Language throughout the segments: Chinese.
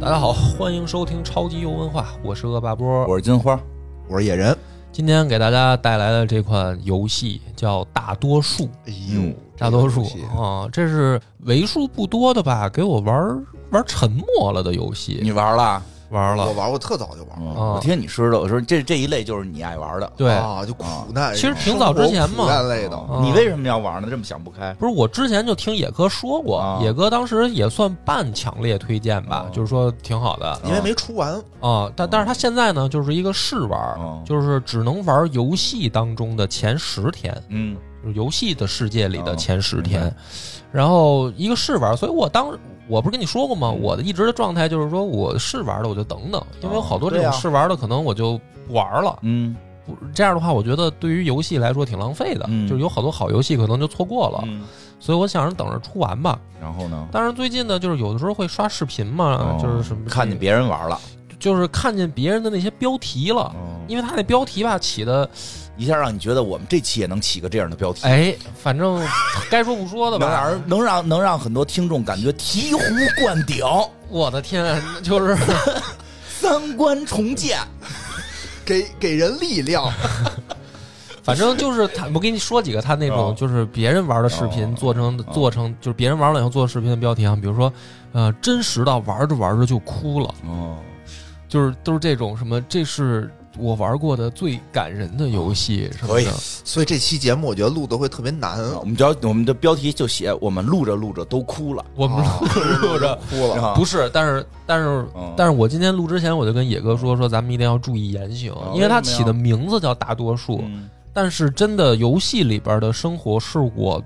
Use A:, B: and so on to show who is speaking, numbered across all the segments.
A: 大家好，欢迎收听超级游文化，我是恶霸波。
B: 我是金花，
C: 我是野人。
A: 今天给大家带来的这款游戏叫《大多数》，
C: 哎
B: 嗯
A: 大多数
C: 这个游戏
A: 啊，这是为数不多的吧，给我玩儿玩儿沉默了的游戏，
B: 你玩了？
A: 玩
C: 我
A: 了，
C: 玩过，特早就玩了。
A: 啊
B: 嗯我听你知道，我说这这一类就是你爱玩的。
A: 对，
C: 啊，就苦难。
A: 其实挺早之前嘛
C: 生活苦难类的。
A: 啊
B: 你为什么要玩呢？这么想不开
A: 不是，我之前就听野哥说过，
B: 啊
A: 野哥当时也算半强烈推荐吧，
B: 啊
A: 就是说挺好的
C: 因为没出完，
A: 啊。但但是他现在呢，就是一个试玩，
B: 啊
A: 就是只能玩游戏当中的前十天，
B: 嗯，
A: 就是游戏的世界里的
B: 啊
A: 前十天，
B: 明白
A: 然后一个试玩。所以我当我不是跟你说过吗？
B: 嗯
A: 我的一直的状态就是说我试玩的我就等等，因为有好多这
B: 对
A: 种
B: 啊
A: 试玩的可能我就不玩了。
B: 嗯
A: 不这样的话，我觉得对于游戏来说挺浪费的，
B: 嗯
A: 就是有好多好游戏可能就错过了。
B: 嗯，
A: 所以我想着等着出完吧。
B: 然后呢？
A: 当然，最近呢，就是有的时候会刷视频嘛，
B: 哦
A: 啊就是什么
B: 看见，别人玩了，
A: 就是看见别人的那些标题了，
B: 哦
A: 因为他那标题吧起的，
B: 一下让你觉得我们这期也能起个这样的标题，
A: 哎，反正该说不说的
B: 能啊
A: 吧。
B: 让人能让能让很多听众感觉醍醐灌顶，
A: 我的天，就是
B: 三观重建。
C: 给给人 力量。
A: 反正就是他，我跟你说几个他那种
B: 哦
A: 就是别人玩的视频
B: 哦
A: 做成
B: 哦
A: 做成，就是别人玩了以后做的视频的标题啊，比如说，呃，真实到玩着玩着就哭了，
B: 哦，
A: 就是都是这种什么，这是我玩过的最感人的游戏什么
B: 可以
A: 的。
C: 所以这期节目我觉得录的会特别难。
B: 嗯我们就要我们的标题就写我们录着录着都哭了，
A: 我们
C: 啊
A: 录着
C: 哭了，
B: 啊
A: 不是，但是但是、
B: 嗯
A: 但是我今天录之前，我就跟野哥说说，咱们一定要注意言行，
B: 啊
A: 因为他
B: 为什么呀
A: 起的名字叫大多数，
B: 嗯
A: 但是真的游戏里边的生活是我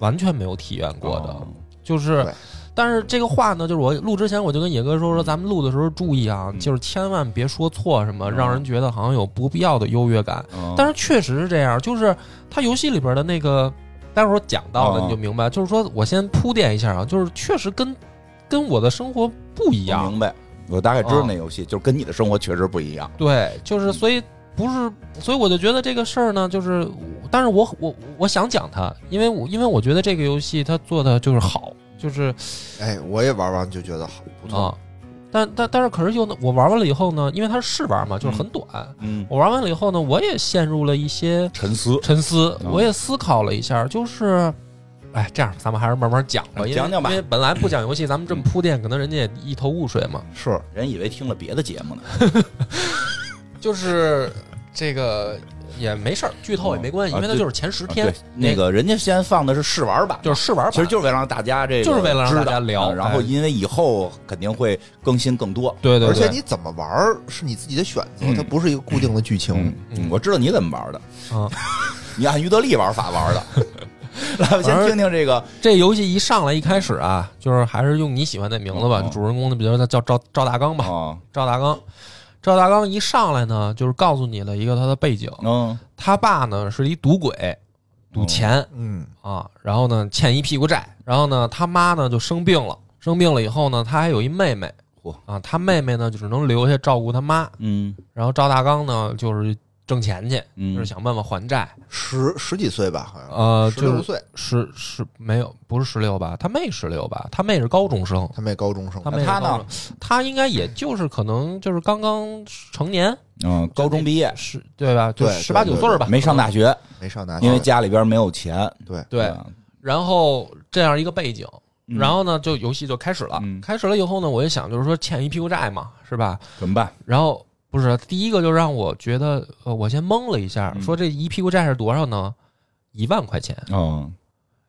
A: 完全没有体验过的，
B: 哦
A: 就是
C: 对。
A: 但是这个话呢，就是我录之前我就跟野哥说说，咱们录的时候注意啊，
B: 嗯
A: 就是千万别说错什么，让人觉得好像有不必要的优越感。
B: 哦
A: 但是确实是这样，就是它游戏里边的那个，待会儿我讲到了
B: 哦
A: 你就明白。就是说我先铺垫一下啊，就是确实跟跟我的生活不一
B: 我
A: 样，
B: 明白，我大概知道
A: 啊
B: 那游戏，就是跟你的生活确实不一样。
A: 对，
B: 嗯
A: 就是所以不是，所以我就觉得这个事儿呢，就是，但是我我我想讲它，因为我因为我觉得这个游戏它做的就是好，就是
C: 哎，我也玩完就觉得好不错。
A: 啊。但但但是，可是又呢我玩完了以后呢，因为它是试玩嘛，就是很短。
B: 嗯，
A: 我玩完了以后呢，我也陷入了一些
B: 沉思，
A: 沉思，
B: 嗯
A: 我也思考了一下，就是，哎，这样咱们还是慢慢讲吧，因为
B: 啊讲讲吧
A: 因为本来不讲游戏，咱们这么铺垫，可能人家也一头雾水嘛。
B: 嗯
C: 是
B: 人以为听了别的节目呢。
A: 就是这个也没事儿，剧透也没关系，
B: 啊
A: 因为它
B: 对
A: 就是前十
B: 啊
A: 天
B: 对，那个人家先放的是试玩版，
A: 就是试玩版，
B: 其实就是为了让大家这个
A: 就是为了让大家
B: 知道
A: 聊
B: 啊然后因为以后肯定会更新更多。
A: 对对对，
C: 而且你怎么玩儿是你自己的选择，
B: 嗯
C: 它不是一个固定的剧情。
A: 嗯
B: 我知道你怎么玩的，
A: 啊，
B: 你按于德利玩法玩的。 来，我们
A: 反
B: 先
A: 正
B: 听听这个
A: 这游戏一上来一开始啊，就是还是用你喜欢的名字吧，
B: 嗯嗯
A: 就主人公的，比如他叫赵赵大刚吧，
B: 啊，
A: 赵大刚。赵大刚一上来呢，就是告诉你了一个他的背景，
B: 嗯，
A: 他爸呢是一赌鬼，赌钱，
C: 嗯，
B: 哦
A: 啊，然后呢欠一屁股债，然后呢他妈呢就生病了，生病了以后呢，他还有一妹妹
B: 嚯，
A: 啊，他妹妹呢就只能留下照顾他妈，
B: 嗯
A: 然后赵大刚呢就是挣钱去，就是
B: 嗯，啊
A: 想办法还债，
C: 十十几岁吧，好像
A: 呃，
C: 十
A: 就
C: 六
A: 是
C: 岁，
A: 十十没有不是十六吧，他妹十六吧，他妹是高中生，
C: 他们也高中生
A: 他。妹是
B: 他呢
A: 高中生，他应该也就是可能就是刚刚成年，
B: 嗯，高中毕业
A: 是对吧？就
C: 对
A: 十八
C: 对
A: 九
C: 对
A: 岁儿吧，
B: 没上
A: 可能
B: 大学，
C: 没上大学，
B: 因为家里边没有钱。啊
C: 对
A: 嗯对，然后这样一个背景，
B: 嗯
A: 然后呢，就游戏就开始了。
B: 嗯
A: 开始了以后呢，我就想，就是说欠一屁股债嘛，是吧？
B: 怎么办？
A: 然后不是第一个就让我觉得，呃，我先懵了一下，
B: 嗯
A: 说这一屁股债是多少呢？一万块钱，
B: 哦，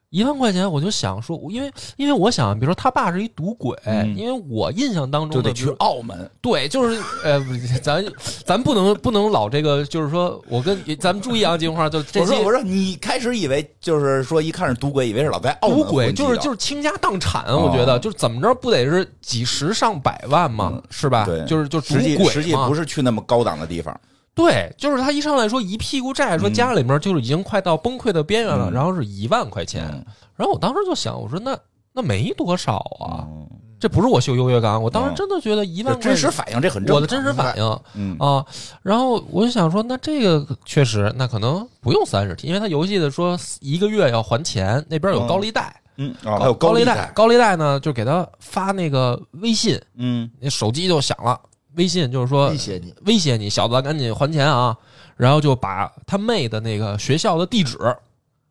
A: 一万块钱，我就想说，因为因为我想，比如说他爸是一赌鬼，
B: 嗯
A: 因为我印象当中
B: 就
A: 的
B: 得去澳门。
A: 对，就是呃，不是咱咱不能不能老这个，就是说我跟咱们注意啊，金花，就这
B: 我说
A: 些
B: 我说，你开始以为就是说一看是赌鬼，以为是老在澳门
A: 赌鬼
B: 混迹啊
A: 就是
B: 的
A: 就是倾家荡产，啊我觉得
B: 哦
A: 就是怎么着不得是几十上百万嘛
B: 嗯，
A: 是吧？
B: 对
A: 就是就赌
B: 实际实
A: 鬼
B: 际
A: 嘛
B: 不。是去那么高档的地方，
A: 对，就是他一上来说一屁股债，说
B: 嗯
A: 家里面就是已经快到崩溃的边缘了，
B: 嗯
A: 然后是一万块钱，然后我当时就想，我说那那没多少啊，
B: 嗯，
A: 这不是我秀优越感，我当时
B: 嗯
A: 真的觉得一
B: 这
A: 万块
B: 真
A: 钱
B: 实反应这很
A: 我
B: 正
A: 的
B: 常。
A: 真实反应。
B: 嗯
A: 啊，然后我就想说，那这个确实，那可能不用三十天，因为他游戏的说一个月要还钱，那边有高利贷，
B: 嗯啊，还有
A: 哦高
B: 利
A: 利贷，，高利贷呢就给他发那个微信，
B: 嗯
A: 那手机就响了，微信就是说
C: 威胁你，
A: 威胁你小子赶紧还钱啊，然后就把他妹的那个学校的地址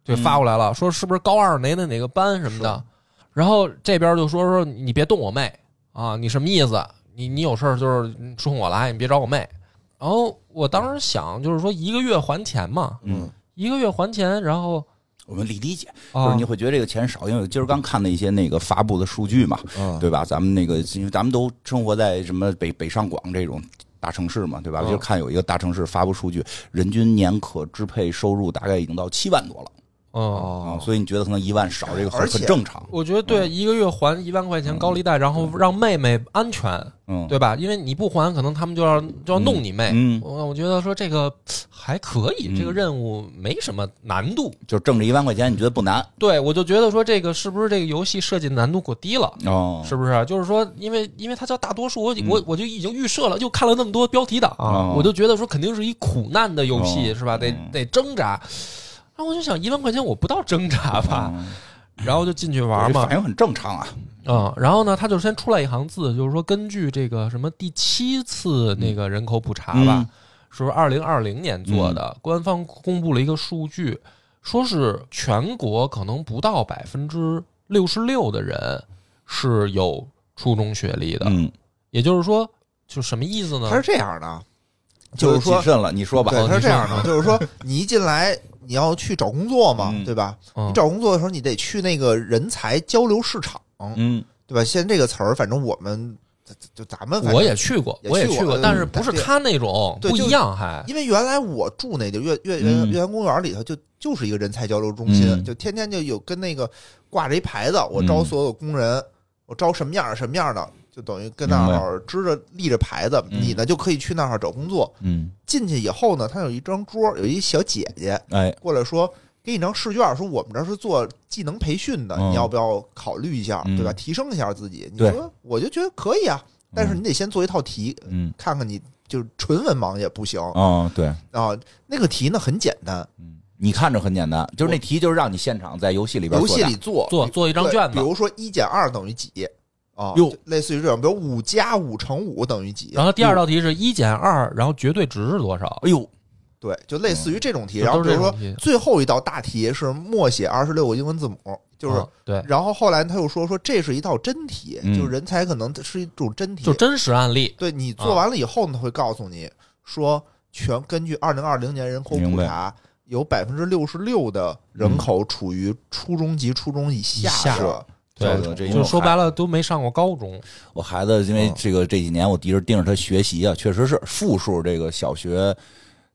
A: 就发过来了，说是不是高二哪哪哪个班什么的，然后这边就说说你别动我妹啊，你什么意思？你你有事儿就是冲我来，你别找我妹。然后我当时想就是说一个月还钱嘛，
B: 嗯，
A: 一个月还钱，然后
B: 我们理理解，就
A: 啊
B: 是你会觉得这个钱少，因为我今儿刚看了一些那个发布的数据嘛，
C: 嗯，
B: 对吧？咱们那个，因为咱们都生活在什么北北上广这种大城市嘛，对吧？
A: 嗯
B: 就看有一个大城市发布数据，人均年可支配收入大概已经到七万多了
A: 嗯。
B: 啊，
C: 哦，
B: 所以你觉得可能一万少，这个很
C: 而且
B: 很正常。
A: 我觉得
B: 嗯
A: 对，一个月还一万块钱高利贷，然后让妹妹安全，
B: 嗯，
A: 对吧？因为你不还，可能他们就要就要弄你妹。
B: 嗯，
A: 我我觉得说这个还可以，
B: 嗯
A: 这个任务没什么难度。
B: 就挣这一万块钱，你觉得不难
A: 对我就觉得说这个是不是这个游戏设计难度过低了？
B: 哦？嗯
A: 是不是？就是说，因为因为它叫大多数，我我我就已经预设了，就看了那么多标题党
B: 哦，
A: 我就觉得说肯定是一苦难的游戏，
B: 哦
A: 是吧？得
B: 嗯
A: 得挣扎。啊，我就想一万块钱我不到挣扎吧，
B: 嗯
A: 然后就进去玩
B: 这
A: 嘛
B: 反。应很正常啊。
A: 嗯，然后呢，他就先出来一行字，就是说根据这个什么第七次那个人口普查吧，
B: 嗯
A: 是不是二零二零年做的？
C: 嗯
A: 官方公布了一个数据，说是全国可能不到百分之六十六的人是有初中学历的，
B: 嗯，
A: 也就是说，就什么意思呢
C: 他？是这样的啊，
B: 就
C: 就是
B: 是
C: 说
B: 谨慎了，你说吧。
C: 对，
A: 哦
C: 他是
A: 你
C: 这
A: 说
C: 样的，就是说你一进来你要去找工作嘛，
B: 嗯
C: 对吧？
A: 嗯
C: 你找工作的时候，你得去那个人才交流市场，
B: 嗯
C: 对吧？现在这个词儿，反正我们就咱们反正
A: 我也去过，
C: 也
A: 我也
C: 去过
A: 去过，
C: 嗯
A: 但是不是
C: 对
A: 他那种
C: 对
A: 不一
C: 就
A: 样还，
C: 因为原来我住那地儿月月月
B: 嗯
C: 月园公园里头就就是一个人才交流中心，
B: 嗯
C: 就天天就有跟那个挂着一牌子，我招
B: 嗯
C: 所有工人，我招什么样儿什么样儿的，就等于跟那
B: 明白
C: 儿支着立着牌子，
B: 嗯
C: 你呢就可以去那儿找工作。
B: 嗯，
C: 进去以后呢，他有一张桌儿，有一小姐姐
B: 哎，
C: 过来说。给你张试卷，说我们这儿是做技能培训的，
B: 嗯
C: 你要不要考虑一下，
B: 嗯
C: 对吧？提升一下自己。你
B: 对
C: 说，我就觉得可以啊，但是你得先做一套题，
B: 嗯
C: 看看你就是纯文盲也不行，
B: 哦，对，
C: 啊，那个题呢很简单，
B: 嗯，你看着很简单，就是那题就是让你现场在游戏里边
C: 游
B: 作
C: 戏
B: 答
C: 里做
A: 做做一张
C: 对
A: 卷
C: 比
A: 子，
C: 如说一减二等于几啊，
A: 哟
C: 就类似于这种，比如五加五乘五等于几
A: 然，后第二道题是一减二，然后绝对值是多少？
B: 哎呦，
C: 对，就类似于这种题。
A: 嗯
C: 然后比如说
A: 都是这种题
C: 最后一道大题是默写二十六个英文字母，就是。
A: 啊对，
C: 然后后来他又说说这是一道真题，
B: 嗯
C: 就是人才可能是一种真题，
A: 就真实案例。
C: 对你做完了以后呢，他会告诉你说，全根据二零二零年人口
B: 明
C: 普
B: 白
C: 查，有百分之六十六的人口处于初中及初中以下
A: 以
C: 的
A: 下
B: 对
C: 教育
B: 对
C: 程
B: 这
C: 度
A: 就说白了都没上过高中，
B: 我孩子因为这个这几年我一直盯着他学习啊，确实是复数这个小学，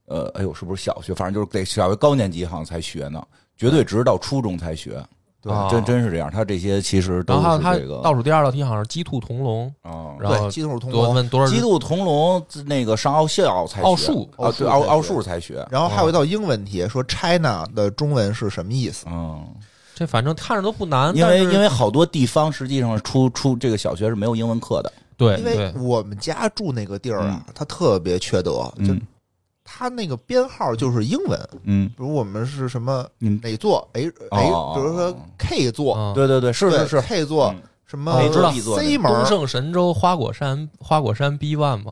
B: 呃，哎呦，是不是小学？反正就是得小学高年级好像才学呢，绝对值到初中才学。对，
A: 啊
B: 真真是这样。他这些其实都
A: 然后
B: 是
A: 他
B: 这个
A: 倒数第二道题好像是鸡兔同笼，
B: 啊。
A: 然后
C: 对，基础同
A: 多
C: 盟。
A: 问多少
B: 基督同笼那个上奥校才学
A: 奥数
B: 啊，对奥奥数才学。
C: 然后还有一道英文题，说 China 的中文是什么意思？
B: 嗯，
A: 这反正看着都不难，
B: 因为
A: 但是
B: 因为好多地方实际上是初初这个小学是没有英文课的。
A: 对
C: 因为
A: 对
C: 我们家住那个地儿啊，它特别缺德，就
B: 嗯
C: 它那个编号就是英文，
B: 嗯，
C: 比如我们是什么
B: 你们
C: 哪座 H
B: 哦
C: H，比如说 K 座，
A: 嗯
B: 对对对，是
C: 对
B: 是是，
C: K 座
B: 嗯
C: 什么
A: 我知道
C: C 门
A: 东胜神州花果山花果山 B one 嘛，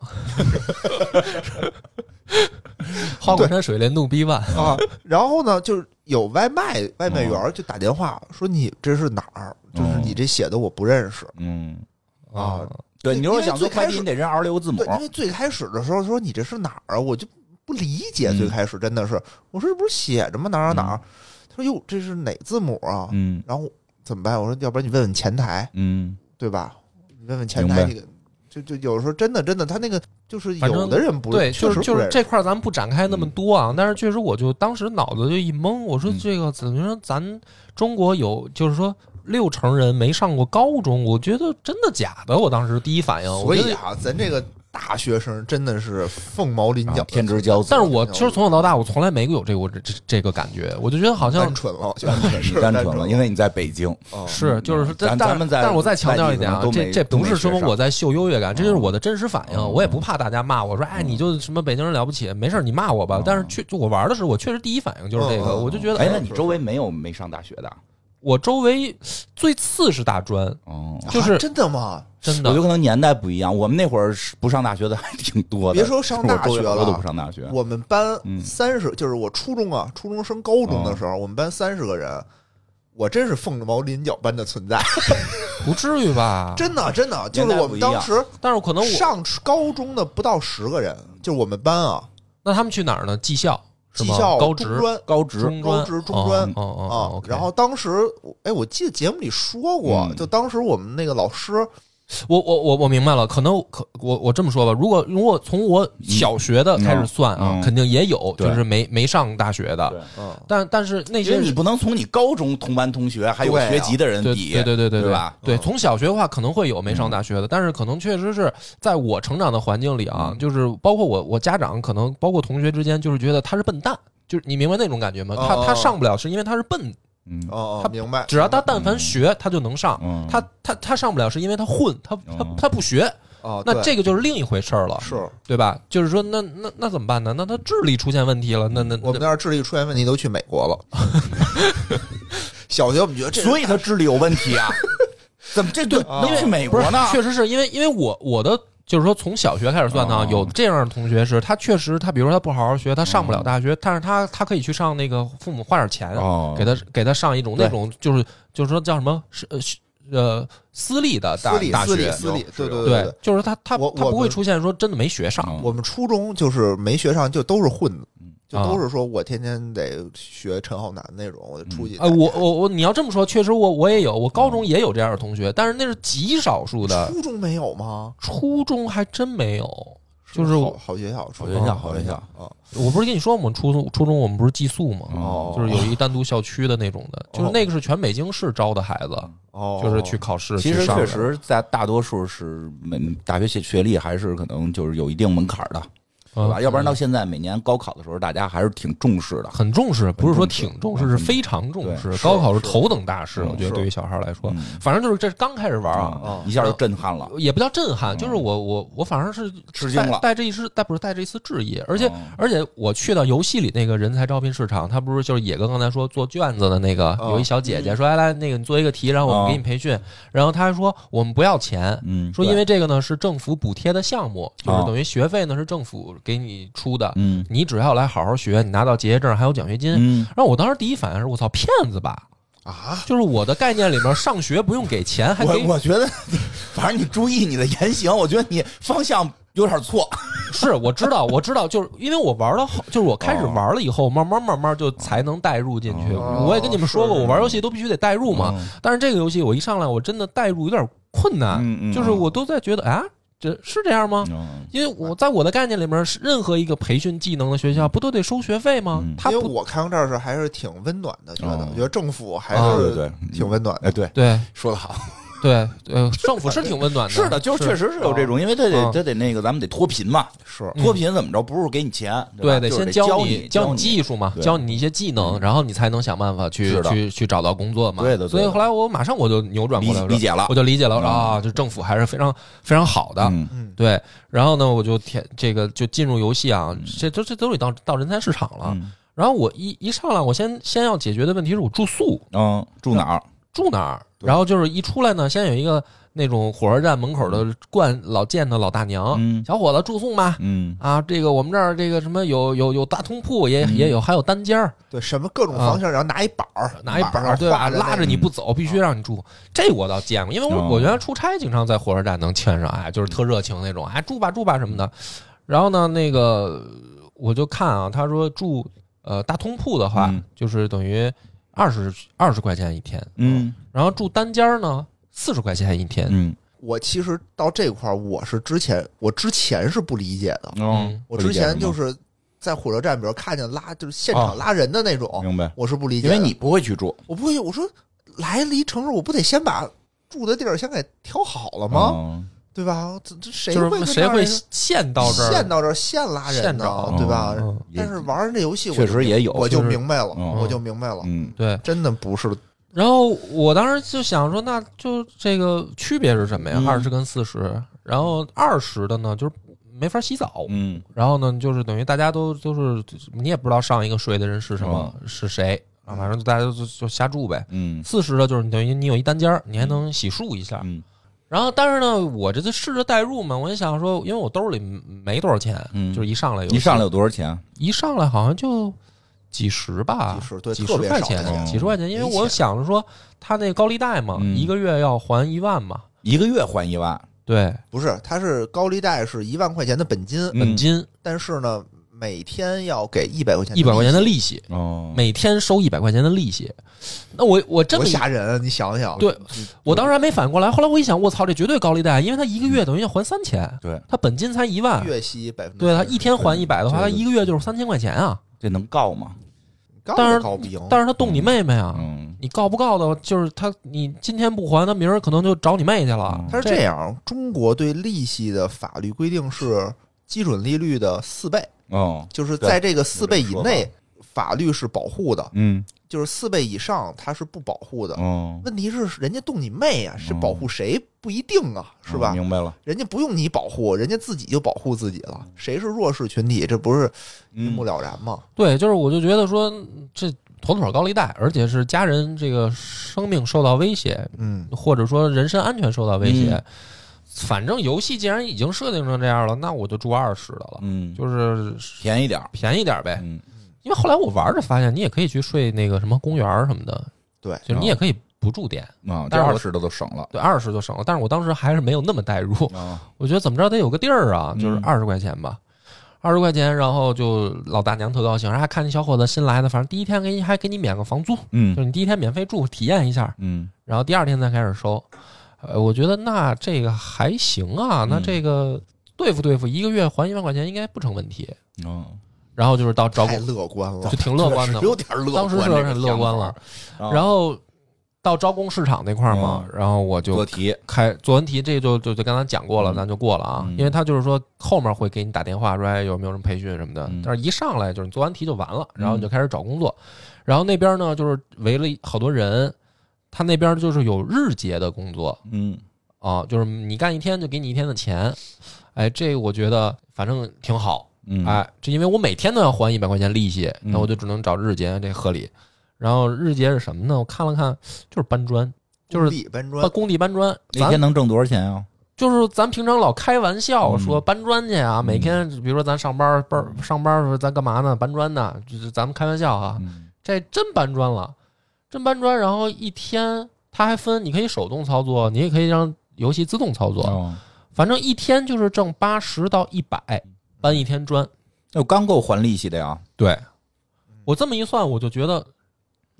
A: 花果山水帘洞 B one
C: 啊， 然后呢，就是有外卖外卖
B: 嗯
C: 员儿就打电话说你这是哪儿？就是你这写的我不认识。
B: 嗯。
C: 啊
B: 对，你
C: 因
B: 如果
C: 为
B: 想
C: 最
B: 做快
C: 开
B: 递，
C: 始
B: 你得认二十六个字母
C: 对，。因为最开始的时候说你这是哪儿啊，我就不理解。
B: 嗯
C: 最开始真的是，我说这不是写着吗？哪儿哪儿哪儿？他说哟，这是哪字母啊？
B: 嗯
C: 然后怎么办？我说要不然你问问前台，
B: 嗯，
C: 对吧？你问问前
B: 明
C: 台
B: 白
C: 这个。就就有时候真的真的，他那个就是
A: 反正
C: 有的人不
A: 对，
C: 确
A: 就
C: 实
A: 是
C: 不
A: 就是
C: 认识
A: 这块儿咱们不展开那么多啊，但是确实我就当时脑子就一懵，我说
B: 嗯
A: 这个怎么说？咱中国有就是说六成人没上过高中，我觉得真的假的？我当时第一反应，
C: 所
A: 哎我觉
C: 以
A: 得。
C: 啊，咱这个大学生真的是凤毛麟角，
B: 啊天之骄子。
A: 但是我其实从小到大，我从来没有这过这这这个感觉，我就觉得好像
C: 单纯了，我觉
B: 单
C: 得
B: 纯
C: 是
B: 你单纯了，因
C: 为
B: 为你在北京。
C: 嗯
A: 是，就是说，但
B: 嗯咱咱们在
A: 但是我再强调一点啊
B: 外地可能，都
A: 这
B: 没
A: 这
B: 都
A: 不
B: 没
A: 是说
B: 学上
A: 我在秀优越感，这就是我的真实反应。
B: 嗯
A: 我也不怕大家骂我说，哎，你就什么北京人了不起，没事儿你骂我吧
B: 嗯。
A: 呃但是确就我玩的时候，我确实第一反应就是这个，
C: 嗯嗯
A: 我就觉得
B: 哎，
A: 哎
B: 那你周围没有没上大学的？
A: 我周围最次是大专，
B: 哦，
A: 就是
C: 啊真的吗？
A: 真
B: 我觉
A: 的
B: 得可能年代不一样，我们那会儿是不上大学的还挺多的。
C: 别说上大
B: 我
C: 学
B: 周围好多
C: 了
B: 都不上大学。
C: 我们班
B: 嗯
C: 三十，就是我初中啊，初中升高中的时候，我们班三十个人，我真是凤毛麟角般的 存在，
A: 不至于吧？
C: 真的真的，就
B: 年代
C: 是我
B: 不
C: 们
B: 一
C: 当
B: 样
C: 时
A: 但是可能我
C: 上高中的不到十个人，就是我们班啊，
A: 那他们去哪儿呢？技校是
C: 技
A: 吗？
C: 校、
A: 高
C: 中
A: 职、
C: 专
B: 高职
A: 中
C: 高
A: 专、
C: 职中专
A: 哦哦哦
C: 啊
A: 哦，OK
C: 然后当时我，哎，我记得节目里说过，
B: 嗯
C: 就当时我们那个老师，
A: 我我我我明白了，可能可我我这么说吧，如果如果从我小学的开始算啊，
B: 嗯嗯
A: 肯定也有
B: 对
A: 就是没没上大学的，
B: 对
C: 嗯，
A: 但但是那
B: 因
A: 些
B: 为你不能从你高中同班同学还有
C: 对啊
B: 学籍的人
A: 对
B: 比，
A: 对对对对
B: 对吧？
A: 对，
C: 嗯
A: 从小学的话可能会有没上大学的，但是可能确实是在我成长的环境里啊，
B: 嗯
A: 就是包括我我家长可能包括同学之间，就是觉得他是笨蛋，就是你明白那种感觉吗？
C: 哦
A: 他他
C: 哦
A: 上不了是因为他是笨，
B: 嗯
C: 哦，哦
A: 他
C: 明白，
A: 只要他但凡学他就能上，
B: 嗯，
A: 他他他上不了是因为他混，他他
B: 嗯
A: 他不学，
C: 哦，
A: 那
C: 对
A: 这个就是另一回事儿了，
C: 是
A: 对吧？就是说，那那那怎么办呢？那他智力出现问题了，那那
C: 我们
A: 那
C: 那儿智力出现问题都去美国了。 小学我们觉得这，
B: 所
C: 以
B: 以他智力有问题 啊？怎么这对哦能去美
A: 不
B: 国
A: 是
B: 呢？
A: 确实是因为因为我我的就是说从小学开始算呢
B: 哦，
A: 有这样的同学是他确实他比如说他不好好学，他上不了大学，但是他他可以去上那个父母花点钱
B: 哦
A: 给他给他上一种
B: 对
A: 那种就是就是说叫什么是呃是呃私立的大
C: 私立
A: 大
C: 私立
A: 学，
C: 私立，
B: 有
C: 对
B: 是有
C: 对
A: 对
C: 对。，
A: 就是他他
C: 我
A: 他
C: 我
A: 不会
C: 们
A: 出现说真的没学上，
B: 嗯
C: 我们初中就是没学上，就都是混的，就
A: 啊
C: 都是说我天天得学陈浩南那种，我得出去打
A: 呃，
C: 架。
A: 我我我，你要这么说，确实我我也有，我高中也有这样的同学，但是那是极少数的，
C: 初中没有吗？
A: 初中还真没有。就是
C: 好好学校，初中
B: 好学校
C: 好
B: 好学校
C: 啊。
A: 我不是跟你说吗？我们初中初中我们不是寄宿吗？
C: 哦
A: 就是有一单独校区的那种的，
B: 哦
A: 就是那个是全北京市招的孩子，
C: 哦，
A: 就是去考试。
B: 其
A: 去
B: 实
A: 上的嗯
B: 确，实，在大多数是门大学学学历还是可能就是有一定门槛的，对吧？
A: 嗯
B: 要不然到现在每年高考的时候，大家还是挺重视的。
A: 很重视，不是说挺重视，
B: 嗯
A: 是非常重视
B: 对。
A: 高考是头等大事，
B: 嗯
A: 我觉得
C: 是
A: 对于小孩来说
B: 嗯，
A: 反正就是这是刚开始玩啊，
B: 啊
C: 哦，
B: 一下就震撼了，
A: 也不叫震撼，就是我我我反而是
B: 吃惊
A: 带
B: 了。
A: 带着一丝带不是带着一丝质疑，而且
B: 哦
A: 而且我去到游戏里那个人才招聘市场，他不是就是野哥刚才说做卷子的那个，
C: 哦
A: 有一小姐姐说，哎来那个你做一个题，然后我们给你培训，然后他还说我们不要钱。
B: 哦嗯，
A: 说
B: 对
A: 因为这个呢是政府补贴的项目，就是
B: 哦
A: 等于学费呢是政府给你出的，
B: 嗯
A: 你只要来好好学，你拿到结业证还有奖学金。
B: 嗯
A: 然后我当时第一反应是我操骗子吧，
C: 啊，
A: 就是我的概念里面上学不用给钱还给
B: 我我觉得 你，反正你注意你的言行，我觉得你方向有点错。
A: 是，我知道，我知道，就是因为我玩到后，就是我开
B: 哦
A: 始玩了以后，慢慢慢慢就才能代入进去。
C: 哦
A: 我也跟你们说过，
C: 是
A: 我玩游戏都必须得代入
B: 嗯
A: 嘛。但是这个游戏我一上来，我真的代入有点困难，
B: 嗯嗯
A: 就是我都在觉得啊，这是这样吗？
B: 嗯
A: 因为我在我的概念里面，是任何一个培训技能的学校不都得收学费吗？
B: 嗯
A: 他
C: 因为
A: 不
C: 我看到这儿是还是挺温暖的，觉得
B: 哦
C: 我觉得政府还
A: 啊嗯
B: 对
C: 是
B: 对
C: 挺温暖的。
B: 哎，对，
A: 对
B: 说的 好，
A: 对呃，政府是挺温暖的，
B: 是的，嗯就是确实是有这种，因为他
A: 啊
B: 得他得那个，咱们得脱贫嘛，
C: 是
B: 脱贫怎么着，不是给你钱，
A: 对，
B: 吧
A: 得
B: 就
A: 先
B: 是教
A: 你
B: 教
A: 你技术嘛，
B: 对嗯
A: 教你一些技能，然后你才能想办法去
B: 是的
A: 去去找到工作嘛。
B: 对的对的
A: 所以后来我马上我就扭转过来，
B: 理理解了
A: 我就理解了
B: 嗯
A: 啊，这政府还是非常非常好的。
B: 嗯
C: 嗯，
A: 对，然后呢，我就填这个就进入游戏啊，这这这都得到到人才市场了。
B: 嗯
A: 然后我一一上来，我先先要解决的问题是我住宿
B: 嗯，住哪儿？
A: 住哪儿，然后就是一出来呢，先有一个那种火车站门口的惯老见的老大娘，
B: 嗯
A: 小伙子住宿吗？
B: 嗯
A: 啊，这个我们这儿这个什么有有有大通铺，也、也有还有单间儿，
C: 对，什么各种方向，然后拿一板儿，
A: 啊拿一板儿
C: 上
A: 对吧？
C: 画
A: 拉着你
B: 嗯
A: 不走，必须让你住。这我倒见过，因为我、
B: 哦
A: 我原来出差经常在火车站能见上，哎，就是特热情那种，哎，住吧住吧什么的。然后呢，那个我就看啊，他说住呃大通铺的话，
B: 嗯
A: 就是等于二十二十块钱一天，
B: 嗯
A: 然后住单间儿呢四十块钱一天，
B: 嗯
C: 我其实到这块儿，我是之前我之前是不理解的，
A: 嗯
C: 我之前就是是在火车站，比如看见拉就是现
B: 哦
C: 场拉人的那种，
B: 明白，
C: 我是不理解
B: 因
C: 的，
B: 为你不会去住
C: 我不会，我说来了一城市，我不得先把住的地儿先给挑好了吗？
B: 嗯
C: 对吧？这这谁
A: 就
C: 会
A: 是
C: 在
A: 谁
C: 那儿
A: 会陷到这儿？
C: 现到这儿现拉人
A: 现
C: 呢
A: 找？
C: 对吧？
A: 嗯
B: 也
C: 但是玩儿这游戏我就
B: 确实也有
C: 我就
A: 就是
C: 明白了，
B: 嗯
C: 我就明白了，
B: 嗯
A: 对，
C: 真的不是
A: 然后我当时就想说，那就这个区别是什么呀？
B: 嗯
A: 二十跟四十，然后二十的呢就是没法洗澡，
B: 嗯
A: 然后呢就是等于大家都都是你也不知道上一个睡的人是什么、是谁。啊，反正就大家就就就瞎住呗。
B: 哦嗯
A: 四十的就是你等于你有一单间儿，你还能洗漱一下。
B: 嗯
A: 然后，但是呢，我这次试着代入嘛，我就想说，因为我兜里没多少钱，
B: 嗯
A: 就是一上来有
B: 一上来有多少钱？
A: 一上来好像就几十吧，
C: 几十对
A: 几
C: 特
A: 十
C: 别
A: 块
C: 少
A: 钱，啊
C: 的
B: 钱
A: 几十块钱，因为
C: 没
A: 我
C: 钱
A: 想着说他那高利贷嘛，
B: 嗯
A: 一个月要还一万嘛，
B: 一个月还一万，
A: 对，
C: 不是，它是高利贷是一万块钱的本金，
B: 嗯
A: 本金
C: 但是呢，每天要给一百块钱，
A: 一百块钱的利息，
B: 哦，
A: 每天收一百块钱的利息。那我我这
C: 多
A: 么一
C: 吓人啊！你想想，
A: 对我当时还没反应过来，后来我一想，我操，这绝对高利贷，因为他一个月等于要还三千，
B: 对，
A: 他本金才一万，
C: 月息百分之
A: 对他一天还一百的话，
B: 对
A: 他一个月就是三千块钱啊。
B: 这能告吗？
C: 高
A: 但是
C: 高不赢，
A: 但是他动你妹妹啊，
B: 嗯，
A: 你告不告的，就是他你今天不还，他明儿可能就找你妹去了
B: 嗯。
C: 它是这样，中国对利息的法律规定是基准利率的四倍，
B: 哦，
C: 就是在这个四倍以
B: 有这
C: 内，法律是保护的，
B: 嗯，
C: 就是四倍以上它是不保护
A: 嗯
C: 的。
B: 哦，
C: 问题是人家动你妹啊，是保护谁不一定啊，是吧？
B: 嗯
A: 嗯
B: 明白了，
C: 人家不用你保护，人家自己就保护自己了。谁是弱势群体，这不是
A: 嗯
C: 一
B: 嗯
C: 目了然吗？
A: 对，就是我就觉得说这妥妥高利贷，而且是家人这个生命受到威胁，
C: 嗯，
A: 或者说人身安全受到威胁。
B: 嗯
A: 反正游戏既然已经设定成这样了，那我就住二十的了，
B: 嗯，
A: 就是
B: 便宜点儿，
A: 便宜点呗。
B: 嗯，
A: 因为后来我玩着发现，你也可以去睡那个什么公园儿什么的，
C: 对
A: 就是你也可以不住店，
B: 啊，这
A: 但是我
B: 二十的都省了
A: 对，二十就省了。但是我当时还是没有那么代入，
B: 啊，
A: 我觉得怎么着得有个地儿啊，
B: 嗯
A: 就是二十块钱吧，二十块钱，然后就老大娘特高兴，然后还看那小伙子新来的，反正第一天给你还给你免个房租，
B: 嗯
A: 就是你第一天免费住体验一下，
B: 嗯
A: 然后第二天再开始收。呃，我觉得那这个还行啊，那
B: 嗯
A: 这个对付对付，一个月还一万块钱应该不成问题。
B: 哦，
A: 然后就是到找
C: 太
A: 工，
C: 乐观了
A: 就。挺乐观的
B: 是，有点乐观，
A: 当时是
B: 这个
A: 很乐观了。
B: 想法，啊
A: 然
B: 后
A: 后到招工市场那块儿嘛，
B: 嗯
A: 然后我就
B: 做题，
A: 开作文题，这就就就刚才讲过了，
B: 嗯
A: 咱就过了啊，
B: 嗯
A: 因为他就是说后面会给你打电话说哎有没有什么培训什么的，
B: 嗯
A: 但是一上来就是你做完题就完了，
B: 嗯
A: 然后你就开始找工作，然后那边呢就是围了好多人，他那边就是有日结的工作
B: 嗯
A: 啊，就是你干一天就给你一天的钱，哎，这我觉得反正挺好，
B: 嗯，
A: 哎，这因为我每天都要还一百块钱利息，
B: 嗯
A: 那我就只能找日结，这合理。然后日结是什么呢？我看了看，就是搬砖，就是
C: 工地搬
A: 搬
C: 砖，
A: 工地搬砖。
B: 那
A: 咱
B: 天能挣多少钱啊？
A: 就是咱平常老开玩笑
B: 嗯
A: 说搬砖去啊，每天比如说咱上班班儿上班儿说咱干嘛呢？搬砖呢？就是咱们开玩笑啊，
B: 嗯
A: 这真搬砖了，真搬砖。然后一天它还分，你可以手动操作，你也可以让游戏自动操作，
B: 哦，
A: 反正一天就是挣八十到一百，
B: 嗯
A: 搬一天砖。
B: 那我刚够还利息的呀，
A: 对，我这么一算，我就觉得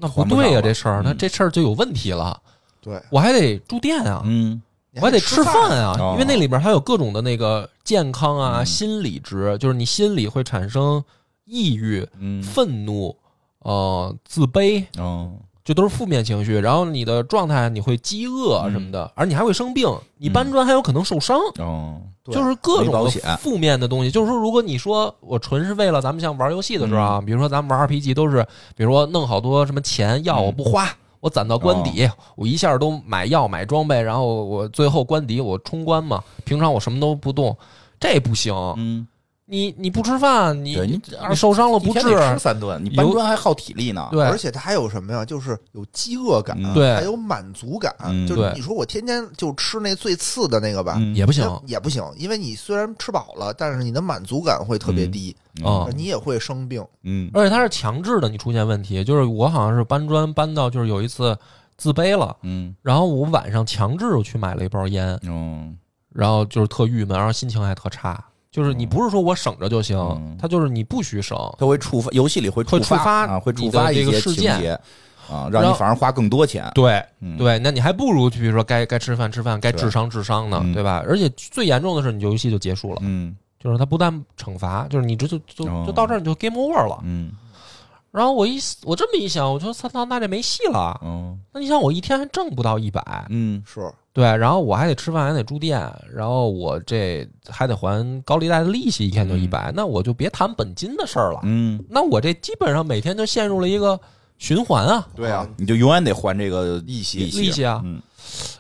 A: 那不对呀、
B: 嗯还不上了
A: 这事儿，
B: 嗯
A: 那这事儿就有问题了。
C: 对，
A: 我还得住店啊，
B: 嗯
C: 你
A: 我还得吃饭
C: 啊。
A: 啊，
B: 哦
A: 因为那里边还有各种的那个健康啊、
B: 嗯
A: 心理值，就是你心里会产生抑郁、
B: 嗯，
A: 愤怒、呃自卑，
B: 哦，
A: 就都是负面情绪。然后你的状态你会饥饿
B: 嗯
A: 什么的，而你还会生病，你搬砖还有可能受伤。
B: 哦，
C: 对
A: 就是各
B: 没保
A: 种
B: 险
A: 负面的东西。就是说，如果你说我纯是为了咱们像玩游戏的时候
B: 嗯
A: 啊，比如说咱们玩 RPG 都是，比如说弄好多什么钱药
B: 嗯
A: 我不花。我攒到关底，
B: 哦
A: 我一下都买药买装备，然后我最后关底我冲关嘛。平常我什么都不动，这不行。
B: 嗯，
A: 你你不吃饭，你
B: 对你
A: 你受伤了
B: 一
A: 不
B: 天
A: 治，
B: 得吃三顿，你搬
A: 有
B: 砖还耗体力呢，
A: 对
C: 而且它还有什么呀？就是有饥饿感，
B: 嗯
A: 对
C: 还有满足感。
B: 嗯
C: 就是
A: 对
C: 你说我天天就吃那最次的那个吧，
B: 嗯
A: 也不行。
C: 那也不行，因为你虽然吃饱了，但是你的满足感会特别低，
B: 哦
A: 啊
C: 你也会生病。
B: 嗯
A: 而且它是强制的，你出现问题，就是我好像是搬砖搬到就是有一次自卑了，
B: 嗯
A: 然后我晚上强制我去买了一包烟，
B: 嗯
A: 然后就是特郁闷，然后心情还特差。就是你不是说我省着就行
B: 嗯，
A: 他就是你不许省。
B: 它会触发游戏里会触
A: 会触发
B: 啊，会触
A: 你的
B: 发一
A: 这个
B: 些
A: 事
B: 情
A: 件
B: 节啊，
A: 然
B: 让你
A: 后
B: 反而花更多钱。
A: 对
B: 嗯
A: 对，那你还不如比如说该该吃饭吃饭，该治伤治伤呢
B: 嗯，
A: 对吧？而且最严重的是，你游戏就结束了，
B: 嗯
A: 就是他不但惩罚，就是你这就就
B: 哦
A: 就到这儿你就 game over 了。
B: 嗯
A: 然后我一我这么一想，我说操，那那这没戏了。
B: 哦
A: 那你想，我一天还挣不到一百，
B: 嗯
C: 是，
A: 对，然后我还得吃饭，还得住店，然后我这还得还高利贷的利息，一天就一百，那我就别谈本金的事儿了。
B: 嗯，
A: 那我这基本上每天就陷入了一个循环啊，
B: 对啊，你就永远得还这个利息
A: 利息啊
B: 嗯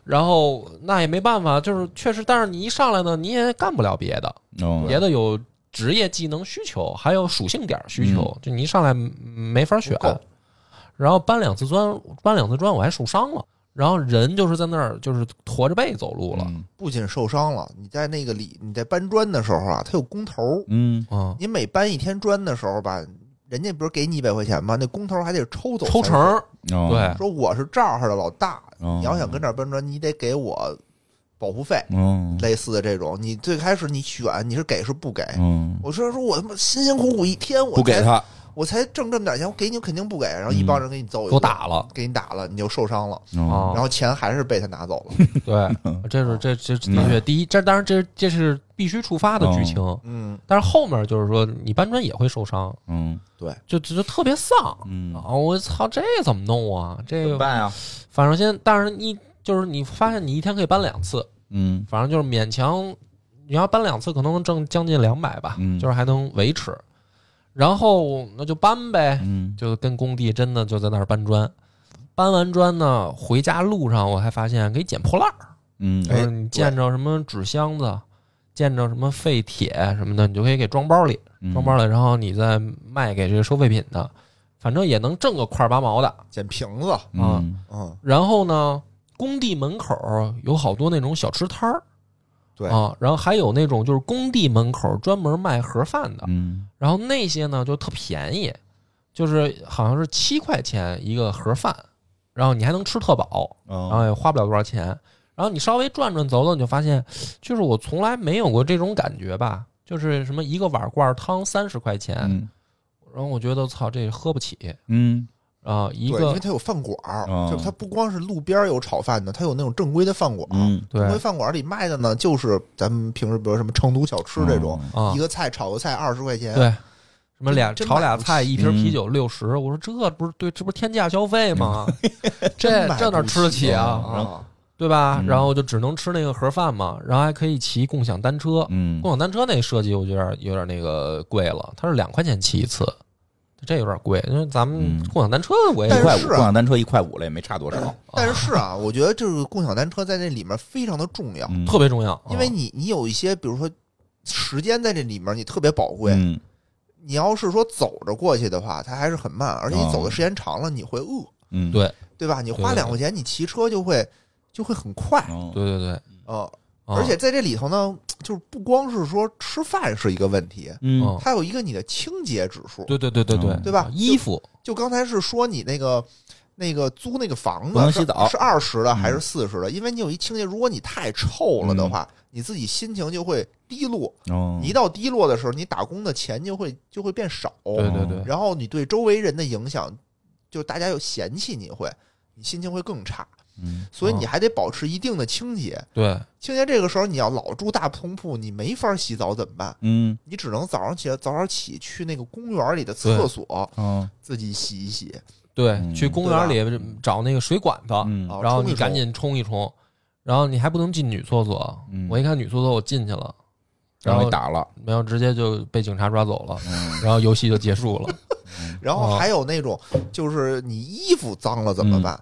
A: 然后那也没办法，就是确实，但是你一上来呢，你也干不了别的，
B: 哦
C: 嗯
A: 别的有职业技能需求，还有属性点需求，就你一上来没法选
C: 嗯不够。
A: 然后搬两次砖，搬两次砖我还受伤了，然后人就是在那儿就是驼着背走路了，
B: 嗯
C: 不仅受伤了，你在那个里你在搬砖的时候啊，它有工头儿，
B: 嗯，
A: 嗯，
C: 你每搬一天砖的时候吧，人家不是给你一百块钱吗？那工头儿还得抽走
A: 抽成
C: 三十
A: 儿，
B: 哦
A: 对，
C: 说我是这儿的老大，
B: 哦
C: 你要想跟这儿搬砖，你得给我保护费，
B: 嗯
C: 类似的这种。你最开始你选你是给是不给？
B: 嗯，
C: 我说说我他妈辛辛苦苦一天，我
B: 不给
C: 才
B: 他，嗯
C: 我才挣这么点钱，我给你肯定不给。然后一帮人给你揍一顿，
A: 给我打 了，
C: 给你打了，你就受伤了，
A: 啊
B: 哦，
C: 然后钱还是被他拿走了。
A: 对，这是这这的确第一，这当然这这是必须触发的剧情，
C: 嗯，
A: 但是后面就是说你搬砖也会受伤，
B: 嗯
C: 对，
A: 就就就特别丧
B: 嗯，
A: 啊！我操，这怎么弄啊？这
B: 怎么办呀？
A: 反正先，但是你就是你发现你一天可以搬两次，
B: 嗯
A: 反正就是勉强，你要搬两次可能能挣将近两百吧，
B: 嗯
A: 就是还能维持。然后那就搬呗，
B: 嗯
A: 就跟工地真的就在那儿搬砖。搬完砖呢，回家路上我还发现给捡破烂儿，
B: 嗯
A: 就
C: 哎
A: 是你见着什么纸箱子，见着什么废铁什么的，你就可以给装包里，
B: 嗯，
A: 装包里，然后你再卖给这个收废品的，反正也能挣个块八毛的。
C: 捡瓶子，
A: 啊
B: 嗯，
C: 嗯，
A: 然后呢，工地门口儿有好多那种小吃摊儿，
C: 对
A: 啊，然后还有那种就是工地门口儿专门卖盒饭的，
B: 嗯
A: 然后那些呢就特便宜，就是好像是七块钱一个盒饭，然后你还能吃特饱，然后
B: 哦，
A: 也花不了多少钱。然后你稍微转转走走，你就发现，就是我从来没有过这种感觉吧，就是什么一个碗罐汤三十块钱，
B: 嗯
A: 然后我觉得操这喝不起
B: 嗯
A: 啊、一
C: 对，因
A: 个
C: 为它有饭馆儿，
B: 嗯
C: 就是它不光是路边儿有炒饭的，它有那种正规的饭馆儿。
B: 嗯，
A: 对
C: 正规饭馆儿里卖的呢，就是咱们平时比如什么成都小吃这
B: 哦
C: 种，
A: 啊
C: 一个菜炒个菜二十块钱，
A: 对，什么俩
C: 真
A: 炒
C: 买
A: 俩
C: 不
A: 菜，一瓶啤
B: 嗯
A: 酒六十、我说这不是对，这不是天价消费 吗？这
C: 真买
A: 这哪
C: 不
A: 吃得起啊？
B: 然后
C: 啊，
A: 对吧？
B: 嗯
A: 然后就只能吃那个盒饭嘛，然后还可以骑共享单车。
B: 嗯
A: 共享单车那设计我觉得有点那个贵了，它是两块钱骑一次，这有点贵，因为咱们
B: 嗯
A: 共享单车我也
C: 但
B: 一
C: 是
B: 块五，
C: 啊
B: 共享单车一块五了，也没差多少，
C: 但是啊，我觉得这个共享单车在这里面非常的重要，
B: 嗯
A: 特别重要，啊
C: 因为你你有一些，比如说时间在这里面，你特别宝贵。
B: 嗯
C: 你要是说走着过去的话，它还是很慢，而且你
B: 哦
C: 走的时间长了，你会饿，
B: 嗯，
A: 对
C: 对吧？你
A: 对
C: 花
A: 对
C: 两块钱，你骑车就会就会很快
B: 哦
A: 啊对对对，啊
C: 啊。而且在这里头呢，就是不光是说吃饭是一个问题，
B: 嗯
A: 嗯
C: 它有一个你的清洁指数，
A: 对对对对对
B: 嗯
C: 对吧
A: 衣服
C: 就刚才是说你那个那个租那个房
B: 不能
C: 子
B: 洗澡嗯
C: 是二十的还是四十的？因为你有一清洁，如果你太臭了的话，你自己心情就会低落。
B: 哦
C: 你一到低落的时候，你打工的钱就会就嗯会变少，
A: 对对对
C: 然后你对周围人的影响，就大家又嫌弃你会，你心情会更差。
B: 嗯
C: 所以你还得保持一定的清洁。
A: 对
C: 清洁这个时候，你要老住大通铺，你没法洗澡怎么办？
B: 嗯
C: 你只能早上起来早点起去那个公园里的厕所
B: 哦
C: 自己洗一洗。
A: 对，
B: 嗯
A: 去公园里找那个水管子，
B: 嗯
C: 啊
A: 然后
C: 冲
A: 你
C: 一
A: 赶
C: 冲
A: 紧冲一冲，然后你还不能进女厕所。
B: 嗯
A: 我一看女厕所，我进去了，然
B: 然后
A: 后
B: 给打了，
A: 没有直接就被警察抓走了，
B: 嗯
A: 然后游戏就结束了。
C: 然后
A: 啊
C: 还有那种，就是你衣服脏了怎么办？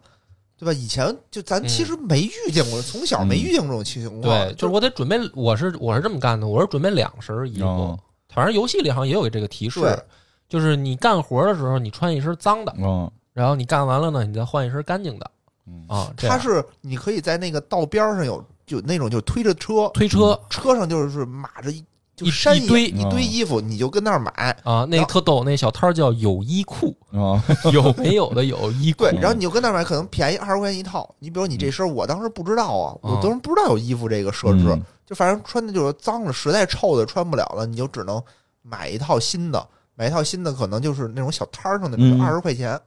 C: 对吧？以前就咱
A: 嗯
C: 其实没遇见过，从小没遇见过这种情况。
A: 对，就是
C: 就
A: 我得准备，我是我是这么干的，我是准备两身衣服
B: 哦。
A: 反正游戏里好像也有这个提示
C: 对，
A: 就是你干活的时候你穿一身脏的，
B: 哦
A: 然后你干完了呢，你再换一身干净的
B: 嗯
A: 啊。这
C: 它
A: 样
C: 是你可以在那个道边上有就那种就推着车，
A: 推车
C: 车上就是码着一就
A: 一
C: 山
A: 一堆
C: 一堆衣服，你就跟那儿买。
A: 啊，那个
C: 然后
A: 特逗，那小摊儿叫有衣库，
B: 哦
A: 有没有的有衣库
C: 对，，然后你就跟那儿买，可能便宜二十块钱一套。你比如你这身，我当时不知道啊，
A: 嗯
C: 我当时不知道有衣服这个设置
B: 嗯，
C: 就反正穿的就是脏了，实在臭的穿不了了，你就只能买一套新的，买一套新的，可能就是那种小摊儿上的，比
B: 嗯
C: 如二十块钱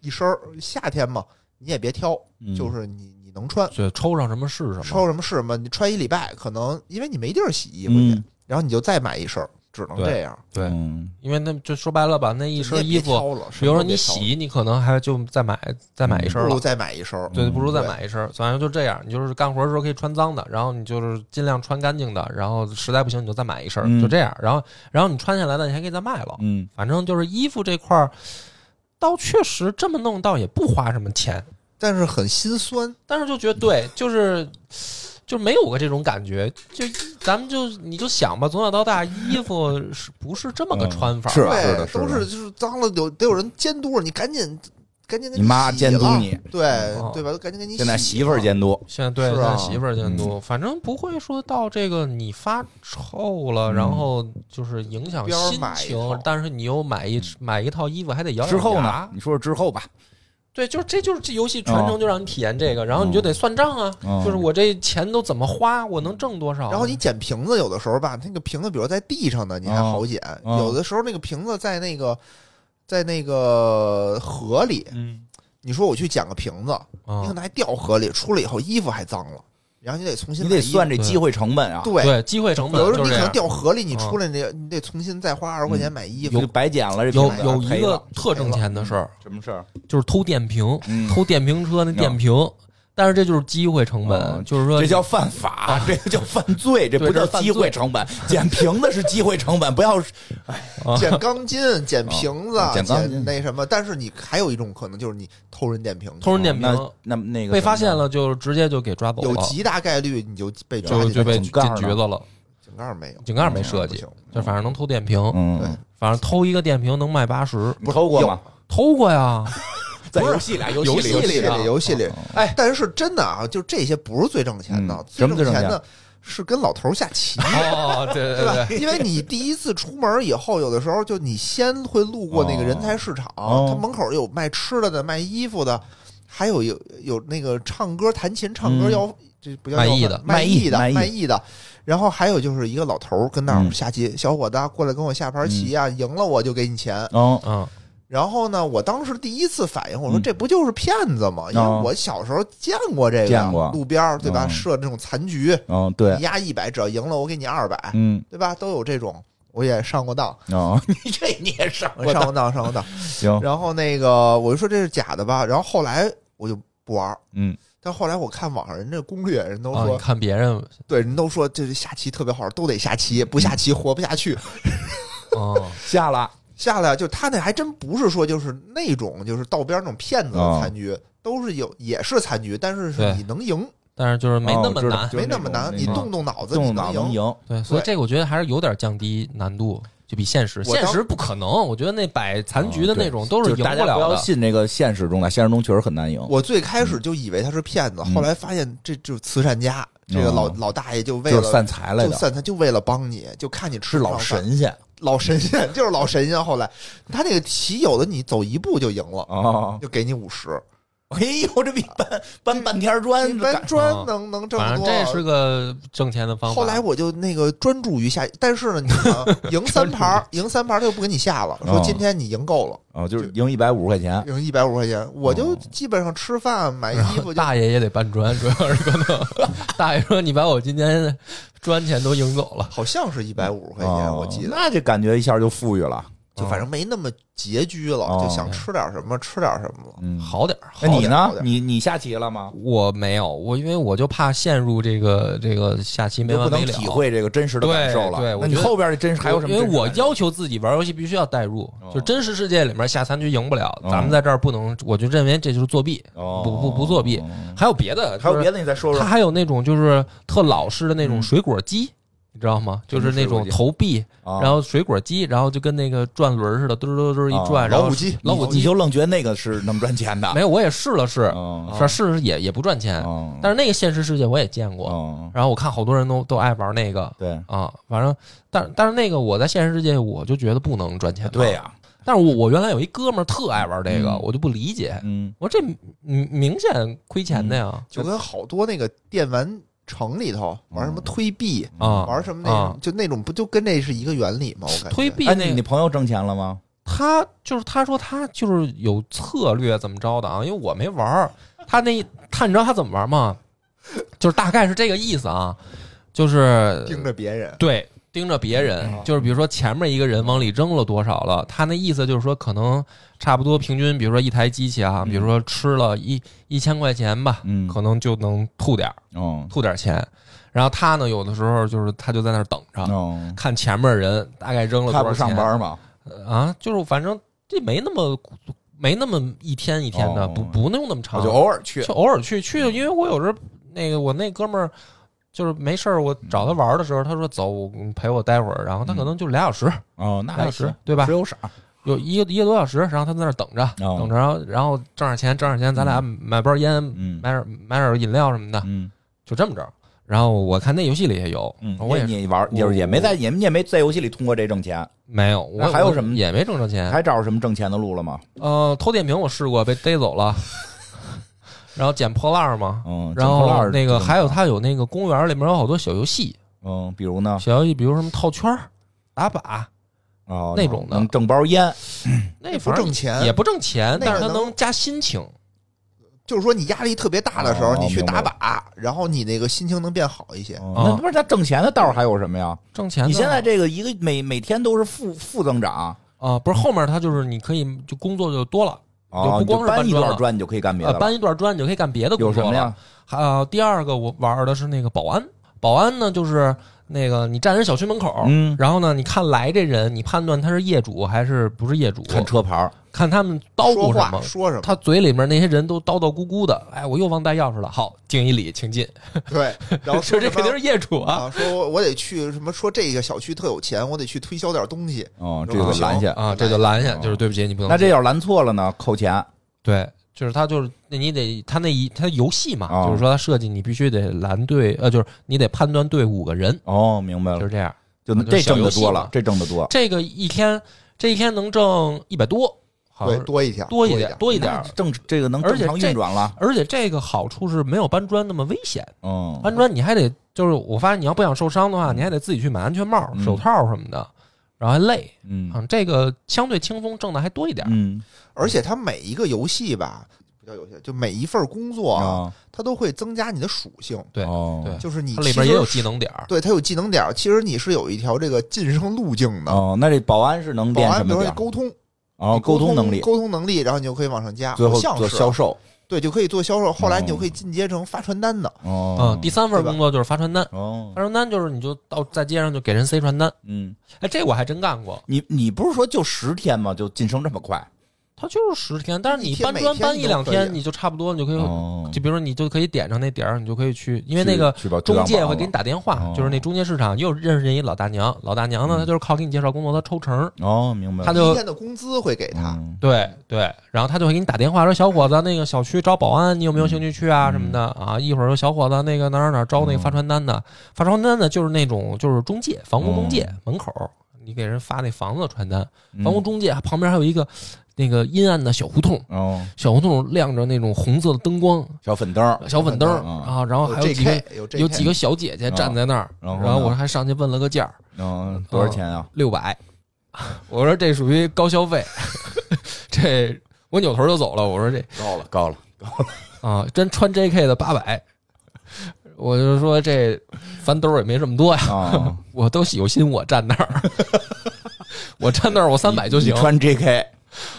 C: 一身儿。夏天嘛，你也别挑，
B: 嗯
C: 就是你你能穿，
A: 对，抽上什么是什么。
C: 抽什么是什么，你穿一礼拜，可能因为你没地儿洗衣服去
B: 嗯，
C: 然后你就再买一身儿，只能
A: 对
C: 这样。
A: 对，
B: 嗯
A: 因为那就说白了吧，那一身衣服，比
C: 比
A: 如说你洗，你可能还就再买再买一身
C: 不
A: 了
C: 如，再买一身儿。
A: 对，
B: 嗯
A: 不如再买一身。反正就这样，你就是干活的时候可以穿脏的，然后你就是尽量穿干净的，然后实在不行你就再买一身，
B: 嗯
A: 就这样。然后，然后你穿下来的你还可以再卖了。
B: 嗯
A: 反正就是衣服这块儿，倒确实这么弄，倒也不花什么钱，
C: 但是很心酸。
A: 但是就觉得对，就是。就没有过这种感觉，就咱们就你就想吧，从小到大衣服是不是这么个
B: 嗯
A: 穿法？
B: 是
C: 对，
B: 是的是的
C: 都是就是脏了，有得有人监督着你，赶紧赶紧给
B: 你妈
C: 洗
B: 监督
C: 了
B: 你，
C: 对
A: 哦
C: 对吧？都赶紧给你洗
B: 现在媳妇
C: 了
B: 儿监督，
A: 现在对
C: 是
A: 现
C: 啊
A: 在媳妇儿
B: 嗯
A: 监督，反正不会说到这个你发臭
B: 嗯
A: 了，然后就是影响
C: 边儿
A: 心
C: 买一套
A: 情，但是你又买一买一套衣服还得咬咬
B: 嗯之后呢
A: 牙？
B: 你说说之后吧，
A: 对，就是这就是这游戏全
B: 哦
A: 程就让你体验这个，然后你就得算账啊，
B: 嗯
A: 就是我这钱都怎么花，我能挣多少？啊
C: 然后你捡瓶子，有的时候吧，那个瓶子比如在地上的，你还好捡；
A: 哦
B: 嗯
C: 有的时候那个瓶子在那个在那个河里，
D: 嗯，
C: 你说我去捡个瓶子，你可
A: 嗯
C: 能还掉河里，出来以后衣服还脏了，然后你得重新
B: 你得
C: 买衣服
B: 算这机会成本啊，
C: 对。
A: 对机会成本
C: 有的时
A: 就
C: 候
A: 是
C: 你
A: 这
C: 可能
A: 样。嗯
C: 掉河里，你出来你你得重新再花二十块钱买衣
B: 就
C: 服。
B: 白捡了这
A: 有
B: 瓶子
A: 有一
B: 赔
A: 个
B: 了
A: 特挣钱
C: 嗯
A: 的事儿，
B: 什么事儿？
A: 就是偷电瓶，
B: 嗯
A: 偷电瓶车那电瓶，但是这就是机会成
B: 哦
A: 本，就是说
B: 这叫犯法，这个叫犯罪，这不
A: 啊对这是
B: 叫
A: 犯
B: 机会
A: 罪
B: 成本。捡瓶子是机会成本，不要
C: 捡 钢筋、捡瓶子
A: 哦
B: 啊、捡
C: 捡
B: 钢筋
C: 那什么，但是你还有一种可能就是你偷人电瓶子，
A: 偷人电瓶。
B: 哦那那那个
A: 被发
B: 什么
A: 现了就直接就给抓走了，
C: 有极大概率你就被抓
A: 就
C: 进
A: 就
C: 去
A: 被
B: 井
A: 进
B: 盖呢
A: 局子了，
C: 井盖儿没有，
A: 井盖没设
C: 不
A: 计
C: 行，
A: 就反正能偷电瓶，
C: 对
B: 嗯，
A: 反正偷一个电瓶能卖八十，
B: 你偷过吗？
A: 偷过呀，
B: 在游戏里啊，游
A: 游
B: 戏
A: 戏
B: 里
A: 里啊
C: 里，游戏里
B: 哦，
C: 哎，但是真的啊，就这些不是最挣钱的
B: 嗯，什么
C: 挣
B: 最挣钱
C: 的是跟老头儿下 棋，
A: 哦，对
C: 对
A: 对
C: 吧
A: 对，？
C: 因为你第一次出门以后，有的时候就你先会路过那个人才市场，
B: 哦
C: 他门口有卖吃的的、卖衣服的，还有有有那个唱歌、弹琴、唱歌
B: 嗯
C: 要这不叫
A: 卖
C: 要
A: 艺
C: 饭
A: 的
C: 卖
B: 卖
C: 艺
B: 艺
C: 的、
B: 卖艺
C: 卖艺的。然后还有就是一个老头儿跟那儿
B: 嗯
C: 下棋，小伙子啊过来跟我下盘棋啊，赢了我就给你钱，
B: 哦，
A: 嗯，
C: 然后呢，我当时第一次反应，我说
B: 嗯啊
C: 这不就是骗子吗？因为我小时候见过这个，
B: 见过
C: 路边儿对吧？
B: 嗯
C: 设那种残局，
B: 嗯，对
C: 你，压一百，只要赢了我给你二百，
B: 嗯，
C: 对吧？都有这种，我也上过当，
B: 哦， 你这你也上
C: 我上过当，上 过当。
B: 行，
C: 然后那个我就说这是假的吧，然后后来我就不玩儿。
B: 嗯，
C: 但后来我看网上人这攻略，人都
A: 啊，
B: 哦
C: 说、
A: 你看别人，
C: 对，人都说这是下棋特别好玩，都得下棋，不下
B: 嗯
C: 棋活不下去。
A: 哦，
B: 下了，
C: 下来就他那还真不是说就是那种就是道边那种骗子
B: 啊
C: 的残局，都是有也是残局，但是是
A: 对
C: 你能赢，
A: 但是就是没那么
B: 哦我知道
A: 难，
B: 就是
C: 没那么
B: 那种
C: 难，
B: 那
C: 你
B: 种
C: 动动脑子
B: 动
C: 你
B: 动脑能
C: 赢。
B: 赢，
A: 对，所以
C: 对
A: 这个我觉得还是有点降低难度，就比现实，
C: 我当
A: 现实不可能，我觉得那摆残局的那种都是
B: 就
A: 赢
B: 大家
A: 了
B: 要
A: 的，
B: 信这个现实中的，现实中确实很难赢。
C: 我最开始就以为他是骗子，
B: 嗯
C: 后来发现这就是慈善家，这个老
B: 哦
C: 老大爷就为
B: 就
C: 了
B: 是散财来
C: 就
B: 的，
C: 散他就为了帮你，就看你吃
B: 是
C: 不
B: 老
C: 上饭，
B: 神仙
C: 老神仙 就是老神仙。后来他那个棋有的你走一步就赢了，
B: 哦。
C: 就给你五十，
B: 哎呦，这比搬嗯搬半天砖
C: 一，般砖
B: 啊
A: 哦
C: 能能挣
A: 反
C: 得
A: 正
C: 多。
A: 这是个挣钱的方法。
C: 后来我就那个专注于下，但是呢，你想 赢三盘儿，赢三盘儿他又不给你下
A: 啊
C: 了，说
B: 哦
C: 今天你赢够了，
B: 哦，就是赢一百五十块钱，
C: 赢一百五块
A: 啊
C: 钱，我就基本上吃饭买衣 服就
A: 大爷也得搬砖，主要是可能 大爷说你把我今天砖钱都赢走了，
C: 好像是一百五块
A: 啊
C: 钱，我记
B: 哦
C: 得，
B: 那这感觉一下就富裕了。
C: 就反正没那么拮据了，
A: 啊
B: 哦
C: 就想吃点什么吃点什么了。
B: 嗯，
A: 好点儿。好
B: 那
A: 点儿
B: 你
C: 好
B: 呢
C: 点？
B: 你你下棋了吗？
A: 我没有，我因为我就怕陷入这个这个下棋没
B: 就不
A: 完没
B: 能
A: 了。
B: 体会这个真实的感受了。
A: 对对我
B: 那你
A: 觉得
B: 后边这真实还有什么
A: 因
B: 真
A: 为
B: 实感受？
A: 我要求自己玩游戏必须要代入，
B: 哦
A: 就真实世界里面下三局赢不了，
B: 哦
A: 咱们在这儿不能，我就认为这就是作弊，
B: 哦
A: 不不不作弊。还有别的，
B: 还有别
A: 的，
B: 的，你再说
A: 他
B: 说。
A: 还有那种就是特老式的那种
B: 嗯
A: 水果机，你知道吗？就是那
B: 什么水果
A: 种
B: 机
A: 投币，
B: 啊
A: 然后水果机，然后就跟那个转轮似的，嘟嘟嘟嘟一转，
B: 哦
A: 然后
C: 老虎机
A: 啊老虎
B: 你
A: 机
B: 就愣觉得那个是那么赚钱的？
A: 没有，我也试了试，
B: 哦
A: 是试试也也不赚钱，
B: 哦
A: 但是那个现实世界我也见过，
B: 哦，
A: 然后我看好多人都都爱玩那个
B: 对
A: 啊，反正但但是那个我在现实世界我就觉得不能赚钱，
B: 对，呀，
A: 但是我我原来有一哥们儿特爱玩这个，
B: 嗯
A: 我就不理解，
B: 嗯，
A: 我说这明明显亏钱的呀，
C: 就跟好多那个电玩城里头玩什么推币，
A: 嗯
B: 嗯
A: 啊，
C: 玩什么那种
A: 啊
C: 就那种不就跟这是一个原理吗？我感觉
A: 推币
B: 哎，
A: 那
B: 你
A: 个
B: 你朋友挣钱了吗？
A: 他就是他说他就是有策略怎么着的啊，因为我没玩儿，他那他你知道他怎么玩吗？就是大概是这个意思啊，就是
C: 盯着别人，
A: 对盯着别人，
B: 嗯
A: 就是比如说前面一个人往里扔了多少了，他那意思就是说可能差不多平均，比如说一台机器啊，比如说吃了一一千块钱吧，
B: 嗯
A: 可能就能吐点儿
B: 哦
A: 吐点儿钱，然后他呢有的时候就是他就在那儿等着。
B: 哦，
A: 看前面人大概啊扔了
B: 他
A: 多少
B: 不
A: 钱，
B: 上班吗？
A: 啊，就是反正这没那么没那么一天一天的，
B: 哦
A: 不不用那么长，
B: 我就偶尔去
A: 啊就偶尔去
B: 嗯
A: 去，因为我有时候那个我那哥们儿就是没事儿，我
B: 嗯
A: 找他玩儿的时候，他说走，我你陪我待会儿，然后他可能就俩小时，
B: 哦，那
A: 俩
B: 还
A: 小时
B: 行，
A: 对吧
B: 只？有色儿
A: 有一个一个多小时，然后他在那儿等着，
B: 哦
A: 等着，然后然后挣点钱，挣点钱，咱俩买包烟，
B: 嗯
A: 买点买点饮料什么的，
B: 嗯
A: 就这么着。然后我看那游戏里也有，
B: 嗯，
A: 我也
B: 你玩儿，就是也没在，也也没在游戏里通过这挣钱，
A: 没有，我
B: 那还有什么
A: 我也没挣着钱，
B: 还找着什么挣钱的路了吗？
A: 呃，偷电瓶我试过，被逮走了， 然后捡破烂儿嘛，
B: 嗯，
A: 然
B: 捡破烂
A: 后
B: 儿
A: 那
B: 这
A: 个
B: 种
A: 还有它有那个公园里面有好多小游戏，
B: 嗯，比如呢，
A: 小游戏比如什么套圈儿、打靶，
B: 哦，
A: 那种的
B: 能挣包烟，
A: 那
C: 不
A: 反正
C: 挣钱
A: 也不挣钱，
C: 那个
A: 但是它
C: 能
A: 能加心情。
C: 就是说你压力特别大的时候，
B: 哦
C: 你去
B: 明白
C: 打靶，然后你那个心情能变好一些。
B: 嗯
A: 啊
B: 那不是他挣钱的道儿还有什么呀？
A: 挣钱的
B: 你现在这个一个每每天都是负负增长，
A: 啊，不是后面它就是你可以就工作就多了，
B: 哦
A: 就不光是
B: 你搬一
A: 砖
B: 段
A: 了
B: 砖，你就可以干别
A: 呃
B: 的，了。
A: 搬一段砖你就可以干别的
B: 有
A: 工
B: 什
A: 作
B: 么
A: 了
B: 呀。？
A: 还有第二个我玩的是那个保安，保安呢就是那个你站人小区门口，
B: 嗯
A: 然后呢你看来这人，你判断他是业主还是不是业主，
B: 看车牌儿，
A: 看他们叨
C: 说
A: 咕什
C: 话
A: 么。
C: 说什么？
A: 他嘴里面那些人都叨叨咕咕的，哎，我又忘带钥匙了。好，敬一礼，请进。
C: 对，然
A: 这
C: 后说
A: 这
C: 什
A: 肯定
C: 么
A: 是业主啊
C: 啊？说我我得去什么？说这个小区特有钱，我得去推销点东西。
A: 嗯
B: 哦，这
C: 有
B: 个
C: 行
B: 拦下。
A: 啊，这就拦下，
B: 哦
A: 就是对不起，你不能进。
B: 那这要是拦错了呢？扣钱。
A: 对，就是他就是那你得他那一他游戏嘛，
B: 哦
A: 就是说他设计你必须得拦队，呃，就是你得判断队五个人，
B: 哦，明白
A: 就
B: 了
A: 是，这样。
B: 就
A: 就是
B: 这
A: 小
B: 挣
A: 游
B: 的
A: 戏
B: 多
A: 嘛
B: 了，这挣的多。
A: 这个一天这一天能挣一百多，好
C: 对，
A: 像是
C: 多一条，
A: 多
C: 一
A: 一点，多一点
B: 那
A: 儿。
B: 正这个能
A: 而
B: 正
A: 且
B: 常
A: 这
B: 运转了。
A: 而且这个好处是没有搬砖那么危险，
B: 嗯，
A: 搬砖你还得就是我发现你要不想受伤的话，你还得自己去买安全帽、
B: 嗯
A: 手套什么的，然后还累。
B: 嗯
A: 嗯，这个相对轻松，挣的还多一点儿。
B: 嗯
C: 而且它每一个游戏吧，不叫游戏，就每一份工作啊，
B: 啊，
C: 它都会增加你的属性，
A: 对
B: 哦
A: 对
C: 就是你
A: 它里
C: 其
A: 边
C: 实
A: 也有技能点儿，
C: 对，它有技能点儿，其实你是有一条这个晋升路径的。
B: 哦，那这保安是能
C: 保
B: 练什
C: 安，比
B: 么
C: 如
B: 点
C: 说
B: 儿？
C: 沟通，
B: 哦，
C: 你
B: 沟
C: 通
B: 能力，
C: 沟通能力，然后你就可以往上加，
B: 最后
C: 好像
B: 做
C: 是
B: 销售。
C: 对，就可以做销售。后来你就可以进阶成发传单的，
B: 哦，
A: 嗯，第三份
C: 对吧
A: 工作就是发传单，
B: 哦
A: 发，传单就是你就到在街上就给人塞传单，
B: 嗯，
A: 哎，这我还真干过，
B: 你你不是说就十天吗？就晋升这么快？
A: 他就是十天，但是
C: 一
A: 你
C: 天
A: 搬
C: 每
A: 砖
C: 天
A: 搬
C: 你
A: 一
C: 都
A: 两
C: 可以
A: 天，你就差不多，你就可以，
B: 哦，
A: 嗯就比如说你就可以点上那点儿，你就可以去，因为
B: 去
A: 那个
B: 去吧
A: 中介会给你
B: 打
A: 打电话
B: 哦，
A: 就是那中介市场又认识人一老大娘，老大娘呢，
B: 嗯
A: 她就是靠给你介绍工作，她抽成儿，
B: 哦，明白了。
A: 她
C: 一
A: 就
C: 天的工资会给他。
B: 嗯
A: 对对，然后她就会给你打电话说，小伙子，那个小区招保安，你有没有
B: 嗯
A: 兴趣去啊什么的啊？一会儿说小伙子，那个哪儿哪儿招那个发传单的，发传单的就是那种就是中介，房屋中介门口儿，你给人发那房子的传单，
B: 嗯
A: 房屋中介旁边还有一个那个阴暗的小胡同。
B: 哦，
A: 小胡同亮着那种红色的灯光，
B: 小粉灯儿，
A: 小粉灯儿
B: 嗯
A: 啊，然后还有几个
C: JK 有 JK
A: 有几个小姐姐站在那儿，
B: 然后
A: 啊然后
B: 呢
A: 我还上去问了个价儿，
B: 嗯，多少钱啊？
A: 六百， 我说这属于高消费， 这我扭头就嗯走了，我说这
B: 高了，高了。
A: 啊，真穿 JK 的八百，我就说这翻兜儿也没这么多呀，
B: 啊，
A: 我都有心我站那儿， 我站那儿我三百就
B: 你
A: 行
B: 穿 JK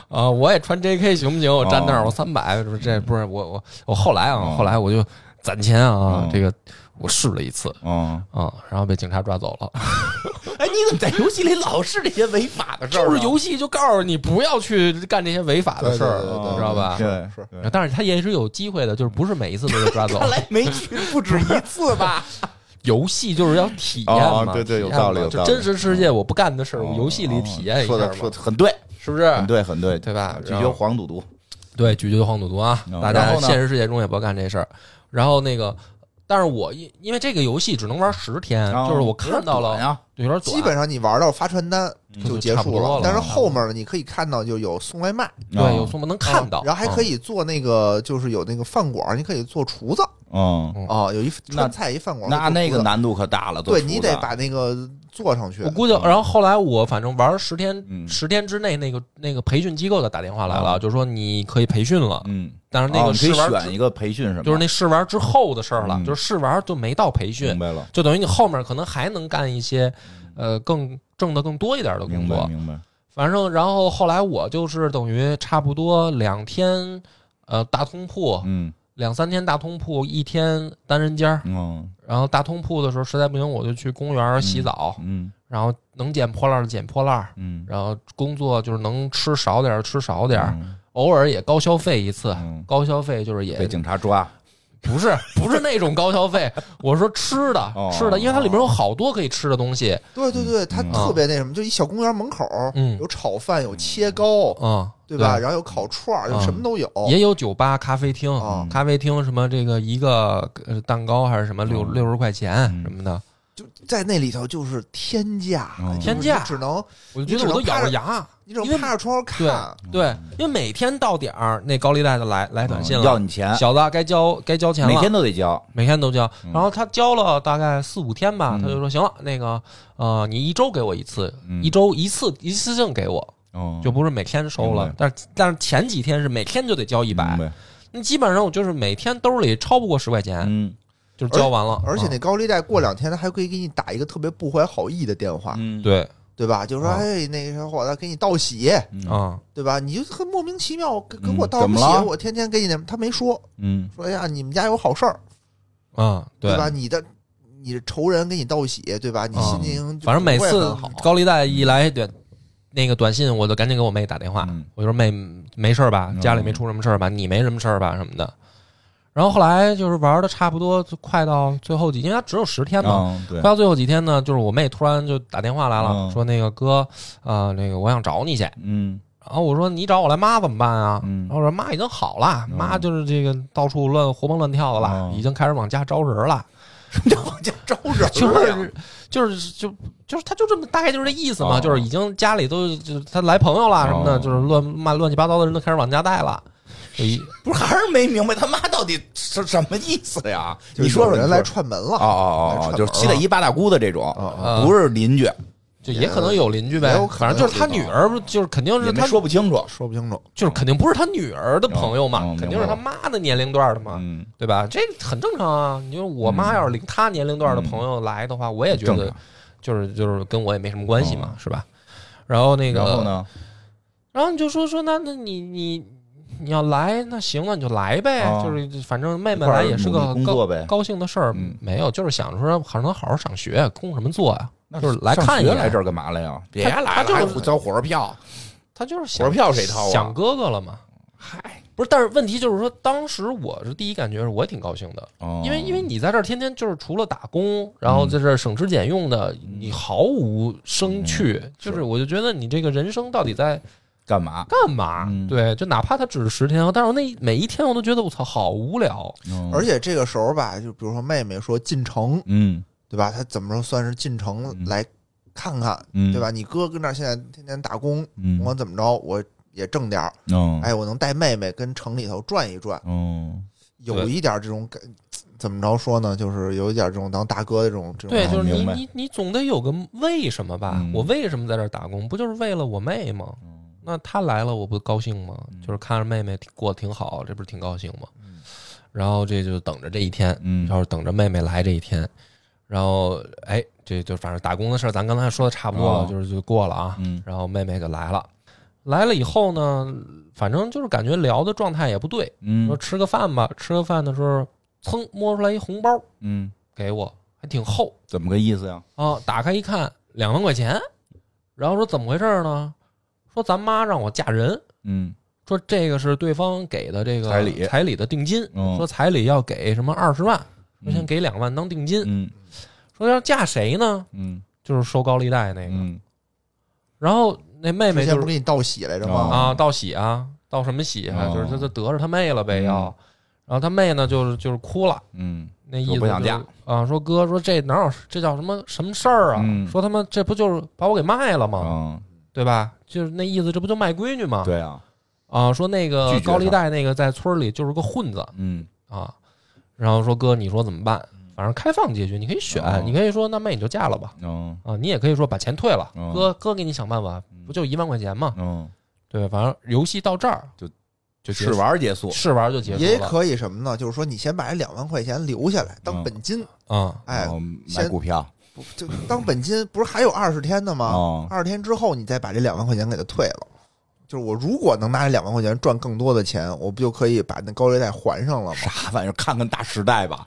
A: 啊，我也穿 JK 行不行？我站那儿
B: 哦
A: 我三百，这不是我我我后来啊
B: 哦，
A: 后来我就攒钱啊
B: 哦，
A: 这个我试了一次
B: 嗯，
A: 啊，然后被警察抓走了。
B: 哎，你怎么在游戏里老是这些违法的事儿？
A: 就是游戏就告诉你不要去干这些违法的事儿，
C: 对对对
A: 你知道吧？
B: 对，
C: 是
B: 对。
A: 但是他也是有机会的，就是不是每一次都被抓走
B: 看。 来没去不止一次吧？
A: 游戏就是要体验嘛，
B: 哦对对有
A: 体验嘛
B: 道理有
A: 就
B: 道理
A: 真实世界我不干的事儿，
B: 哦
A: 我游戏里体验一下
B: 说
A: 嘛
B: 的说的很对，
A: 是不是？
B: 很对，很对，
A: 对吧
B: 拒
A: 然
B: 绝
A: 后
B: 黄赌毒。
A: 对，拒绝黄赌毒啊
B: 嗯！
A: 大
B: 然
A: 家
B: 后呢
A: 现实世界中也不要干这事儿。然后那个，但是我因因为这个游戏只能玩十天，嗯
B: 哦
A: 就是我看到了
B: 呀，
A: 有点短
C: 基本上你玩到发传单就结
A: 嗯就差不
C: 束
A: 多了
C: 但是后面呢，你可以看到就有送外卖，
A: 对
B: 啊
A: 有送能看到，
C: 哦
A: 嗯
C: 然后还可
A: 以
C: 以做那个，就是有那个饭馆，你可以做厨子
B: 嗯，
C: 啊，有一
B: 那
C: 川菜一饭馆，
B: 那
C: 做厨子
B: 那个难度可大了，做
C: 对
B: 厨
C: 你
B: 子啊
C: 得把那个做上去
A: 啊嗯我。估计，然后后来我反正玩十天，
B: 嗯
A: 十天之内，那个那个培训机构的打电话来了，就说你可以培训了，
B: 嗯，
A: 但是那
B: 哦
A: 个
B: 你可以
A: 试玩
B: 选
A: 之
B: 一个培训什么，
A: 就是那试玩之后的事儿了
B: 嗯，
A: 就是试玩就没到培
B: 明
A: 训，
B: 白了，
A: 就等于你后面可能还能干一些，呃，更挣的更多一点的工
B: 明白
A: 作。
B: 明白。
A: 反正然后后来我就是等于差不多两天，呃，大通铺
B: 嗯
A: 两三天大通铺，一天单人间儿。
B: 嗯
A: 然后大通铺的时候实在不行我就去公园儿洗澡，
B: 嗯
A: 然后能捡破烂儿捡破烂儿。
B: 嗯，
A: 然后工作就是能吃少点儿吃少点儿，
B: 嗯
A: 偶尔也高消费一次，
B: 嗯
A: 高消费就是也
B: 被警察抓，
A: 不是不是那种高消费，我说吃的
B: 哦
A: 吃的，因为它里面有好多可以吃的东西，
C: 对对对，它
B: 嗯
C: 特别那什么，就一小公园门口，
A: 嗯
C: 哦有炒饭，有切糕，
A: 嗯，
C: 对吧？？然后有烤串儿，有
A: 嗯
C: 什么都有。
A: 也嗯有酒吧、咖啡厅，
C: 哦
B: 嗯
A: 咖啡厅什么这个一个呃蛋糕还是什么六
B: 嗯
A: 六十块钱什么的，
C: 就在那里头就是天价，
B: 嗯
C: 就是
A: 天价
C: 你只能
A: 我就觉得我都咬着牙。
C: 你只
A: 因为
C: 能趴着窗户
B: 嗯
C: 看。
A: 对，因为每天到点儿，那高利贷的来来短信
B: 嗯要
A: 了，
B: 你钱，
A: 小子该交该交钱了，
B: 每天都得交。
A: 每天都交。
B: 嗯
A: 然后他交了大概四五天吧，
B: 嗯
A: 他就说行了，那个呃，你一周给我一次，
B: 嗯
A: 一周一次一次性给我，
B: 哦
A: 就不是每天收了
B: 明白。
A: 但是但是前几天是每天就得交一百，那基本上我就是每天兜里超不过十块钱，
B: 嗯
A: 就是交完了。
C: 而且
A: 嗯
C: 那高利贷过两天，他还可以给你打一个特别不怀好意的电话，
B: 嗯，哦
A: 对
C: 对吧？就说
A: 啊
C: 哎，那个小伙子给你道喜，
A: 啊，
C: 对吧？你就很莫名其妙给给
B: 嗯
C: 我道
B: 怎
C: 个
B: 么
C: 喜
B: 了，
C: 我天天给你那，他没说
B: 嗯
C: 说哎呀，你们家有好事儿，
A: 嗯，
C: 对吧？你的你仇人给你道喜，对吧？你
B: 嗯
A: 啊
C: 心情就
A: 反正每
C: 不会
A: 次
C: 很好
A: 高利贷一来短那个短信，我就赶紧给我妹打电话，
B: 嗯
A: 我就说妹没事儿吧，
B: 嗯
A: 家里没出什么事儿吧，你没什么事儿吧什么的。然后后来就是玩的差不多，就快到最后几，因为它只有十天嘛，
B: 嗯对
A: 快，到最后几天呢，就是我妹突然就打电话来了，
B: 嗯
A: 说那个哥，啊，那个我想找你去。
B: 嗯
A: 然后我说你找我来妈怎么办啊？
B: 嗯
A: 然后我说妈已经好了，
B: 嗯
A: 妈就是这个到处乱活蹦乱跳的了，
B: 嗯
A: 已经开始往家招人了。
C: 往家招人了，
A: 就是就是就就是他就这么大概就是这意思嘛，
B: 哦
A: 就是已经家里都就是他来朋友啦什么的，
B: 哦
A: 就是乱骂乱七八糟的人都开始往家带了。就一
B: 不是还是没明白他妈到底是什么意思呀？
C: 就
B: 你说
C: 有
B: 说，
C: 人
B: 你
C: 来
B: 说
C: 串门
B: 哦
C: 了，
B: 哦
C: 来
B: 哦
C: 串
B: 哦，
C: 门
B: 就是七大姨八大姑的这种，
C: 啊
A: 啊
B: 不是邻居，
A: 就也可能有邻居呗
C: 也有，可
A: 反
C: 能
A: 正就是他
C: 有这
A: 女
C: 种
A: 儿，就是肯定
B: 也
A: 是
B: 没
A: 他，
B: 说不清楚。
C: 说不清楚。
A: 就是肯定不是他女儿的朋友嘛
B: 嗯嗯，
A: 肯定是他妈的年龄段的嘛，
B: 嗯，
A: 对吧？这很正常啊。你说我妈要是领她年龄段的朋友来的话，我也觉
B: 嗯正
A: 得
B: 常。哦
A: 就是就是跟我也没什么关系嘛，是吧？然后那个
B: 然后呢？
A: 然后你就说说那那你你你要来那行了你就来呗，
B: 啊
A: 就是反正妹妹
B: 一块
A: 来
B: 儿
A: 也是
B: 努力
A: 个
B: 工
A: 高
B: 作呗
A: 高兴的事儿，
B: 嗯
A: 没有就是想说好能好好上学，工什么作呀、
B: 那
A: 就是来看一
B: 上
A: 眼
B: 学来这儿干嘛来呀？别
A: 他他
B: 来了，
A: 就是
B: 还不交火车票，
A: 他就是想
B: 火车票谁掏啊？
A: 想哥哥了嘛。
B: 嗨，
A: 不是，但是问题就是说，当时我是第一感觉是我也挺高兴的，
B: 哦
A: 因为因为你在这儿天天就是除了打工，然后在这儿省吃俭用的，
B: 嗯
A: 你毫无生趣，就是我就觉得你这个人生到底在
B: 干嘛？
A: 干嘛？
B: 嗯
A: 对，就哪怕它只是十天，但是我那每一天我都觉得我操好无聊，
B: 嗯
C: 而且这个时候吧，就比如说妹妹说进城，
B: 嗯
C: 对吧？她怎么说算是进城
B: 嗯
C: 来看看，
B: 嗯，
C: 对吧？你哥跟那儿现在天天打工，
B: 嗯？
C: 不管怎么着，我也挣点儿，
B: 嗯，
C: 哎，我能带妹妹跟城里头转一转，
B: 嗯，
C: 有一点这种感，怎么着说呢？就是有一点这种当大哥的这种这种
A: 对，
B: 哦
A: 就是你
B: 明白
A: 你你总得有个为什么吧？
B: 嗯
A: 我为什么在这儿打工？不就是为了我妹吗？那她来了，我不高兴吗？
B: 嗯
A: 就是看着妹妹挺过得挺好，这不是挺高兴吗？然后这就等着这一天，
B: 嗯
A: 要是等着妹妹来这一天，然后哎，这就反正打工的事儿，咱刚才说的差不多了，
B: 哦
A: 就是就过了啊。
B: 嗯
A: 然后妹妹就来了，来了以后呢，反正就是感觉聊的状态也不对，说
B: 嗯
A: 吃个饭吧，吃个饭的时候，噌摸出来一红包
B: 嗯，
A: 给我，还挺厚
B: 怎么个意思呀？
A: 啊！打开一看，两万块钱，然后说怎么回事呢？说咱妈让我嫁人，
B: 嗯
A: 说这个是对方给的这个
B: 彩礼
A: 彩礼的定金，
B: 嗯
A: 说彩礼要给什么二十万，说先
B: 嗯
A: 给两万当定金，
B: 嗯
A: 说要嫁谁呢？
B: 嗯
A: 就是收高利贷那个，
B: 嗯
A: 然后那妹妹
C: 之
A: 就
C: 前
A: 是
C: 不给你道喜来着
B: 哦
C: 吗？
A: 啊，道喜啊，道什么喜啊？
B: 哦
A: 就是他他得着他妹了呗，
B: 嗯
A: 要、然后他妹呢，就是就是哭了，
B: 嗯
A: 那意思、就
B: 说
A: 是、
B: 不想嫁
A: 啊，说哥，说这哪有这叫什么什么事儿啊？
B: 嗯
A: 说他妈这不就是把我给卖了吗？
B: 嗯，
A: 对吧？就是那意思，这不就卖闺女吗？
B: 对啊，
A: 啊，说那
B: 拒
A: 个
B: 绝他
A: 高利贷那个在村里就是个混子
B: 嗯
A: 啊，然后说哥，你说怎么办？反正开放结局，你可以选，
B: 哦
A: 你可以说那妹你就嫁了吧，
B: 嗯
A: 啊，你也可以说把钱退了，
B: 哦
A: 哥哥给你想办法，不就一万块钱吗？
B: 嗯，
A: 对，反正游戏到这儿
B: 就
A: 就结
B: 试
A: 束
B: 玩结束，
A: 试玩就结束了。
C: 也可以什么呢？就是说你先把这两万块钱留下来
B: 嗯
C: 当本金，
A: 啊，
C: 哎，
B: 哦买
C: 先
B: 股票
C: 不就当本金，不是还有二十天呢吗？
B: 哦，
C: 二十天之后你再把这两万块钱给他退了。就是我如果能拿这两万块钱赚更多的钱，我不就可以把那高利贷还上了吗？
B: 啥玩意儿？看看大时代吧，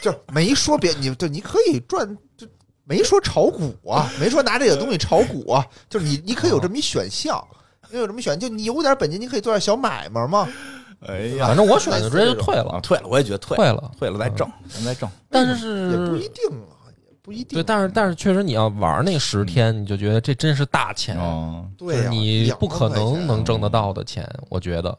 C: 就是没说别你就你可以赚，就没说炒股啊，没说拿这个东西炒股啊，就是你你可以有这么一选项，你有这么一选，就你有点本金，你可以做点小买卖嘛，
B: 哎呀，
A: 反正我选的直接就退
B: 啊，
A: 了，
B: 退了，我也觉得退
A: 退了。
B: 退了再挣，咱再挣。
A: 但
C: 也不一
A: 是
C: 定啊，也不一定。
A: 嗯对，但是但是确实你要玩那十天，你就觉得这真是大钱，
B: 嗯，
A: 就
C: 对
A: 是
C: 呀，
A: 你
C: 两
A: 不
C: 万
A: 可
C: 块
A: 能
C: 钱
A: 能挣得到的钱，我觉得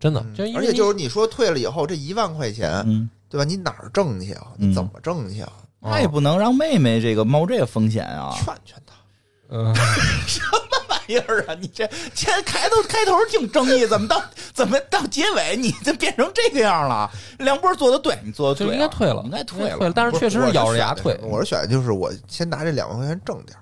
A: 真的
C: 嗯，
A: 就因
C: 而
A: 为
C: 且
A: 你
C: 就是你说退了以后，这一万块钱，
B: 嗯，
C: 对吧？你哪儿挣去啊？
B: 嗯
C: 你怎么挣去啊？
B: 那也不能让妹妹这个冒这个风险啊！
C: 劝劝他，
A: 嗯，
B: 玩意儿啊，你这这开头开头挺正义，怎么到怎么到结尾你这变成这个样了？梁波做的对，你做的
A: 就
B: 对啊，
A: 应该退了，
B: 应该退
A: 退
B: 了。
A: 但是确实
C: 不
A: 是
C: 我
A: 咬着牙
C: 选的
A: 退，
C: 我是选的就是我先拿这两万块钱挣点儿，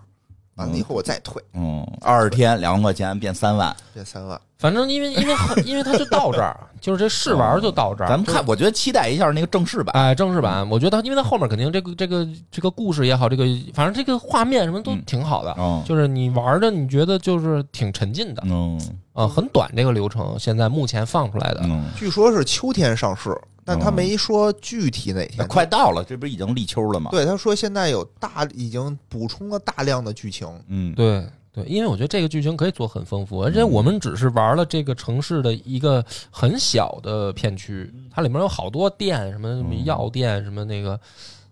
C: 完了以后我再退
B: 嗯，二十天两万块钱变三万，
C: 这三万。
A: 反正因为因为很因为它就到这儿，就是这试玩就到这儿。
B: 哦咱们看，我觉得期待一下那个正式版。
A: 哎，正式版，我觉得它因为它后面肯定这个这个这个故事也好，这个反正这个画面什么都
B: 嗯
A: 挺好的，
B: 嗯
A: 就是你玩的你觉得就是挺沉浸的啊、
B: 嗯
A: 很短这个流程，现在目前放出来的，
B: 嗯，
C: 据说是秋天上市，但他没说具体哪
B: 那
A: 嗯
C: 天。
B: 快到了，这不是已经立秋了吗？，
C: 对，他说现在有大已经补充了大量的剧情，
B: 嗯，
A: 对对，因为我觉得这个剧情可以做很丰富，而且我们只是玩了这个城市的一个很小的片区，
B: 嗯
A: 它里面有好多店，什么什么药店，什么那个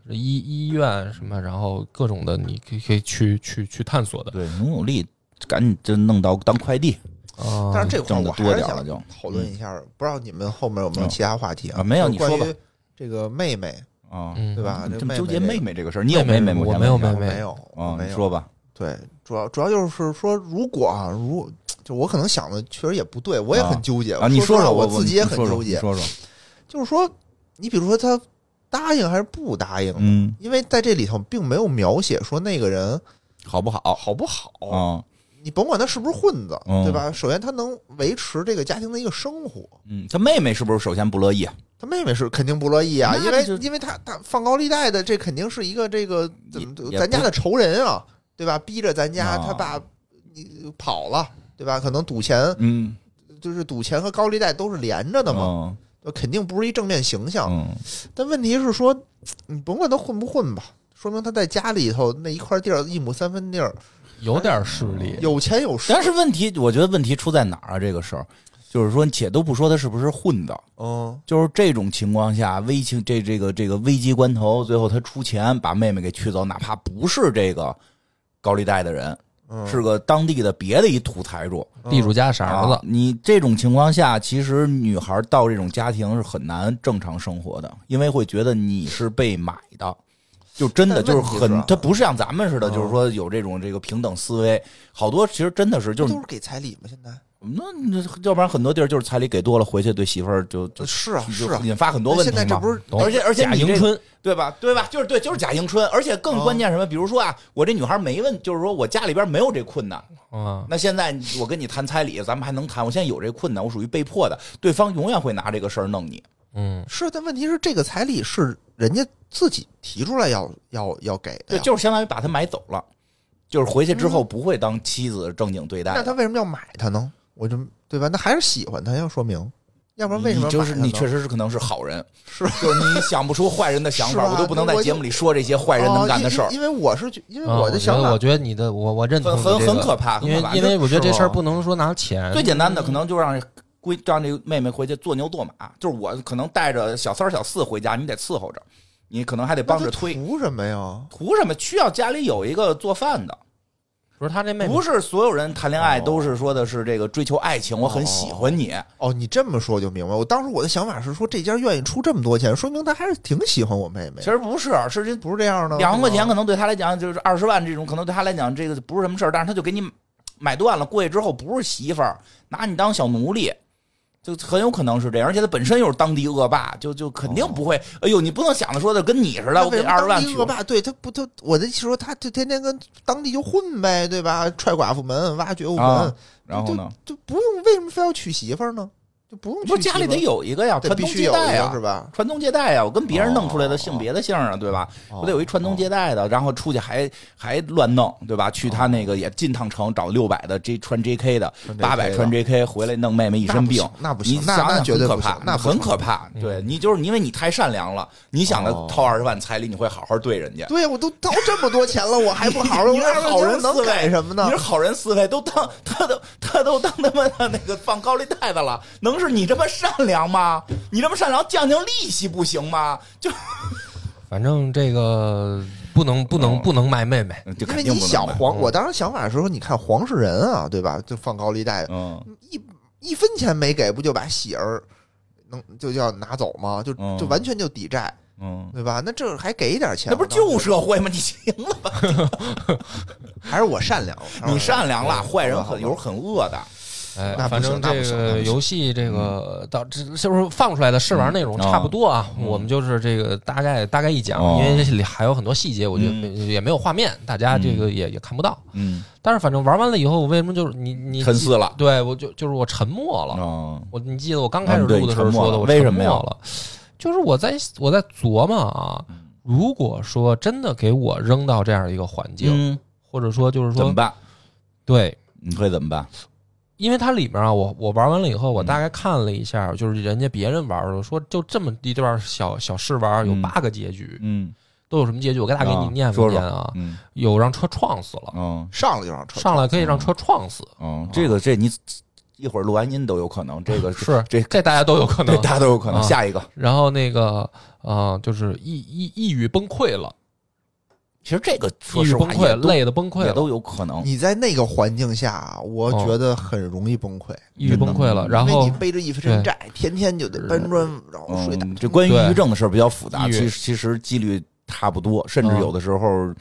A: 医医院什么，然后各种的你可以可以去去去探索的
B: 对，努努力，赶紧就弄到当快递
A: 啊。
C: 但是这块儿
B: 挣得
C: 我还
B: 多
C: 是
B: 点儿了
C: 想
B: 就
C: 讨论一下，不知道你们后面有没有
B: 嗯
C: 其他话题
B: 啊没有
C: 就
B: 你
C: 是
B: 说吧
C: 关于这个妹妹，
B: 啊
A: 嗯
C: 对吧？
B: 你
C: 这
B: 这么纠结
C: 妹
B: 妹
C: 妹
B: 妹这个事儿，你有妹
A: 妹妹
B: 吗？
A: 我
B: 想
A: 没有
B: 问一
A: 妹妹
B: 下
C: 这个，我没有，我
B: 啊，
C: 没
B: 你
C: 有。
B: 说吧，
C: 对，主要主要就是说，如果啊，如就我可能想的确实也不对，我也很纠结。
B: 啊，你
C: 说实话
B: 说
C: 我
B: 我
C: 自己也
B: 你
C: 很
B: 说说
C: 纠
B: 你
C: 结。
B: 说说，
C: 就是说，你比如说他答应还是不答应，
B: 嗯，
C: 因为在这里头并没有描写说那个人
B: 好不好？
C: 好不好。
B: 啊，
C: 你甭管他是不是混子，
B: 嗯
C: 对吧？首先他能维持这个家庭的一个生活，
B: 嗯，他妹妹是不是首先不乐意？
C: 他妹妹是肯定不乐意啊，
B: 那
C: 因为
B: 就
C: 因为他他放高利贷的这肯定是一个这个怎么
B: 也
C: 咱家的仇人啊，对吧？逼着咱家
B: 啊
C: 他爸你跑了，对吧？可能赌钱
B: 嗯，
C: 就是赌钱和高利贷都是连着的嘛，
B: 嗯
C: 就肯定不是一正面形象。
B: 嗯，
C: 但问题是说，你甭管他混不混吧，说明他在家里头那一块地儿一亩三分地儿，
A: 有点势力，
C: 有钱有势。
B: 但是问题，我觉得问题出在哪儿啊？这个事儿，就是说，且都不说他是不是混的，
C: 嗯，
B: 就是这种情况下，危情这这个这个危机关头，最后他出钱把妹妹给娶走，哪怕不是这个高利贷的人，
C: 嗯
B: 是个当地的别的一土财主
A: 地主家是儿
B: 啊
A: 子，。
B: 你这种情况下，其实女孩到这种家庭是很难正常生活的，因为会觉得你是被买的。就真的就
C: 但
B: 是
C: 问题是啊
B: 很，他不是像咱们似的，
C: 嗯
B: 就是说有这种这个平等思维，好多其实真的是就
C: 不
B: 是
C: 都是给彩礼吗？现在
B: 那那要不然很多地儿就是彩礼给多了，回去对媳妇儿就是
C: 啊是
B: 就
C: 啊，
B: 引发很多问题
C: 现在这
B: 嘛
C: 不是
A: 懂
B: 而且而且
A: 贾
B: 你
A: 迎
B: 这
A: 春
B: 对吧？对吧？就是对，就是假迎春，而且更关键什么？比如说啊，我这女孩没问，就是说我家里边没有这困难，
A: 啊，
B: 那现在我跟你谈彩礼，咱们还能谈。我现在有这困难，我属于被迫的，对方永远会拿这个事儿弄你。
A: 嗯，
C: 是，但问题是这个彩礼是人家自己提出来要要要给的
B: 对，啊
C: 呀，
B: 就是相当于把她买走了，就是回去之后不会当妻子正经对待
C: 嗯那
B: 的。
C: 他为什么要买它呢？我就对吧？那还是喜欢它要说明，要不然为什么
B: 你
C: 要
B: 就是
C: 买它呢
B: 你确实是可能是好人，
C: 是
B: 就是你想不出坏人的想
C: 是
B: 法，
C: 吧
B: 我都不能在节目里说这些坏人能干的事儿
C: 哦。因因因为我是觉因为
A: 啊
C: 我
A: 觉
C: 的想
A: 得
C: 法
A: 我觉得你的我我认同
B: 很
A: 你这
B: 很
A: 个
B: 很可怕，
A: 因
B: 很可怕
A: 为因为我觉得这事
C: 是
A: 儿
C: 吧
A: 不能说拿钱，
B: 最简单的可能就让闺让这个妹妹回去做牛做马，就是我可能带着小三儿小四回家，你得伺候着，你可能还得帮着推。
C: 图什么呀？
B: 图什么？需要家里有一个做饭的，
A: 不是他这妹妹
B: 不是所有人谈恋爱都是说的是这个追求爱情，我很喜欢你。
C: 哦，你这么说我就明白。我当时我的想法是说，这家愿意出这么多钱，说明他还是挺喜欢我妹妹
B: 其。实不是，是这
C: 不是这样的，
B: 两万块钱
C: 可
B: 可能对他来讲就是二十万这种，可能对他来讲这个不是什么事儿，但是他就给你买断了，过去之后不是媳妇儿，拿你当小奴隶。就很有可能是这样，而且他本身又是当地恶霸，就就肯定不会。
C: 哦
B: 哎呦，你不能想着说的跟你似的，
C: 能
B: 我给二十万娶
C: 恶霸，对他不，他我的意思说，他就天天跟当地就混呗，对吧？踹寡妇门，挖掘户门，
B: 啊然后呢，
C: 就不用为什么非要娶媳妇儿呢？就不用娶
B: 不是
C: 媳妇
B: 家
C: 儿
B: 里得有一个呀，
C: 对
B: 传
C: 必
B: 宗
C: 须
B: 接
C: 有一
B: 代啊
C: 个
B: 呀
C: 是，吧？
B: 传宗接代啊呀，我跟别人弄出来
C: 哦
B: 的性别的姓啊，对吧？
C: 哦
B: 我得有一传宗接代的，然后出去还还乱弄，对吧？去他那个也进趟城找六百的，这穿 JK 的，
C: 穿 JK
B: 八百穿 JK 回来弄妹妹一身病。
C: 那不行，
B: 你
C: 那
B: 想
C: 不行那那
B: 想
C: 绝对
B: 很可
C: 不行
B: 怕，
C: 那不
B: 很
C: 行
B: 可怕。
A: 嗯
B: 对你就是因为你太善良了，你想着
C: 哦
B: 掏二十万彩礼，你会好好对 人家。
C: 对，我都掏这么多钱了，我还不好好，我
B: 你是好人
C: 能
B: 思维
C: 改什么呢
B: 你是？好人思维，都当他都他都当他妈的那个放高利贷的了，能是你这么善良吗？你这么善良，降降利息不行吗？就
A: 反正这个不能不
B: 哦
A: 能不能卖妹妹，
B: 就
C: 因
B: 肯
C: 为
B: 定
C: 你
B: 不能
C: 想
B: 买嗯
C: 黄，我当时想法的时候，你看黄世仁啊，对吧？就放高利贷，
B: 嗯，
C: 一一分钱没给，不就把喜儿能就叫拿走吗？就
B: 嗯
C: 就完全就抵债，
B: 嗯，
C: 对吧？那这还给一点钱，
B: 那不是
C: 我当时
B: 旧社会吗？你行了吧，
C: 还是我善良，还是我
B: 你善良了，坏人很
C: 好
B: 有时候很恶的。
A: 哎
C: 那，不
A: 反
C: 行
A: 正
C: 那不
A: 这
C: 行那不
A: 个
C: 行
A: 游戏这个到这就是放出来的试玩内容
B: 嗯
A: 差不多啊，
B: 嗯
A: 我们就是这个大概大概一讲，
B: 哦
A: 因为这里还有很多细节，我觉得
B: 嗯
A: 没也没有画面，大家这个也也看不到。
B: 嗯，
A: 但是反正玩完了以后，我为什么就是你你
B: 沉思了。
A: 对我就就是我沉默了，
B: 嗯
A: 我你记得我刚开
B: 啊
A: 始
B: 对
A: 录的时候
B: 沉默
A: 说的，
B: 了
A: 我
B: 为
A: 沉
B: 什么呀嗯
A: 默了，就是我在我在琢磨啊，如果说真的给我扔到这样一个环境，
B: 嗯，
A: 或者说就是
B: 怎
A: 说
B: 么办？
A: 对，
B: 你会怎么办？
A: 因为它里面啊，我我玩完了以后，
B: 嗯
A: 我大概看了一下，就是人家别人玩的，说就这么一段小小试玩有
B: 嗯
A: 八个结局，
B: 嗯
A: 都有什么结局？我给大家给你
B: 啊
A: 念
B: 说
A: 吧
B: 说
A: 念啊，
B: 嗯
A: 有让车撞死了，
B: 嗯
C: 上来就让车
A: 上来可以让车撞死，
B: 嗯，这个这你一会儿录完音都有可能，这个
A: 是
B: 嗯这
A: 这大家都有可
B: 这
A: 能。
B: 大家都有可能。
A: 啊
B: 下一个，
A: 然后那个呃，就是抑抑抑郁崩溃了，
B: 其实这个说
A: 抑郁
B: 实
A: 崩
B: 话
A: 溃
B: 也，都
A: 累的崩溃
B: 也
A: 了，
B: 都有可能。
C: 你在那个环境下，啊我
A: 哦
C: 觉得很容易崩溃，
A: 抑郁崩溃了，然
C: 因为
A: 后
C: 你背着一身债，天天就得搬砖，然后睡大
B: 嗯，这关于抑郁症的事儿比较复杂，
A: 抑郁
B: 其实其实几率差不多，甚至
A: 嗯
B: 有的时候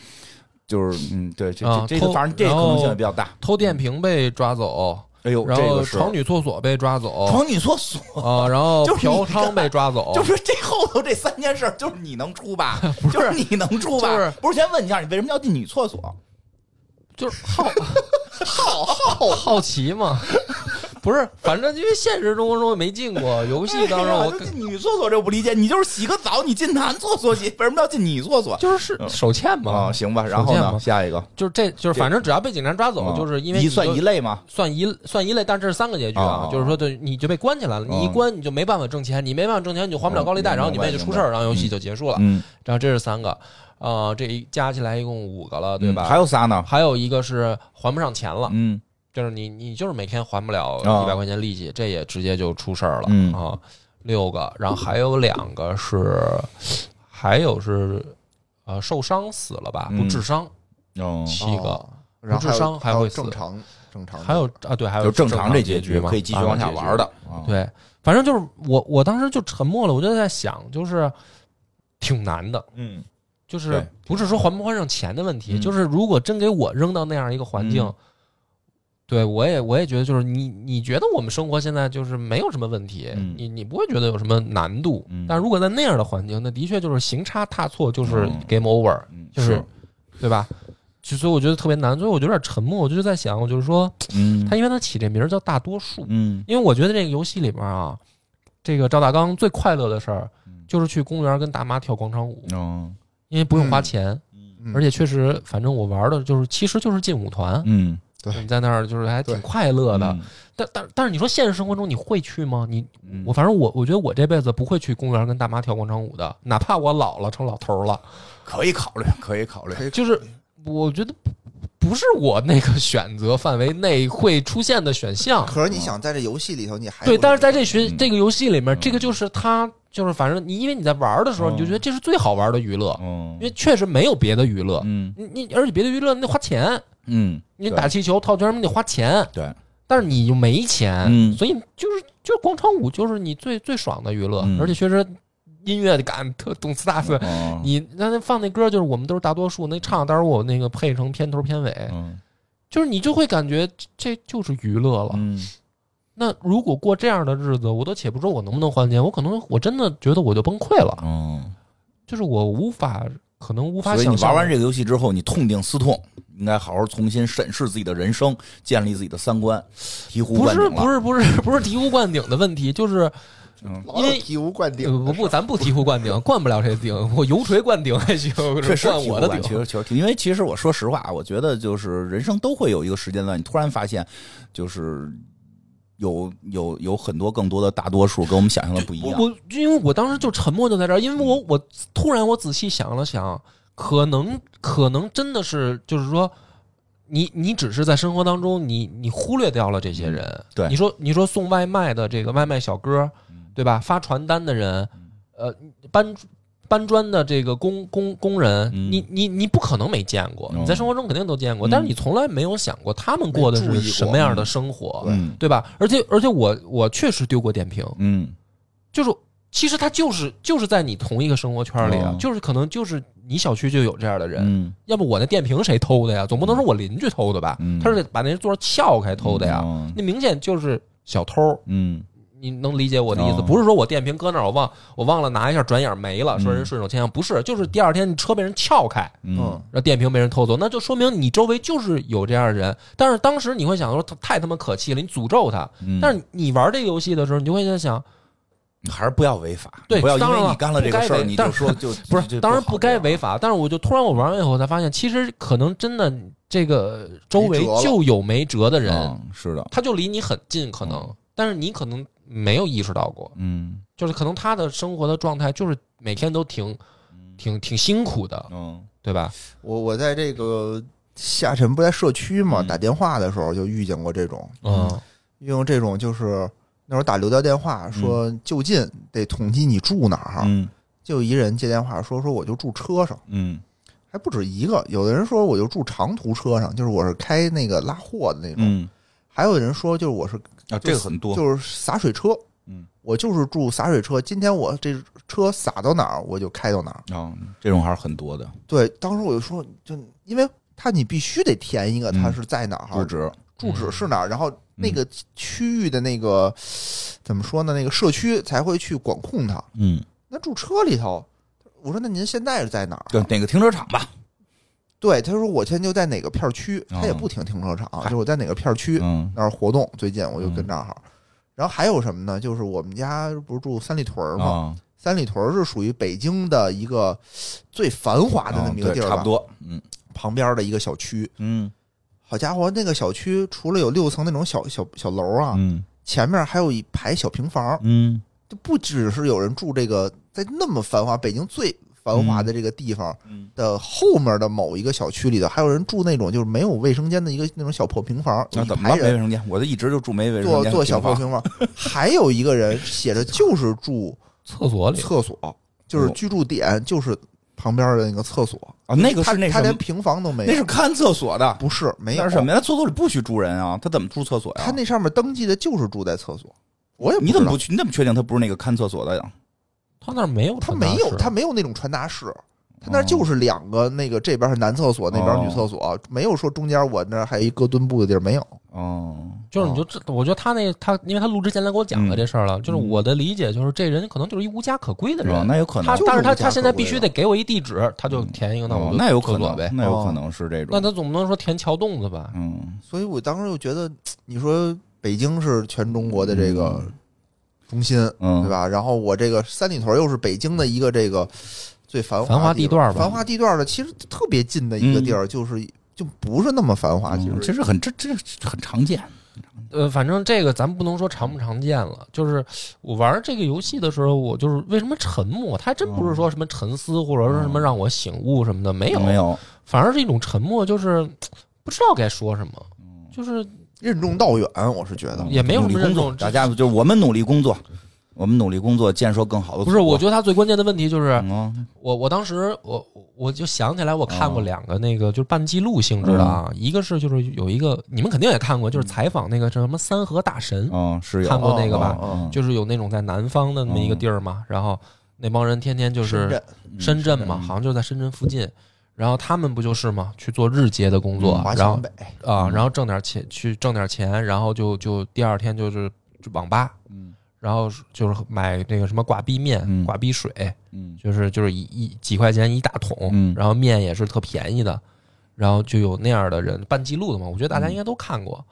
B: 就是嗯，对，这
A: 啊
B: 这这个
A: 偷
B: 反正这个可能性也比较大。
A: 偷电瓶被抓走，
B: 哎呦，
A: 然
B: 这
A: 后
B: 个是
A: 床女厕所被抓走
B: 床女厕所，
A: 啊，然后
B: 就是你
A: 嫖娼被抓走，
B: 就是这后头这三件事儿，就是你能 出吧，就是你能出吧。
A: 就是
B: 不是先问一下，你为什么要进女厕所？
A: 就是好好好好奇 嘛，不是，反正因为现实生活中没进过，游戏当中
B: 哎呀
A: 我
B: 就进女厕所这我不理解，你就是洗个澡，你进男厕所洗，为什么要进女 厕所？
A: 就是是嗯手欠嘛
B: 啊，，行吧，然后
A: 手贱
B: 呢？
A: 嘛
B: 下一个，
A: 就是这就是反正只要被警察抓走，
B: 嗯
A: 就是因为
B: 一
A: 你
B: 算
A: 就
B: 一类吗？
A: 算一算一类，但这是三个结局啊
B: 哦，
A: 就是说对你就被关起来了，你一
B: 嗯
A: 关你就没办法挣钱，你没办法挣钱你就还不了高利
B: 嗯
A: 贷，然后你
B: 明白
A: 妹就出事儿，然后游戏就结束了，
B: 嗯，
A: 然后这是三个，啊，这一加起来一共五个了，对吧？
B: 嗯还有仨呢，
A: 还有一个是还不上钱了，
B: 嗯
A: 就是你你就是每天还不了
B: 啊
A: 一百块钱利息，这也直接就出事儿了、
B: 嗯
A: 啊。六个，然后还有两个是，还有是呃受伤死了吧，
B: 嗯
A: 不治伤。
B: 哦
A: 七
C: 哦
A: 个，
C: 然后还有
A: 智商还
C: 还有
A: 会死
C: 正常正常的，
A: 还有啊对，还有
B: 就正
A: 常
B: 常这
A: 结
B: 结局
A: 嘛，
B: 可以继续
A: 八个
B: 往下
A: 结局
B: 玩。的。啊
A: 对，反正就是我我当时就沉默了，我就在想，就是挺难的。
B: 嗯，
A: 就是
B: 对
A: 不是说还不还上钱的问题，
B: 嗯
A: 就是如果真给我扔到那样一个环境，
B: 嗯
A: 对我也我也觉得就是你你觉得我们生活现在就是没有什么问题，
B: 嗯
A: 你你不会觉得有什么难度，
B: 嗯
A: 但如果在那样的环境，那的确就是行差踏错就是 game over，、
B: 嗯
A: 就是对吧？就所以我觉得特别难，所以我就有点沉默，我就在想，我就是说
B: 嗯
A: 他因为他起这名儿叫大多数，
B: 嗯
A: 因为我觉得这个游戏里面啊，这个赵大刚最快乐的事儿
B: 嗯
A: 就是去公园跟大妈跳广场舞，
B: 哦
A: 因为不用花钱。
C: 嗯
A: 而且确实，反正我玩的就是，其实就是劲舞团，
B: 嗯
C: 对
A: 你在那儿就是还挺
C: 对
A: 快乐的。
B: 嗯
A: 但但但是你说现实生活中你会去吗？你
B: 嗯
A: 我反正我我觉得我这辈子不会去公园跟大妈跳广场舞的，哪怕我老了成老头了，
B: 可以考虑，可以考虑。
C: 可 以
A: 就是我觉得不不是我那个选择范围内会出现的选项。
C: 可是你想在这游戏里头，你还
A: 对，
C: 有
A: 但是
C: 个
A: 在这学、
B: 嗯
A: 这个游戏里面，
B: 嗯
A: 这个就是它就是反正你因为你在玩的时候，
B: 嗯
A: 你就觉得这是最好玩的娱乐，
B: 嗯
A: 因为确实没有别的娱乐。
B: 嗯
A: 你你而且别的娱乐你得花钱，
B: 嗯，
A: 你打气球、套圈儿你得花钱，
B: 对，
A: 但是你又没钱，
B: 嗯
A: 所以就是就广场舞就是你最最爽的娱乐，
B: 嗯
A: 而且确实音乐感特动次打次。
B: 哦
A: 你让他放那歌，就是我们都是大多数，那唱，当然我那个配成片头片尾，
B: 嗯
A: 就是你就会感觉这这就是娱乐了。
B: 嗯
A: 那如果过这样的日子，我都且不说我能不能还钱，我可能我真的觉得我就崩溃了，
B: 哦，
A: 就是我无法，可能无法
B: 所以
A: 想
B: 你
A: 象。
B: 玩完这个游戏之后，你痛定思痛，应该好好重新审视自己的人生，建立自己的三观，醍醐
A: 不
B: 灌
A: 是
B: 顶了。
A: 不是不是不是 醍醐灌顶的问题，就是
B: 嗯，
C: 老有醍醐灌顶
A: 呃
C: 的
A: 不不，咱不醍醐灌顶，灌不了谁顶。我油锤灌顶还行，
B: 确实
A: 灌我的
B: 其
A: 顶。
B: 实确实，因为其实我说实话，啊我觉得就是人生都会有一个时间段，你突然发现，就是有有有很多更多的大多数跟我们想象的不一
A: 我
B: 样。
A: 我因为我当时就沉默就在这儿，因为我我突然我仔细想了想，可能可能真的是就是说，你你只是在生活当中，你你忽略掉了这些人。
B: 嗯对嗯
A: 你说你说送外卖的这个外卖小哥，对吧？发传单的人，呃，搬搬砖的这个工工工人，
B: 嗯
A: 你你你不可能没见过，
B: 嗯
A: 你在生活中肯定都见过，
B: 嗯
A: 但是你从来没有想过他们过的
C: 没注
A: 是
C: 意过
A: 什么样的生活，
B: 嗯
A: 对吧？而且而且我我确实丢过点评，
B: 嗯，
A: 就是其实他就是就是在你同一个生活圈里啊
B: 哦，
A: 就是可能就是你小区就有这样的人，
B: 嗯
A: 要不我那电瓶谁偷的呀？总不能是我邻居偷的吧？
B: 嗯
A: 他是把那座撬开偷的呀，
B: 哦
A: 那明显就是小偷。
B: 嗯
A: 你能理解我的意思？
B: 哦
A: 不是说我电瓶搁那儿，我忘我忘了拿一下，转眼没了，说人顺手牵羊，不是，就是第二天你车被人撬开，
B: 嗯，
A: 然后电瓶被人偷走，那就说明你周围就是有这样的人。但是当时你会想说，他太他妈可气了，你诅咒他。
B: 嗯
A: 但是你玩这个游戏的时候，你就会在想，
B: 还是不要违法，
A: 对
B: 不要因
A: 当然
B: 为
A: 了
B: 你干了这个事
A: 不该
B: 儿
A: 违
B: 你就
A: 但
B: 说就
A: 不，
B: 就是
A: 啊当然
B: 好
A: 不该
B: 这样
A: 违法。但是我就突然我玩完以后，我才发现，其实可能真的这个周围
C: 没辙了
A: 就有没辙的人，
B: 嗯是的，
A: 他就离你很近，可能，但是你可能没有意识到过，
B: 嗯
A: 就是可能他的生活的状态就是每天都挺挺挺辛苦的，
B: 嗯
A: 对吧？
C: 我我在这个下沉不在社区嘛，
B: 嗯
C: 打电话的时候就遇见过这种，
A: 嗯
C: 遇见过这种就是那会儿打流调电话说就近得统计你住哪儿，
B: 嗯
C: 就有一人接电话说说我就住车上，
B: 嗯
C: 还不止一个，有的人说我就住长途车上，就是我是开那个拉货的那种，
B: 嗯
C: 还有人说就是我是
B: 啊，这个很多，
C: 就是洒水车，
B: 嗯，
C: 我就是住洒水车，今天我这车洒到哪儿我就开到哪儿。
B: 啊，这种还是很多的，
C: 对，当时我就说，就因为他你必须得填一个他
B: 嗯
C: 是在哪儿，
B: 住址，
C: 住
B: 嗯
C: 址是哪儿，然后啊那个区域的那个怎么说呢？那个社区才会去管控他。
B: 嗯，
C: 那住车里头，我说那您现在是在哪儿啊？
B: 就哪个停车场吧，
C: 对，他说我现在就在哪个片儿区，他也
B: 哦
C: 不停停车场，
B: 嗨
C: 就是我在哪个片儿区
B: 嗯
C: 那儿活动，最近我就跟这儿哈。然后还有什么呢？就是我们家不是住三里屯儿吗？
B: 啊，
C: 三里屯儿是属于北京的一个最繁华的那
B: 啊
C: 么一个
B: 对，
C: 地儿吧，
B: 差不多，嗯
C: 旁边的一个小区。
B: 嗯
C: 好家伙，那个小区除了有六层那种小小小楼啊，
B: 嗯
C: 前面还有一排小平房，
B: 嗯
C: 就不只是有人住这个在那么繁华北京最繁华的这个地方
B: 嗯
C: 的后面的某一个小区里头，还有人住那种就是没有卫生间的一个那种小破平房，
B: 那
C: 有一
B: 怎么了？
C: 排
B: 没卫
C: 人
B: 生间，我这一直就住没卫生
C: 做
B: 间，
C: 做
B: 挺
C: 小破
B: 好
C: 平房，还有一个人写着就是住
A: 厕所里，
C: 厕所，就是居住点就是旁边的那个厕所。
B: 啊，那个
C: 他
B: 是那
C: 他
B: 什
C: 连
B: 么，
C: 平房都没有，
B: 那是看厕所的，
C: 不是没有
B: 那是什么呀？厕所里不许住人啊，他怎么住厕所呀？
C: 他那上面登记的就是住在厕所，我也不
B: 你怎么
C: 知道
B: 不去？你怎么确定他不是那个看厕所的呀？
A: 他那儿没有
C: 他
A: 传达
C: 没
A: 室，
C: 有他没有那种传达室，他那儿就是两个那个这边是男厕所，那边女厕所，没有说中间我那儿还有一搁墩布的地儿没有。
B: 哦，
A: 就是你就这，我觉得他那他，因为他录之前来给我讲了
B: 嗯
A: 这事儿了，就是我的理解就是这人可能就是一无家可归的
B: 哦
A: 人，
B: 那有可能
A: 他
C: 就是
A: 但是他
C: 无家
A: 他现在
C: 可归
A: 必须得给我一地址，他就填一个，那我
B: 哦
A: 就
B: 那有可
A: 厕所
B: 能
A: 呗，，
B: 那有
C: 哦
B: 可能是这
A: 那
B: 种。
A: 他总不能说填桥洞子吧？
B: 嗯，
C: 所以我当时就觉得，你说北京是全中国的这个中心，
B: 嗯
C: 对吧？然后我这个三里屯又是北京的一个这个最繁
A: 繁华
C: 地
A: 地段儿吧
C: 繁华地段儿的嗯其实特别近的一个地儿，就是就不是那么繁华，其
B: 嗯
C: 实
B: 这是很这这这很常见。
A: 呃，反正这个咱不能说常不常见了。就是我玩这个游戏的时候，我就是为什么沉默？他还真不是说什么沉思，或者说什么让我醒悟什么的，没有，
B: 没，有，
A: 反而是一种沉默，就是嘖不知道该说什么，就是
C: 任重道远，我是觉得。
A: 也没有
B: 嗯努
A: 什
B: 力
A: 么任
B: 工作
A: 重，。
B: 大家就是我们努力工作，我们努力工作，建设更好的。
A: 不是，我觉得他最关键的问题就是，
B: 嗯
A: 我我当时我我就想起来，我看过两个那个就是半记录性质的啊，一个是就是有一个你们肯定也看过，就是采访那个叫什么三河大神，
B: 嗯是有
A: 看过那个吧？
C: 哦
B: 嗯
A: 就是有那种在南方的那么一个地儿嘛，然后那帮人天天就
C: 深
A: 是
C: 圳
A: 深圳嘛，好像就在深圳附近，然后他们不就是嘛，去做日结的工作
C: 华，
A: 然后
C: 强北，
A: 啊，然后挣点钱去挣点钱，然后就就第二天就是就网吧，
B: 嗯
A: 然后就是买那个什么挂壁面、
B: 嗯
A: 挂壁水，
B: 嗯
A: 就是就是一一几块钱一大桶，
B: 嗯
A: 然后面也是特便宜的，然后就有那样的人办记录的嘛，我觉得
B: 嗯
A: 大家应该都看过。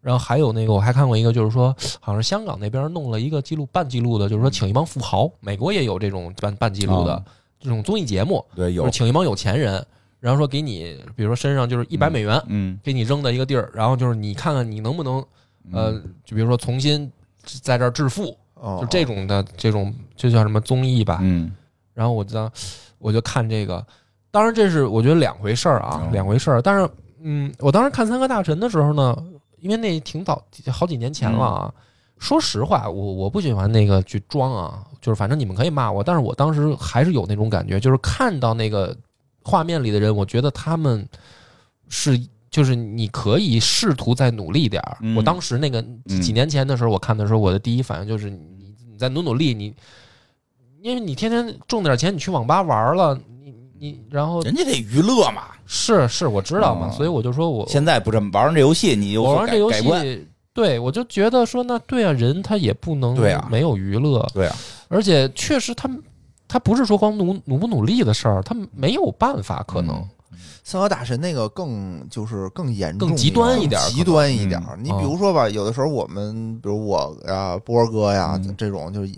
A: 然后还有那个，我还看过一个，就是说，好像是香港那边弄了一个记录办记录的，就是说请一帮富豪，美国也有这种办办记录的、
B: 哦
A: 这种综艺节目，
B: 对
A: 就
B: 有
A: 是请一帮有钱人，然后说给你，比如说身上就是一百美元，
B: 嗯
A: 给你扔到一个地儿，然后就是你看看你能不能，呃，就比如说重新在这儿致富，
C: 就
B: 哦
A: 就这种的这种，这叫什么综艺吧？
B: 嗯
A: 然后我就当我就看这个，当然这是我觉得两回事儿啊，
B: 嗯
A: 两回事儿。但是嗯，我当时看《三个大臣》的时候呢，因为那挺早，好几年前了
B: 嗯
A: 啊。说实话，我我不喜欢那个去装啊，就是反正你们可以骂我，但是我当时还是有那种感觉，就是看到那个画面里的人，我觉得他们是就是你可以试图再努力一点儿。
B: 嗯
A: 我当时那个几
B: 嗯
A: 几年前的时候，我看的时候，我的第一反应就是你你再努努力，你因为你天天挣点钱，你去网吧玩了，你你然
C: 哎
A: 后
B: 人家得娱乐嘛。
A: 是是我知道嘛，
B: 哦
A: 所以我就说我
B: 现在不这么玩完这游戏，你有
A: 我
B: 所
A: 玩
B: 改
A: 这游
B: 改观，
A: 戏，对我就觉得说，那对啊，人他也不能
B: 对啊
A: 没有娱乐，
B: 对啊，
A: 而且确实他他不是说光努努不努力的事儿，他没有办法，可能、
C: 嗯三和大神那个更就是更严重、
A: 更极端一点
C: 更极端一点。
B: 可
C: 你比如说吧，有的时候我们，比如我呀、波哥呀、
B: 嗯
C: 这种，就是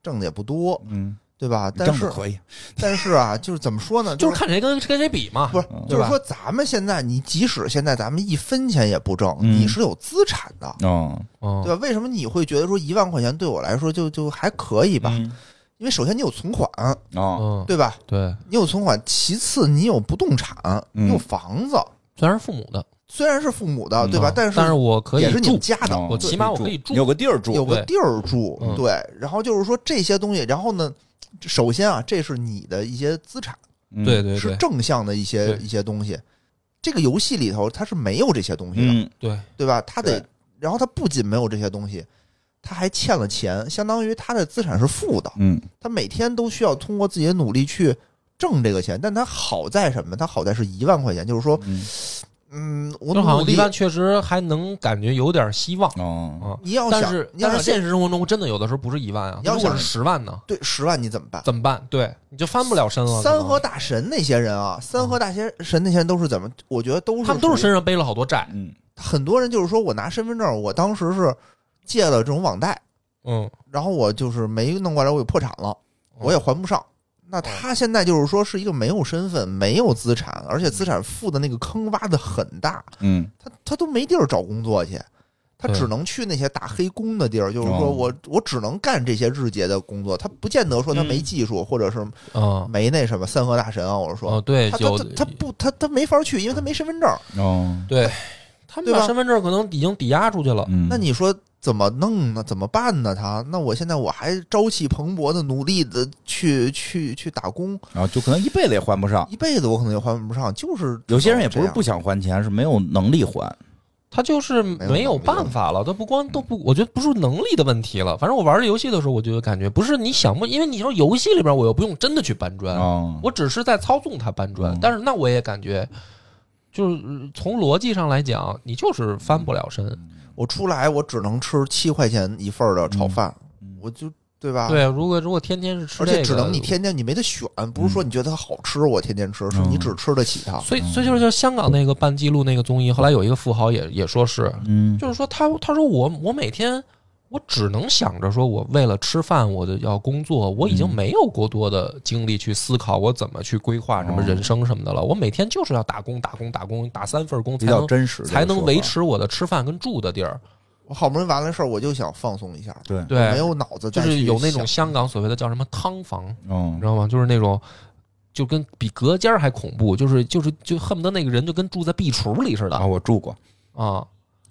C: 挣的也不多，
B: 嗯，
C: 对吧？但
B: 挣的
C: 是
B: 可以，
C: 但是啊，就是怎么 说呢？
A: 就是是看谁跟跟谁比嘛。
C: 不是
B: 嗯，
A: 对
C: 就是
A: 吧
C: 说咱们现在，你即使现在咱们一分钱也不挣，
B: 嗯
C: 你是有资产的，
B: 嗯，
A: 嗯
C: 对吧？为什么你会觉得说一万块钱对我来说就就还可以吧？
B: 嗯？
C: 因为首先你有存款，
B: 哦，
A: 嗯，
C: 啊对吧？
A: 对，
C: 你有存款，其次你有不动产，
B: 嗯
C: 你有房子，
A: 虽然是父母的，
C: 虽然是父母的，对吧？
A: 但
C: 是
A: 我可以
C: 也是你
A: 住
C: 们，家的，
B: 哦
A: 我起码我可以
B: 你有
A: 住。
B: 个地儿住，
C: 有个
A: 对
C: 地儿住，
A: 嗯
C: 对。然后就是说这些东西，然后呢，首先啊，这是你的一些资产，
B: 嗯
A: 对，对
C: 是
A: 对
C: 正向的一些
A: 对
C: 一些东西。这个游戏里头它是没有这些东西的，
B: 嗯，
A: 对，
C: 对吧？它得
B: 对，
C: 然后它不仅没有这些东西，它还欠了钱，相当于它的资产是负的，
B: 嗯，
C: 他每天都需要通过自己的努力去挣这个钱。但他好在什么？他好在是一万块钱，就是说，
B: 嗯
C: 嗯，我
A: 就好
C: 努
A: 像一
C: 力，
A: 般确实还能感觉有点希望。
B: 哦，
A: 嗯，
C: 你要想，
A: 但是
C: 你要
A: 但是
C: 想这
A: 现实生活中真的有的时候不是一万啊，
C: 你要
A: 如果
C: 想
A: 是十万呢，
C: 对十万你怎么办？
A: 怎么办？对，你就翻不了嗯身了。可
C: 三
A: 能
C: 和大神那些人啊，三和大神神那些人都是怎么？我觉得都是
A: 他们都是
C: 属于
A: 身上背了好多债。
B: 嗯，
C: 很多人就是说我拿身份证，我当时是借了这种网贷，
A: 嗯，
C: 然后我就是没弄过来，我就破产了，我也还不上。
A: 嗯
C: 那他现在就是说是一个没有身份、没有资产，而且
A: 嗯
C: 资产负的那个坑挖的很大，
B: 嗯，
C: 他他都没地儿找工作去，他
A: 对
C: 只能去那些打黑工的地儿，就是
B: 哦
C: 说我我只能干这些日结的工作，他不见得说他
A: 嗯
C: 没技术，或者是
A: 啊
C: 没那什么三和大神啊，我是说
A: 哦，，对，
C: 他他
A: 有
C: 他他不他他没法去，因为他没身份证。
B: 哦，
A: 对，他们
C: 对吧
A: 把身份证可能已经抵押出去了。
B: 嗯，
C: 那你说怎么弄呢？怎么办呢？他那我现在我还朝气蓬勃的努力的去去去打工，
B: 然后嗯哦就可能一辈子也还不上。
C: 一辈子我可能也还不上，就是
B: 有些人也不
C: 哦这
B: 是
C: 样
B: 不想还钱，是没有能力还。
A: 他就是
C: 有
A: 没有办法了，他不光都不，我觉得不是能力的问题了。反正我玩这游戏的时候，我就感觉不是你想不，因为你说游戏里边我又不用真的去搬砖，
B: 哦，
A: 我只是在操纵它搬砖
B: 嗯。
A: 但是那我也感觉，就是呃从逻辑上来讲，你就是翻不了身。
C: 我出来我只能吃七块钱一份儿的炒饭，
B: 嗯
C: 我就对吧？
A: 对，如果如果天天是吃
C: 而
A: 这个，嗯
C: 且只能你天天，你没得选，不是说你觉得它好吃我天天吃，是
B: 嗯
C: 你只吃得起它。
A: 所以，所以就是就是香港那个办记录那个综艺，后来有一个富豪也也说是，
B: 嗯，
A: 就是说他他说我我每天我只能想着说我为了吃饭我就要工作，我已经没有过多的精力去思考我怎么去规划什么人生什么的了。我每天就是要打工打工打工打三份工
B: 比
A: 才
B: 较
A: 能
B: 真实，
A: 才能维。持我的吃饭跟住的地儿。
C: 我好不容易完了事儿，我就想放松一下，
B: 对，
C: 没
A: 对，
C: 有脑子
A: 就
C: 再去想，
A: 是有那种香港所谓的叫什么汤房，你
B: 嗯
A: 知，道吗？就是那种。就跟比隔间儿还恐怖，就是就是就恨不得那个人就跟住在壁橱里似的
B: 啊，我住过。
A: 啊！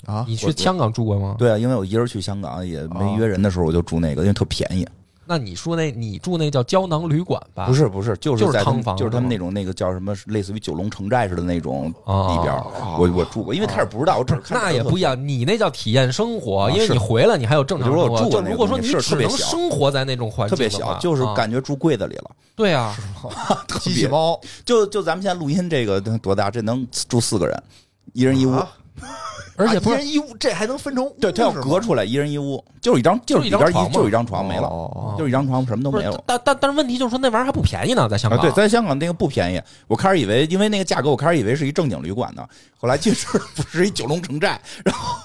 C: 啊，
A: 你去
C: 我
A: 香港住过吗？
B: 对啊，因为我一人去香港也没
C: 哦
B: 约人的时候，我就住那个，因为特便宜。
A: 那你说那你住那叫胶囊旅馆吧？
B: 不是不是，就
A: 啊就是
B: 在他
A: 汤
B: 们
A: 房
B: 就是他们
A: 是吗
B: 那种那个叫什么，类似于九龙城寨似的那种
A: 啊
B: 里边儿，我我住过，因为开始不知道，我只是看
A: 哦那也不一样，你那叫体验生活，
B: 啊
A: 因为
B: 是
A: 你回来你还有正常生
B: 我就
A: 活。
B: 是我住
A: 就
B: 过那个
A: 如果说
B: 东
A: 你
B: 西是
A: 只
B: 特别
A: 能
B: 小
A: 生活在那种环
B: 特
A: 境
B: 别
A: 的话
B: 小，就是
A: 啊
B: 感觉住柜子里了。
A: 对啊，
C: 机器猫
B: 就就咱们现在录音这个多大？这能住四个人，一人一屋，
C: 啊
A: 而且
C: 啊
A: 不
C: 一
A: 是
C: 人一屋，这还能分成屋
B: 对，他要
C: 是吗
B: 隔出来，一人一屋，就是一张，就
A: 就一
B: 是里
A: 张
B: 边一
A: 床嘛
B: 就是一张床没了，
C: 哦
B: 就是一张床，什么都
A: 不
B: 没
A: 是
B: 有。，
A: 但但但是问题就是说那玩意儿还不便宜呢，在香
B: 啊，
A: 港。
B: 对，在香港那个不便宜，我开始以为，因为那个价格，我开始以为是一正经旅馆呢，后来其实不是一九龙城寨，然后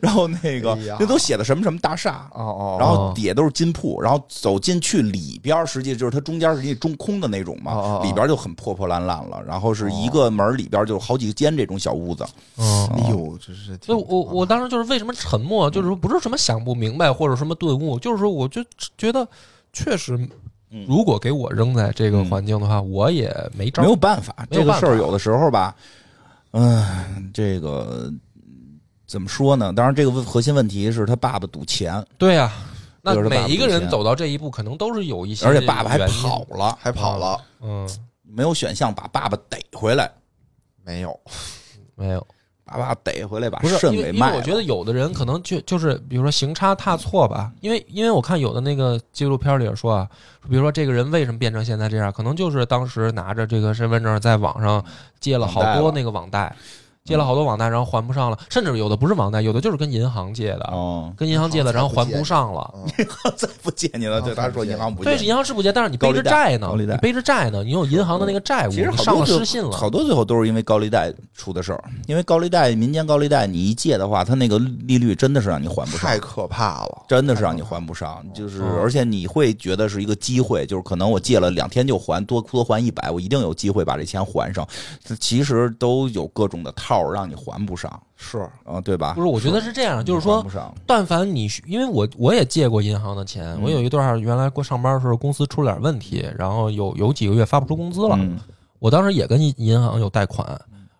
B: 然后那个
C: 哎呀
B: 那都写的什么什么大厦，啊
C: 哦哦，
B: 然后底下都是金铺，然后走进去里边儿，实际就是它中间是一中空的那种
C: 哦
B: 嘛
C: 哦，哦
B: 里边就很破破烂烂了，然后是一个门儿里边就好几间这种小屋子，
A: 嗯，
C: 哎呦，这是挺
A: 所以我我当时就是为什么沉
B: 嗯
A: 默，就是说不是什么想不明白或者什么顿悟，就是说我就觉得确实
B: 嗯，
A: 如果给我扔在这个
B: 嗯
A: 环境的话，我也没招
B: 没。有办法，
A: 没有
B: 这个
A: 办
B: 事儿
A: 法
B: 有的时候吧，嗯，这个怎么说呢？当然，这个问核心问题是他爸爸赌钱，
A: 对呀、那
B: 比如说爸爸
A: 每一个
B: 赌
A: 人
B: 钱
A: 走到这一步，可能都是有一些，
B: 而且爸爸还跑，了，
C: 还跑了、
A: 嗯，
B: 没有选项把爸爸逮回来，
C: 没有？
A: 没有，
B: 把爸爸逮回来，把
A: 不是
B: 哎肾
A: 因
B: 给
A: 为因为
B: 卖
A: 我
B: 了。
A: 觉得有的人可能就就是比如说行差踏错吧，因为因为我看有的那个纪录片里说啊，比如说这个人为什么变成现在这样，可能就是当时拿着这个身份证在网上借了好多那个网贷，借了好多网贷，然后还不上了，甚至有的不是网贷，有的就是跟银行借的，
B: 哦，
A: 跟银行借的，然后还不上了。
C: 嗯，
B: 再不借你
A: 哦
B: 了，对他说银行不
A: 对，
B: 借。
A: 银行是不借，但是你背着债呢
B: 高，利贷
A: 你背着债呢，你有银行的那个债务，
B: 其实
A: 你
B: 好
A: 上
B: 多
A: 了
B: 最
A: 失信了
B: 好。多最后都是因为高利贷出的事儿，因为高利贷、民间高利贷，你一借的话，它那个利率真的是让你还不上
C: 太，可怕了，
B: 真的是让你还不上，就是
A: 嗯
B: 而且你会觉得是一个机会，就是可能我借了两天就还，多多还一百，我一定有机会把这钱还上。这其实都有各种的套儿让你还不上，
C: 是
B: 啊，对吧
A: 不？是，我觉得是这样，就是
B: 还
A: 说
B: 不，上，
A: 但凡你需，因为我我也借过银行的钱，
B: 嗯
A: 我有一段儿原来过上班的时候，公司出了点问题，然后有有几个月发不出工资了，
B: 嗯
A: 我当时也跟银银行有贷款，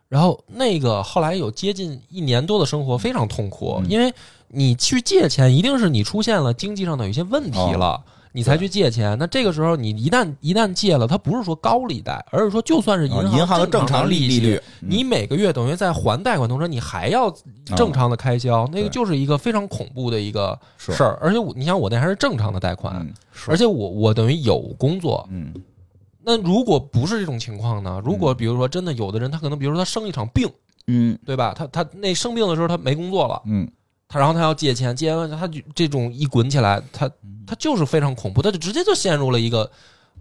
A: 然后那个后来有接近一年多的生活非常痛苦，
B: 嗯
A: 因为你去借钱，一定是你出现了经济上的有一些问题了。
B: 哦
A: 你才去借钱，那这个时候你一旦一旦借了，它不是说高利贷，而是说就算是
B: 啊
A: 银
B: 银行的正
A: 正常
B: 常利
A: 息，
B: 率，嗯
A: 你每个月等于在还贷款同时，你还要正常的开销，那个
B: 嗯对
A: 就是一个非常恐怖的一个
B: 是
A: 事儿。而且我，你想我那还是正常的贷款，
B: 嗯
A: 而且我我等于有工作。
B: 嗯
A: 那如果不是这种情况呢？如果比如说真的有的人，他可能比如说他生一场病，
B: 嗯
A: 对吧？他他那生病的时候他没工作了，
B: 嗯，
A: 他然后他要借钱，借完他就这种一滚起来，他
B: 嗯
A: 他就是非常恐怖，他就直接就陷入了一个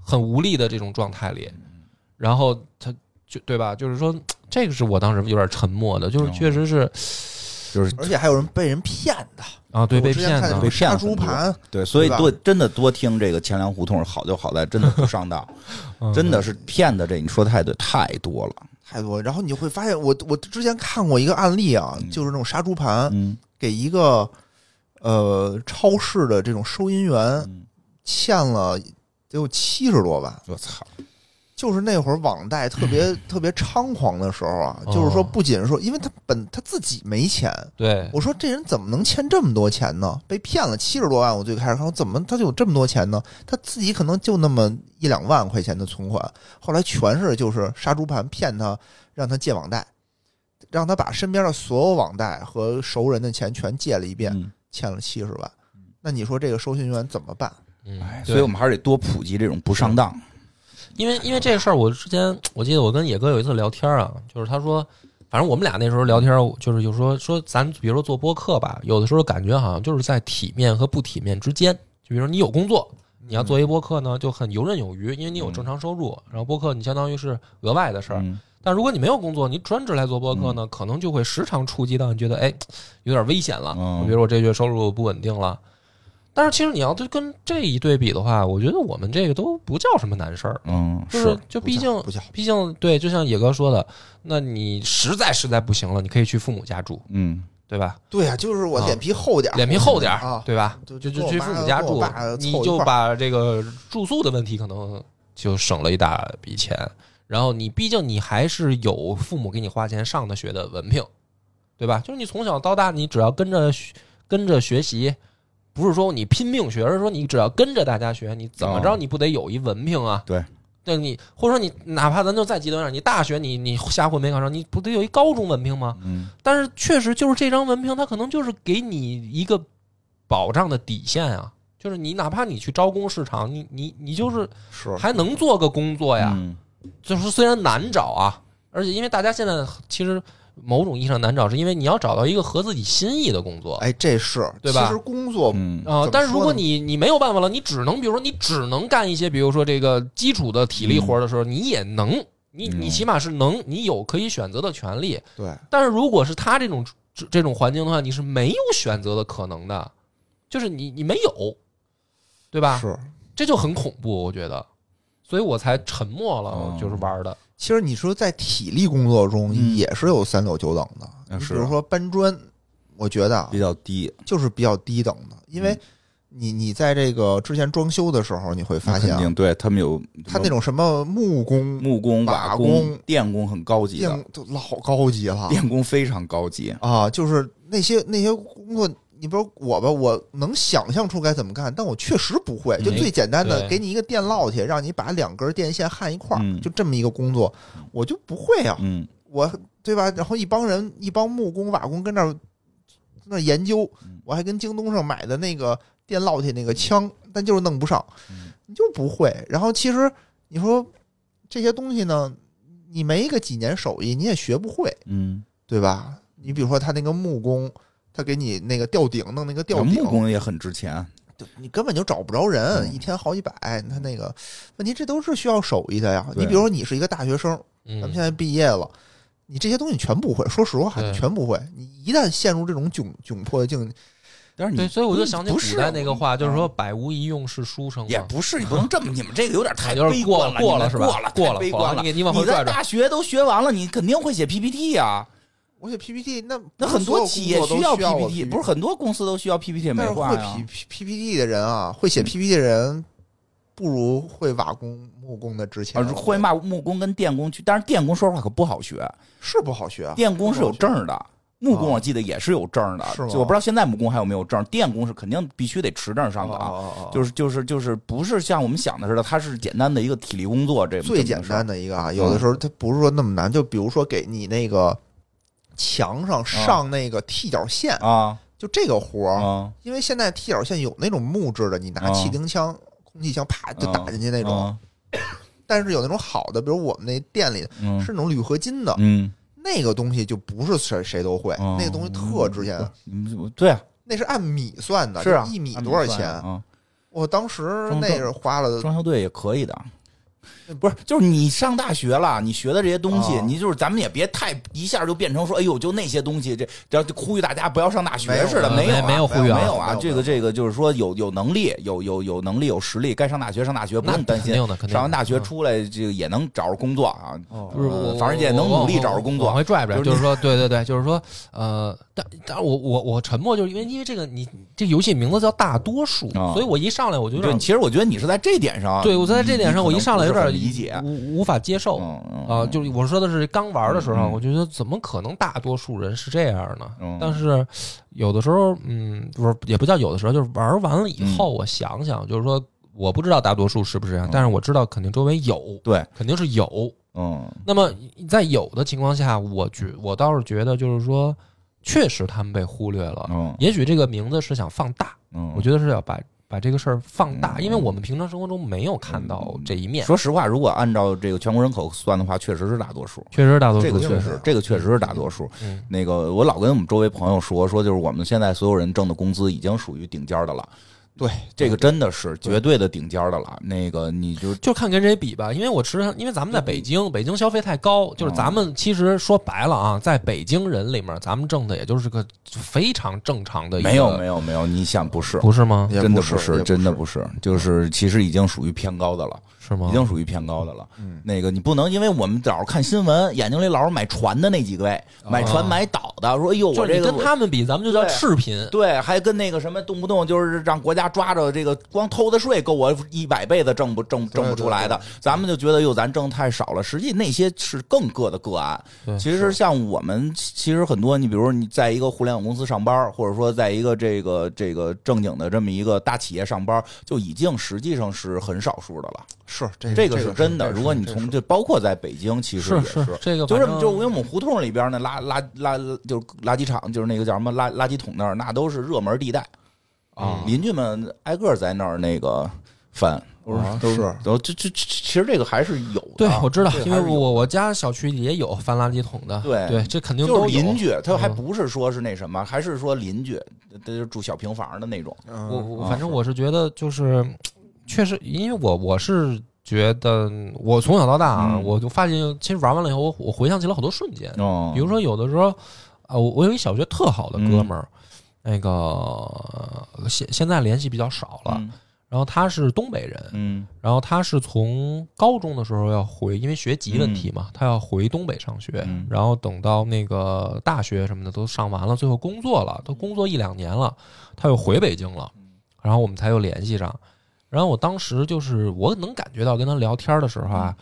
A: 很无力的这种状态里，
B: 嗯
A: 然后他就对吧？就是说，这个是我当时有点沉默的，就是
B: 哦
A: 确实是
B: 就是
C: 而且还有人被人骗的，
A: 啊，对，
C: 我
A: 被
C: 之前
A: 骗
C: 看见
A: 的
B: 被，骗
C: 杀
B: 了
C: 猪
B: 很多
C: 盘，
B: 对，所以
C: 对吧
B: 多真的多听这个钱粮胡同好就好在真的不上当，
A: 嗯
B: 真的是骗的这你说太对太多了，
C: 太多。然后你就会发现，我我之前看过一个案例啊，就是那种杀猪盘
B: 嗯
C: 给一个呃超市的这种收银员
B: 嗯，
C: 欠了得有七十多万，
B: 我操，
C: 就是那会儿网贷特别特别猖狂的时候啊，
A: 哦
C: 就是说不仅说，因为他本他自己没钱，
A: 嗯对，
C: 我说这人怎么能欠这么多钱呢？被骗了七十多万，我最开始看我怎么他就有这么多钱呢？他自己可能就那么一两万块钱的存款，后来全是就是杀猪盘骗他，让他借网贷，让他把身边的所有网贷和熟人的钱全借了一遍，
B: 嗯
C: 欠了七十万。那你说这个收信员怎么办？
A: 嗯
B: 哎，
A: 对
B: 所以我们还是得多普及这种不上当，
A: 因为因为这个事儿，我之前我记得我跟野哥有一次聊天啊，就是他说，反正我们俩那时候聊天，就是有时候说咱比如说做播客吧，有的时候感觉好像就是在体面和不体面之间。就比如说你有工作，你要做
B: 嗯
A: 一播客呢，就很游刃有余，因为你有正常收入，然后播客你相当于是额外的事儿。
B: 嗯
A: 但如果你没有工作，你专职来做播客呢，可能就会时常触及到你觉得哎有点危险了，
B: 嗯
A: 我觉得我这月收入不稳定了。但是其实你要跟这一对比的话，我觉得我们这个都不叫什么难事儿。
B: 嗯
A: 就是是就
C: 不
A: 毕
C: 叫
A: 竟
C: 不叫
A: 毕竟对，就像野哥说的，那你实在实在不行了，你可以去父母家住，
B: 嗯
A: 对吧？
C: 对呀、就是我
A: 啊
C: 脸皮厚点儿，
A: 脸皮厚点儿
C: 啊，
A: 对吧？
C: 就
A: 就
C: 就
A: 就
C: 跟我
A: 去
C: 妈
A: 父母家
C: 跟我
A: 住
C: 爸，
A: 你
C: 凑一
A: 就
C: 块儿
A: 把这个住宿的问题可能就省了一大笔钱。然后你毕竟你还是有父母给你花钱上的学的文凭，对吧？就是你从小到大，你只要跟着学跟着学习，不是说你拼命学，而是说你只要跟着大家学，你怎么着
B: 哦
A: 你不得有一文凭啊？
B: 对。
A: 对你，或者说你哪怕咱就再极端点，你大学你你瞎混没考上，你不得有一高中文凭吗？
B: 嗯
A: 但是确实就是这张文凭，它可能就是给你一个保障的底线啊。就是你哪怕你去招工市场，你你你就是
C: 嗯是
A: 还能做个工作呀。
B: 嗯
A: 就是虽然难找啊，而且因为大家现在其实某种意义上难找，是因为你要找到一个合自己心意的工作啊、
C: 哎，这是
A: 对吧
C: 其实工作
B: 嗯
C: 怎么
A: 但是如
C: 说
A: 果
C: 呢
A: 你你没有办法了，你只能比如说你只能干一些比如说这个基础的体力活的时候，你也能，你你
B: 嗯
A: 起码是能，你有可以选择的权利。
C: 对
A: 但是如果是他这种这这种环境的话，你是没有选择的可能的，就是你你没有，对吧？
C: 是。
A: 这就很恐怖，我觉得，所以我才沉默了，
B: 哦
A: 就是玩的，
C: 其实你说在体力工作中
B: 嗯
C: 也是有三六九等的，
B: 啊
C: 你
B: 是
C: 比
B: 啊
C: 如说搬砖，我觉得啊
B: 比较低，嗯
C: 就是比较低等的，因为你你在这个之前装修的时候，你会发现
B: 肯
C: 啊
B: 定对他们有
C: 他那种什么木工、
B: 木工、
C: 瓦
B: 瓦
C: 工
B: 电工很高级的
C: 电，都老高级 了
B: 电工非常高级。
C: 啊！就是那些那些工作，你比如我吧，我能想象出该怎么干，但我确实不会。就
A: 嗯
B: 哎
C: 最简单的，
A: 对
C: 给你一个电烙铁，让你把两根电线焊一块儿，
B: 嗯
C: 就这么一个工作，我就不会啊，
B: 嗯，
C: 我对吧？然后一帮人，一帮木工、瓦工跟那儿那儿研究
B: 嗯，
C: 我还跟京东上买的那个电烙铁那个枪，但就是弄不上
B: 嗯，
C: 你就是不会。然后其实你说这些东西呢，你没个几年手艺，你也学不会。
B: 嗯，
C: 对吧？你比如说他那个木工，他给你那个吊顶弄那个吊顶，
B: 木工也很值钱。
C: 对你根本就找不着人，
B: 嗯
C: 一天好几百。他那个问题，这都是需要手艺的呀。
B: 对
C: 你比如说你是一个大学生，咱们
A: 嗯
C: 现，在毕业了，你这些东西全不会。说实话，
A: 对
C: 你全不会。你一旦陷入这种窘窘迫的境，
B: 但是
A: 对，
B: 你
A: 所以我就想起
B: 不是嗯
A: 古代那个话，
B: 我
A: 就是说“百无一用是书生”嘛。
B: 也不是，你不能这么，你们这个有点太
A: 就是
B: 悲
A: 过
B: 观
A: 了
B: 了，
A: 过
B: 你
A: 了
B: 们
A: 是吧
B: 过了，
A: 过了
B: 太悲
A: 过
B: 观
A: 了
B: 了。
A: 你你往回拽
B: 在
A: 拽
B: 大学都学完了，你肯定会写 PPT 啊。
C: 我写 PPT，那
B: 那很多企业
C: 需
B: 要
C: 我
B: PPT，不是
C: 很。
B: 很多公司都需要 PPT 美
C: 但是
B: 化
C: 会
B: 呀嗯
C: P。P P P T 的人啊，会写 P P T 的人，不如会瓦工、木工的值钱。
B: 啊，会骂木工跟电工去，但是电工说实话可不好学，
C: 是不好学啊，
B: 电工是有证儿的，木工
C: 啊
B: 我记得也是有证儿的，
C: 是吗
B: 就我不知道现在木工还有没有证儿，电工是肯定必须得持证上的啊。
C: 啊
B: 就是就是就是不是像我们想的似的，它是简单的一个体力工作，这
C: 最简单
B: 的
C: 的一个啊，有的时候它不是说那么难，就比如说给你那个墙
B: 嗯
C: 上上那个踢脚线，
B: 啊
C: 就这个活儿，
B: 啊
C: 因为现在踢脚线有那种木质的，你拿
B: 啊
C: 气钉枪、空气枪啪就打进去那种，
B: 啊
C: 但是有那种好的，比如我们那店里
B: 嗯
C: 是那种铝合金的，
B: 嗯，那
C: 那个东西就不是谁谁都会，那个东西特值钱，
B: 对啊，
C: 那是按米算的，
B: 嗯是啊，
C: 就一米多少钱？
B: 啊？
C: 我当时那是花了
B: 装修队也可以的。不是，就是你上大学了，你学的这些东西，
C: 哦
B: 你就是咱们也别太一下就变成说，哎呦，就那些东西，这这要呼吁大家不要上大
C: 没有
B: 学似的，
A: 没
B: 有啊
A: 没
B: 没
A: 有呼吁啊
B: 没有
C: 没
B: 啊，
C: 有
B: 这
C: 没有
B: 个这个就是说有有能力，有有有能力，有实力，该上大学上大学，不
A: 那
B: 用担
A: 肯
B: 心。
A: 定的，肯定的。
B: 上完大学
A: 嗯
B: 出来，这个也能找着工作啊，
C: 哦
A: 不是，
B: 呃
A: 我
B: 反正也能努力找着工作
A: 往回拽拽，
B: 就是
A: 就是说，对对对，就是说，呃，但但我我我沉默，就是因为因为这个你这游戏名字叫大多数，
B: 啊
A: 所以我一上来我就有
B: 对，
A: 点，
B: 其实我觉得你是在这点上，
A: 对我在这点上
B: 你
A: 我
B: 你
A: 一
B: 可能
A: 上来有
B: 不是
A: 点
B: 很理解，
A: 无无法接受啊、
B: 嗯嗯嗯
A: 就是我说的是刚玩的时候，
B: 嗯嗯
A: 我觉得怎么可能大多数人是这样呢？
B: 嗯
A: 但是有的时候，嗯，不是也不叫有的时候，就是玩完了以后，我想想，就是说。我不知道大多数是不是这样，
B: 嗯
A: 但是我知道肯定周围有，
B: 对，
A: 肯定是有，
B: 嗯
A: 那么在有的情况下，我觉我倒是觉得就是说，确实他们被忽略了。
B: 嗯
A: 也许这个名字是想放大，
B: 嗯，
A: 我觉得是要把把这个事儿放大，
B: 嗯
A: 因为我们平常生活中没有看到这一面。
B: 说实话，如果按照这个全国人口算的话，确实是大多数。
A: 确实，大多
B: 这
A: 数
B: 个
A: 确
B: 确
A: 实，
B: 实，这个确实是大多数。
A: 嗯，
B: 那个，我老跟我们周围朋友说，说就是我们现在所有人挣的工资已经属于顶尖的了。
C: 对，
B: 这个真的是绝对的顶尖的了。那个，你就
A: 就看跟谁比吧。因为我吃，因为咱们
B: 嗯
A: 在北京，北京消费太高，
B: 哦
A: 就是咱们其实说白了啊，在北京人里面，咱们挣的也就是个非常正常的一个，
B: 没有没有没有，你想不是，
A: 不是吗？
C: 也
B: 真的
C: 不也
B: 是，真的不是，
A: 嗯
B: 就是其实已经属于偏高的了，
A: 是吗
B: 已？经属于偏高的了。
C: 嗯
B: 那个你不能因为我们早上看新闻，眼睛里老是买船的那几位，买船买岛的，说哎呦
A: 啊就
B: 我
A: 是
B: 这
A: 你
B: 个
A: 跟他们比，咱们就叫
B: 对
A: 赤贫。
B: 对，还跟那个什么动不动就是让国家抓着这个光偷的税够我一百辈子挣不挣挣不出来的，咱们就觉得哟咱挣太少了。实际那些是更个的个案
A: 对。
B: 其实像我们，其实很多你比如说你在一个互联网公司上班，或者说在一个这个这个正经的这么一个大企业上班，就已经实际上是很少数的了。
C: 是这
B: 哎这
C: 个
B: 个是真的。如果你从这包括在北京，其实
A: 是
B: 也
A: 是，这个
B: 就
A: 反
B: 是
A: 正
B: 就是因为我们胡同里边那垃垃垃就是垃圾场，就是那个叫什么垃垃圾桶那儿，那都是热门地带
A: 啊
B: 邻居们挨个在那儿那个翻，
C: 啊
B: 都
C: 是
B: 都这这这其实这个还是有的。
A: 对，我知道
B: 这，个
A: 因
B: 啊还
A: 为
B: 是有
A: 我我家小区里也有翻垃圾桶的，
B: 对
A: 这肯定
B: 就
A: 都
B: 是
A: 有
B: 邻。居，他还
A: 嗯
B: 不是说是那什么，还是说邻居，他就住小平房的那种。
C: 嗯
A: 我我
B: 啊
A: 反正我是觉得就是，确实，因为我我是觉得我从小到大啊，
B: 嗯
A: 我就发现，其实玩完了以后，我我回想起了好多瞬间，
B: 哦嗯
A: 比如说有的时候啊，我我有一小学特好的哥们儿，那个现现在联系比较少了，
B: 嗯
A: 然后他是东北人，
B: 嗯
A: 然后他是从高中的时候要回，因为学籍问题嘛，他要回东北上学，
B: 嗯
A: 然后等到那个大学什么的都上完了，最后工作了，都工作一两年了，他又回北京了。然后我们才又联系上。然后我当时就是我能感觉到跟他聊天的时候啊，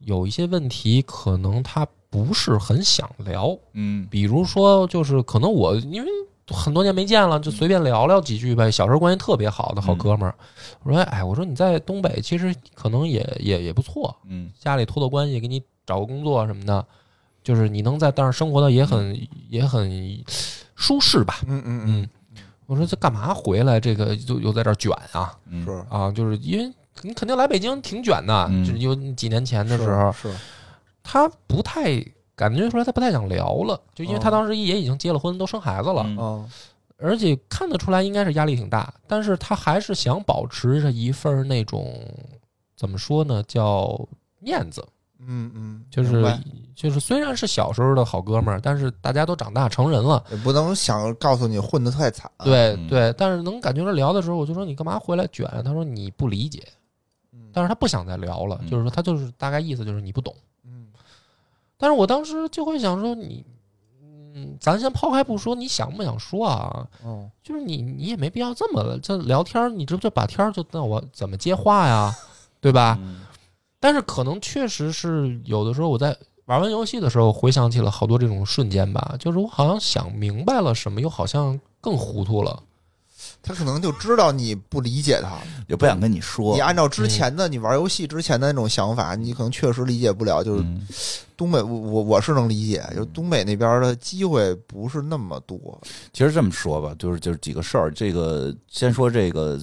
A: 有一些问题可能他不是很想聊，
B: 嗯
A: 比如说就是可能我因为很多年没见了，就随便聊聊几句呗。小时候关系特别好的好哥们儿，我说哎，我说你在东北其实可能也也也不错，
B: 嗯
A: 家里托托关系，给你找个工作什么的，就是你能在那儿生活的也很、也很舒适吧。
C: 嗯嗯
A: 嗯，我说这干嘛回来这个就又在这儿卷啊
B: 嗯，
C: 是
A: 啊，就是因为你肯定来北京挺卷的，
B: 嗯
A: 就是有几年前的时候，
C: 是
A: 他不太感觉出来，他不太想聊了，就因为他
C: 哦
A: 当时也已经结了婚，都生孩子了，
B: 嗯
C: 啊，
A: 而且看得出来应该是压力挺大，但是他还是想保持着一份儿那种怎么说呢，叫面子，
C: 嗯嗯，
A: 就是
C: 明白
A: 就是虽然是小时候的好哥们儿，但是大家都长大成人了，
C: 也不能想告诉你混得太惨，，啊
A: 对
B: 嗯
A: 对，但是能感觉到聊的时候，我就说你干嘛回来卷啊？他说你不理解，但是他不想再聊了，
B: 嗯
A: 就是说他就是大概意思就是你不懂。
C: 嗯
A: 但是我当时就会想说你，嗯，咱先抛开不说，你想不想说啊？
C: 哦，
A: 就是你你也没必要这么了，这聊天儿你这不就把天儿就那我怎么接话呀，对吧？
B: 嗯
A: 但是可能确实是有的时候我在玩完游戏的时候回想起了好多这种瞬间吧，就是我好像想明白了什么，又好像更糊涂了。
C: 他可能就知道你不理解他，
B: 也不想跟你说
C: 你，按照之前的你玩游戏之前的那种想法，你可能确实理解不了。就是
B: 嗯
C: 东北，我我我是能理解，就是东北那边的机会不是那么多。
B: 其实这么说吧，就是就是几个事儿，这个先说这个，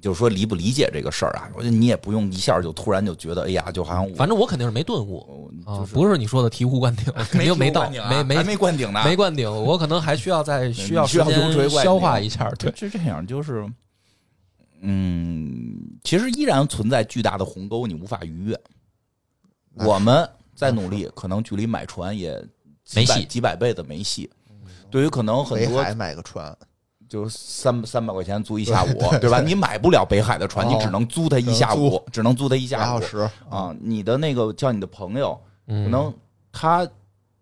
B: 就是说理不理解这个事儿啊，我觉得你也不用一下就突然就觉得，哎呀，就好像我
A: 反正我肯定是没顿悟
B: 我
A: 啊，
B: 就是
A: 不是你说的醍醐灌 顶，肯定
B: 没
A: 到，
B: 听过
A: 没
B: 啊还
A: 没
B: 没灌顶呢，
A: 没灌顶，我可能还需要再需要时
B: 需要油
A: 间
B: 锤灌
A: 消化
B: 顶
A: 一下。对，
B: 是这样，就是，嗯，其实依然存在巨大的鸿沟，你无法逾越。
C: 那是
B: 我们再努力，可能距离买船也几
A: 没
B: 百
A: 戏
B: 几百倍的没戏。对于可能很
C: 北
B: 多
C: 海买个船，
B: 就三三百块钱租一下午，对吧？你买不了北海的船，你
C: 哦
B: 只能租它一下午，只能租它一
C: 俩
B: 下午
C: 小时
B: 啊！你的那个叫你的朋友，可
A: 嗯，
B: 能他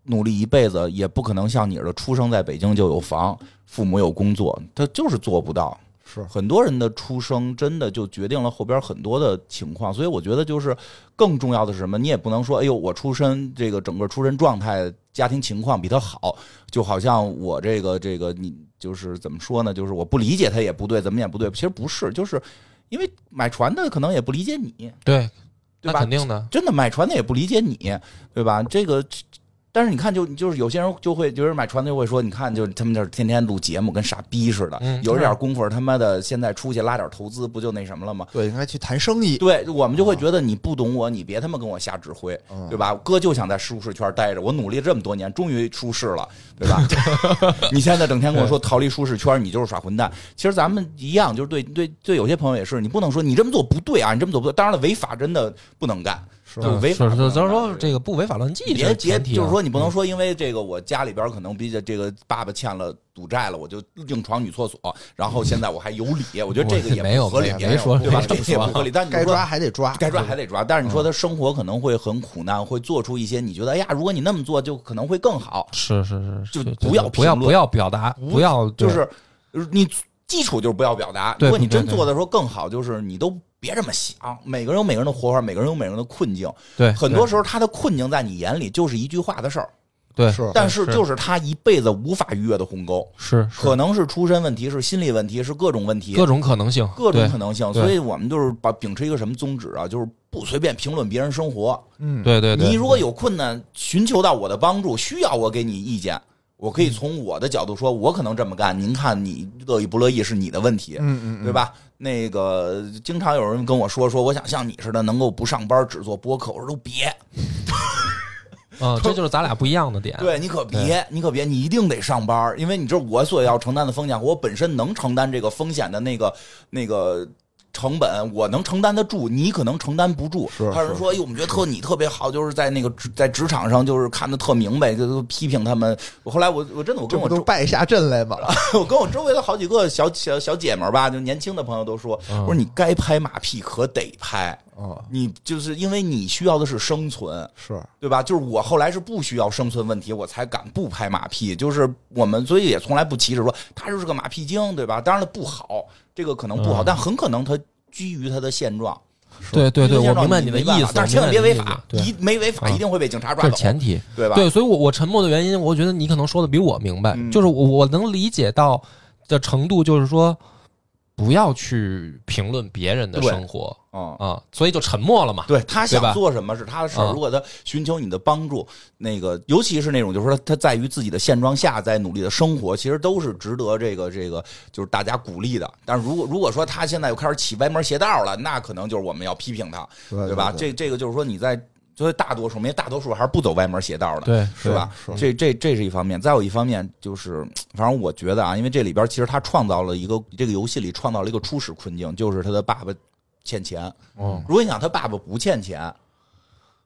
B: 努力一辈子也不可能像你似的，出生在北京就有房，父母有工作，他就是做不到。
C: 是
B: 很多人的出生真的就决定了后边很多的情况，所以我觉得就是更重要的是什么？你也不能说，哎呦，我出身这个整个出身状态、家庭情况比他好，就好像我这个这个你就是怎么说呢？就是我不理解他也不对，怎么也不对。其实不是，就是因为买船的可能也不理解你，
A: 对，
B: 对
A: 那
B: 吧
A: 肯？定啊的，
B: 真的买船的也不理解你，对吧？这个，但是你看就，就是有些人就会，有人买船的就会说，你看，就是他们就是天天录节目，跟傻逼似的。
A: 嗯
B: 有点功夫，他妈的现在出去拉点投资，不就那什么了吗？
C: 对，应该去谈生意，
B: 对我们就会觉得你不懂我，你别他妈跟我瞎指挥，
C: 嗯
B: 对吧？哥就想在舒适圈待着，我努力这么多年，终于舒适了，对吧？你现在整天跟我说逃离舒适圈，你就是耍混蛋。其实咱们一样，就是对对对，有些朋友也是，你不能说你这么做不对啊，你这么做不对。当然了，违法真的不能干，
C: 是
B: 就违法
A: 嗯是
B: 不能
A: 是，
B: 干。
A: 咱说这个不违法乱纪，这
B: 别别，
A: 前提啊
B: 就是说你不能说因为这个我家里边可能比较这个爸爸欠了赌债了，我就硬闯女厕所，然后现在我还有理，我觉得这个也
A: 没有
B: 不合理，
A: 没有没说嗯
B: 对吧？
A: 没这
B: 这
A: 么
B: 也
A: 说
B: 不合理，但你
C: 该
B: 说
C: 抓还得抓，
B: 该抓还得抓，但是你说他生活可能会很苦难，会做出一些你觉得哎呀，如果你那么做就可能会更好，
A: 是是是是，
B: 就
A: 对
B: 不要
A: 对不要
B: 评论
A: 不要表达，不要
B: 就
A: 对
B: 是你基础就是不要表达。
A: 对
B: 如果你
A: 对
B: 真
A: 对
B: 做的时候更好，就是你都别这么想。每个人有每个人的活法，每个人有每个人的困境，
A: 对
B: 很多时候他的困境在你眼里就是一句话的事儿，
A: 对
C: 是
B: 但是
A: 哎是
B: 就是他一辈子无法逾越的鸿沟，
A: 是是
B: 可能是出身问题，是心理问题，是各种问题，
A: 各种可能性，
B: 各种
A: 对
B: 可能性。
A: 对
B: 所以我们就是把秉持一个什么宗旨啊，就是不随便评论别人生活。
C: 嗯，
A: 对对对，
B: 你如果有困难，寻求到我的帮助，需要我给你意见，我
A: 嗯
B: 可以从我的角度说，我可能这么干，您看你乐意不乐意是你的问题，
C: 嗯嗯，
B: 对吧？那个经常有人跟我说，说我想像你似的，能够不上班只做播客，我说都别，
A: 嗯，这就是咱俩不一样的
C: 啊
A: 点，
B: 对你可别，你可别，你一定得上班，因为你知道我所要承担的风险，我本身能承担这个风险的那个那个。成本我能承担得住，你可能承担不住。
C: 是
B: 还有人说，哎呦，我们觉得特你特别好，就是在那个职在职场上，就是看得特明白，就就批评他们。我后来我我真的我
C: 这
B: 跟
C: 不
B: 我
C: 都
B: 周
C: 败下阵来吗？
B: 我跟我周围的好几个小小小姐们儿吧，就年轻的朋友都说，
A: 嗯
B: 我说你该拍马屁可得拍，
C: 哦，
B: 你就是因为你需要的是生存，
C: 是
B: 对吧？就是我后来是不需要生存问题，我才敢不拍马屁。就是我们，所以也从来不歧视说他就是个马屁精，对吧？当然了，不好，这个可能不好，
A: 嗯
B: 但很可能他基于他的现状。
A: 对对对，
B: 基于
A: 我
B: 现状
A: 明白
B: 你
A: 你的
B: 没办
A: 意
B: 法
A: 思，
B: 但是千万别
A: 我明
B: 违
A: 白你的
B: 法，
A: 意思
B: 一没违法
A: 啊
B: 一定会被警察
A: 对，
B: 抓
A: 这
B: 走
A: 是，前提。
B: 对吧？
A: 对，所以我我沉默的原因，我觉得你可能说的比我明白，
B: 嗯
A: 就是我我能理解到的程度，就是说不要去评论别人的
B: 对
A: 生活
B: 嗯，
A: 啊，所以就沉默了嘛。
B: 对他
A: 对吧
B: 想做什么是他的事儿。
A: 嗯
B: 如果他寻求你的帮助，那个尤其是那种，就是说他在于自己的现状下在努力的生活，其实都是值得这个这个就是大家鼓励的。但是如果如果说他现在又开始起歪门邪道了，那可能就是我们要批评他，
C: 对
B: 对吧？这这个就是说你在，所以大多数，因为大多数还是不走歪门邪道的。
A: 对，
B: 是吧？
C: 是
B: 这这这是一方面，再有一方面就是，反正我觉得啊，因为这里边其实他创造了一个这个游戏里创造了一个初始困境，就是他的爸爸欠钱。
A: 嗯，
B: 如果你想他爸爸不欠钱，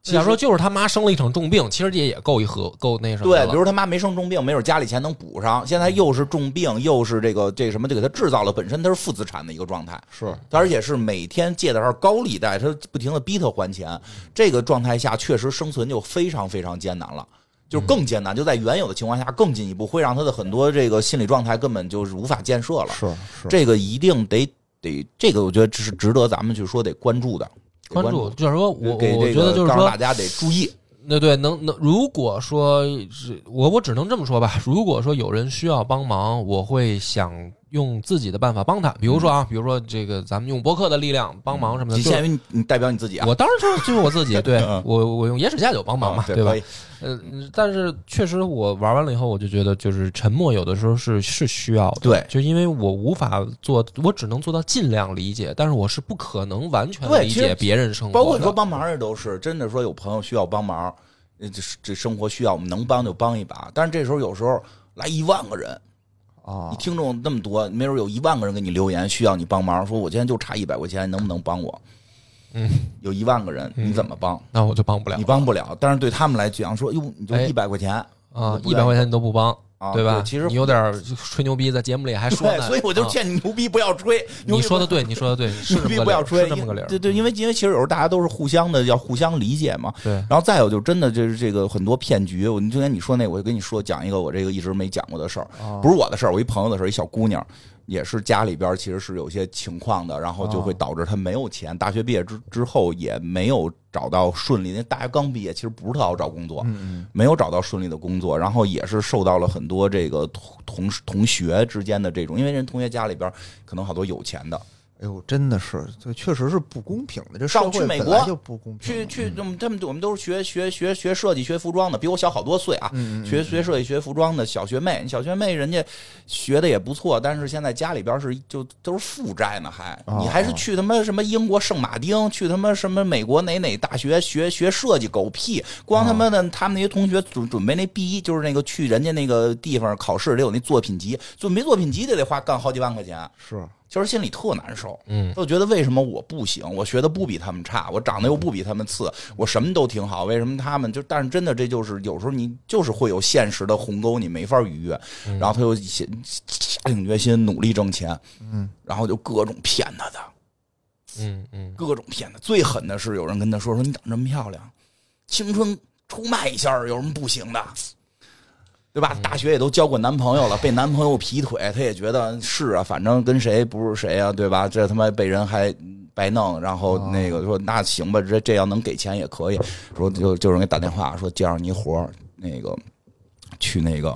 A: 假如说就是他妈生了一场重病，其实这也够一合够那什么
B: 对
A: 的，了
B: 比如他妈没生重病，没准家里钱能补上，现在又是重病，又是这个这什么，就给他制造了本身他是负资产的一个状态，
C: 是
B: 他而且是每天借的是高利贷，他不停的逼他还钱，这个状态下确实生存就非常非常艰难了。就是更艰难，就在原有的情况下更进一步，会让他的很多这个心理状态根本就是无法建设了。
C: 是是，
B: 这个一定得得，这个我觉得这是值得咱们去说得关注的，得
A: 关注
B: 注。
A: 就是说我我
B: 给
A: 我
B: 这
A: 觉得
B: 个
A: 就是
B: 告诉
A: 说
B: 大家得注意，
A: 那对，能能，如果说是我，我只能这么说吧。如果说有人需要帮忙，我会想用自己的办法帮他。比如说
B: 嗯
A: 啊，比如说这个，咱们用博客的力量帮忙什么的。
B: 仅
A: 就是
B: 嗯限于你你代表你自己啊。
A: 我当然就是就是我自 己，对
B: 嗯
A: 我我用野史下酒帮忙嘛，
B: 啊对
A: 吧
B: 可以？
A: 呃，但是确实我玩完了以后，我就觉得就是沉默有的时候是是需要的，
B: 对
A: 就因为我无法做，我只能做到尽量理解，但是我是不可能完全
B: 对
A: 理
B: 其实
A: 解别人生活的，
B: 包括你说帮忙也都是，真的说有朋友需要帮忙，呃这这生活需要，我们能帮就帮一把。但是这时候有时候来一万个人，
C: 啊
B: 你，听众那么多，没准有一万个人给你留言需要你帮忙，说我今天就差一百块钱，能不能帮我？
A: 嗯，
B: 有一万个人，你怎么帮？
A: 那我就帮不了
B: 你帮不了。但是对他们来讲，说哟，你就
A: 哎
B: 一百块钱
A: 啊
B: 我，不
A: 一百
B: 愿意
A: 块钱你都不帮。
B: 啊，
A: 对吧？
B: 其实
A: 你有点儿吹牛逼，在节目里还说
B: 对，
A: 呢，
B: 所以我就
A: 啊
B: 劝你牛逼不要吹。牛
A: 你
B: 逼
A: 说的
B: 不
A: 对，你说的对，是
B: 牛
A: 这么
B: 逼
A: 个
B: 不要
A: 理儿是
B: 吹，
A: 这么个理儿，
B: 对对，因为因为其实有时候大家都是互相的，要互相理解嘛。
A: 对，
B: 然后再有就真的就是这个很多骗局，我你就跟你说那，我就跟你说讲一个我这个一直没讲过的事儿，
A: 哦
C: 啊
B: 不是我的事儿，我一朋友的事儿，一小姑娘。也是家里边其实是有些情况的，然后就
A: 哦
B: 会导致她没有钱。大学毕业之之后也没有找到顺利，因为大学刚毕业，其实不是特好找工作，
C: 嗯
B: 没有找到顺利的工作，然后也是受到了很多这个同同事同学之间的这种，因为人同学家里边可能好多有钱的，
C: 嗯，哎呦，真的是，这确实是不公平的，这社
B: 上
C: 会
B: 去美
C: 本
B: 国
C: 来就不公平
B: 去
C: 嘛，
B: 去，我们他们我们都是学学学学设计、学服装的，比我小好多岁啊。
C: 嗯嗯嗯
B: 学学设计、学服装的小学妹，小学妹人家学的也不错，但是现在家里边是就都是负债呢，还
C: 哦
B: 你还是去他妈什么英国圣马丁，去他妈什么美国哪哪大学学学设计，狗屁！光
C: 哦
B: 他妈的他们那些同学准准备那 B 一，就是那个去人家那个地方考试得有那作品集，准备作品集就得花干好几万块钱，
C: 是
B: 就是心里特难受。
A: 嗯，
B: 就觉得为什么我不行？我学的不比他们差，我长得又不比他们次，我什么都挺好，为什么他们就？但是真的，这就是有时候你就是会有现实的鸿沟，你没法逾越。然后他又下下定决心努力挣钱，
C: 嗯，
B: 然后就各种骗他的，
A: 嗯嗯，
B: 各种骗他。最狠的是有人跟他说：“说你长这么漂亮，青春出卖一下有什么不行的？”对吧？大学也都交过男朋友了，被男朋友劈腿，他也觉得是啊，反正跟谁不是谁啊，对吧？这他妈被人还白弄，然后那个说那行吧，这这要能给钱也可以。说就就有人给打电话说介绍你一活儿，那个去那个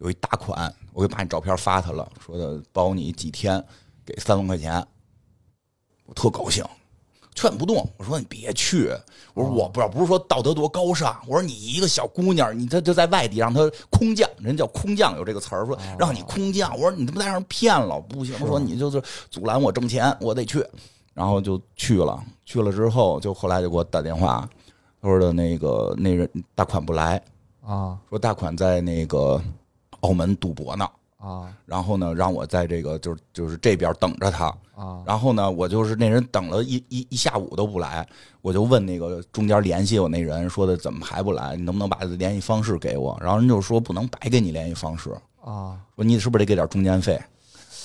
B: 有一大款，我给把你照片发他了，说的包你几天，给三万块钱，我特高兴。劝不动，我说你别去。我说我不不是说道德多高尚，我说你一个小姑娘，你她就在外地让她空降，人叫空降有这个词儿，说让你空降。我说你他妈在让骗了，不行。我说你就是阻拦我挣钱，我得去。然后就去了，去了之后就后来就给我打电话，他说的那个那人大款不来，
C: 啊
B: 说大款在那个澳门赌博呢，
C: 啊
B: 然后呢让我在这个就是就是这边等着他。
C: 啊
B: 然后呢，我就是那人等了一一一下午都不来，我就问那个中间联系我那人说的怎么还不来，你能不能把联系方式给我？然后人就说不能白给你联系方式，
C: 啊！
B: 说你是不是得给点中间费？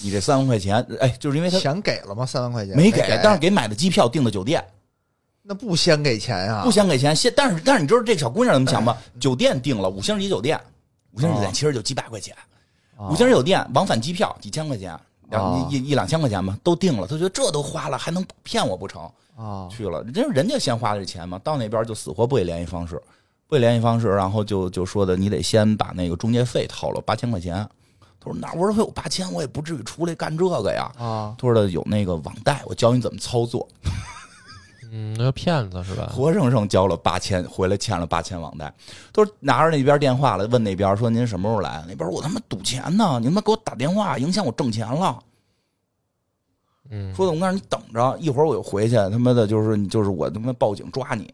B: 你这三万块钱，哎，就是因为他
C: 钱给了吗？三万块钱
B: 没
C: 给
B: 给，，但是给买的机票订的酒店，
C: 那不先给钱啊呀？
B: 不想给钱。现但是但是你知道这小姑娘怎么想吗？酒店订了五星级酒店，五星级酒店其实就几百块钱，
C: 啊，
B: 五星级酒店往返机票几千块钱，两
D: 哦
B: 一一一两千块钱吧，都定了。他觉得这都花了，还能骗我不成？
D: 啊，
B: 去了，这人家先花的这钱嘛，到那边就死活不给联系方式，不给联系方式，然后就就说的你得先把那个中介费掏了八千块钱。他说哪儿我说有八千，我也不至于出来干这个呀。
D: 啊，
B: 他说的有那个网贷，我教你怎么操作，
A: 嗯，那个骗子是吧？
B: 活生生交了八千，回来欠了八千网贷。他说拿着那边电话了，问那边说您什么时候来？那边我他妈赌钱呢，你他妈给我打电话影响我挣钱了。
A: 嗯，
B: 说的我告诉你等着，一会儿我就回去，他妈的就是你就是我他妈报警抓你。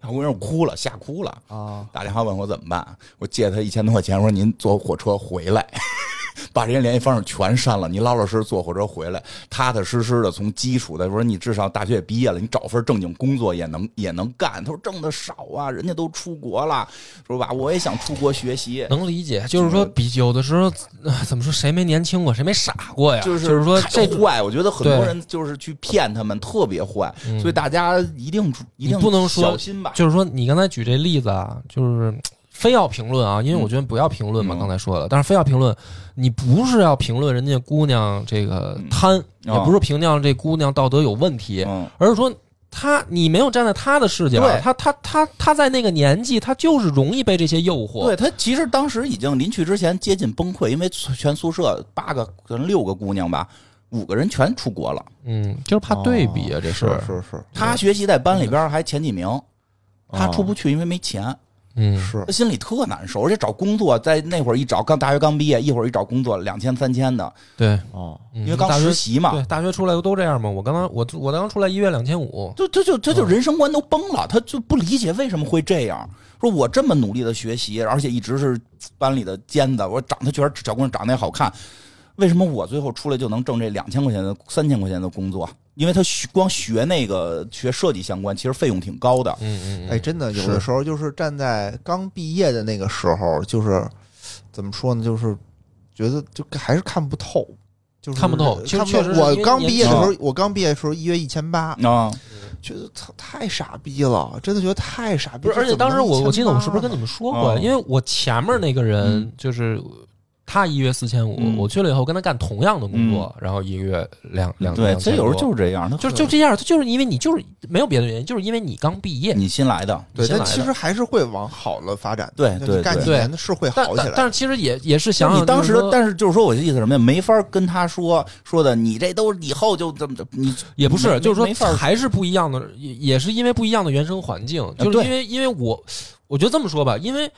B: 然后我让哭了，吓哭了，
D: 啊，
B: 打电话问我怎么办，我借他一千多块钱，我说您坐火车回来， 把人家联系方式全删了，你老老实实坐火车回来，踏踏实实的从基础的，我说你至少大学也毕业了，你找份正经工作也能也能干。他说挣的少啊，人家都出国了，说吧，我也想出国学习，
A: 能理解，就是说，比有的时候，呃怎么说，谁没年轻过，谁没傻过呀？
B: 就是
A: 就是说，
B: 太
A: 这种
B: 坏，我觉得很多
A: 对
B: 人就是去骗他们，特别坏，
A: 嗯
B: 所以大家一定一定
A: 不能说
B: 小心吧。
A: 就是说，你刚才举这例子啊，就是嘖非要评论啊，因为我觉得不要评论嘛，
B: 嗯
A: 刚才说的，但是非要评论，你不是要评论人家姑娘这个贪，
B: 嗯
A: 也不是评价这姑娘道德有问题，
B: 嗯，
A: 而是说。她，你没有站在她的视角
B: 对，
A: 她她她她在那个年纪，她就是容易被这些诱惑。
B: 对他其实当时已经临去之前接近崩溃，因为全宿舍八个可能六个姑娘吧，五个人全出国了。
A: 嗯，就是怕对比啊，
C: 哦
A: 这事
C: 是
A: 儿。
C: 是是，
A: 嗯
B: 他学习在班里边还前几名，
A: 哦
B: 他出不去，因为没钱，
A: 啊嗯，
C: 是
B: 他心里特难受。而且找工作，在那会儿一找，刚大学刚毕业，一会儿一找工作两千三千的，
A: 对，
C: 哦，
A: 因
B: 因为
A: 嗯
B: 刚
A: 大学
B: 实习嘛
A: 对，，大学出来都这样嘛。我刚刚我我刚出来一月两千五，
B: 就他就他
A: 嗯
B: 就人生观都崩了，他就不理解为什么会这样。说我这么努力的学习，而且一直是班里的尖子，我长他觉得小姑娘长得也好看，为什么我最后出来就能挣这两千块钱的、三千块钱的工作？因为他学光学那个学设计相关，其实费用挺高的。
A: 嗯嗯，
C: 哎，真的有的
B: 是
C: 时候就是站在刚毕业的那个时候，就是怎么说呢，就是觉得就还是看不透。就是
A: 看不透其实
C: 看不
A: 确
C: 透
A: 实是
C: 我
A: 因为
C: 刚
A: 年
C: 毕业的时
B: 轻
C: 候，我刚毕业的时候一月一千八，
B: 啊，
C: 觉得操太傻逼了，真的觉得太傻
A: 不
C: 逼了。
A: 是，而且
C: 这怎么
A: 当时
C: 能
A: 我我记得我是不是跟
C: 1800
A: 你们说过呀？
B: 嗯
A: 因为我前面那个人
B: 嗯
A: 就是他一月四千五，
B: 嗯
A: 我去了以后跟他干同样的工作，然后一个月两两
B: 对，这有时候就是是这样，他
A: 就就这样，就是因为你就是没有别的原因，就是因为你刚毕业。
B: 你新来的，
C: 对，
A: 先
C: 但
A: 来
C: 其
A: 的
C: 实还是会往好了发展的。
B: 对
C: 就
B: 对
C: 你干几
A: 对
C: 年是会
A: 但
C: 好起
A: 但
C: 来
A: 但
C: 的。
A: 是其实也也是想想
B: 你当时
A: 就是说，
B: 但是就是说我的意思是什么呀？没法跟他说说的，你这都以后就怎么你
A: 也不是，
B: 没
A: 就是
B: 没法
A: 说还是不一样的，也也是因为不一样的原生环境，就是
B: 啊对
A: 因为因为我，我觉得这么说吧，因为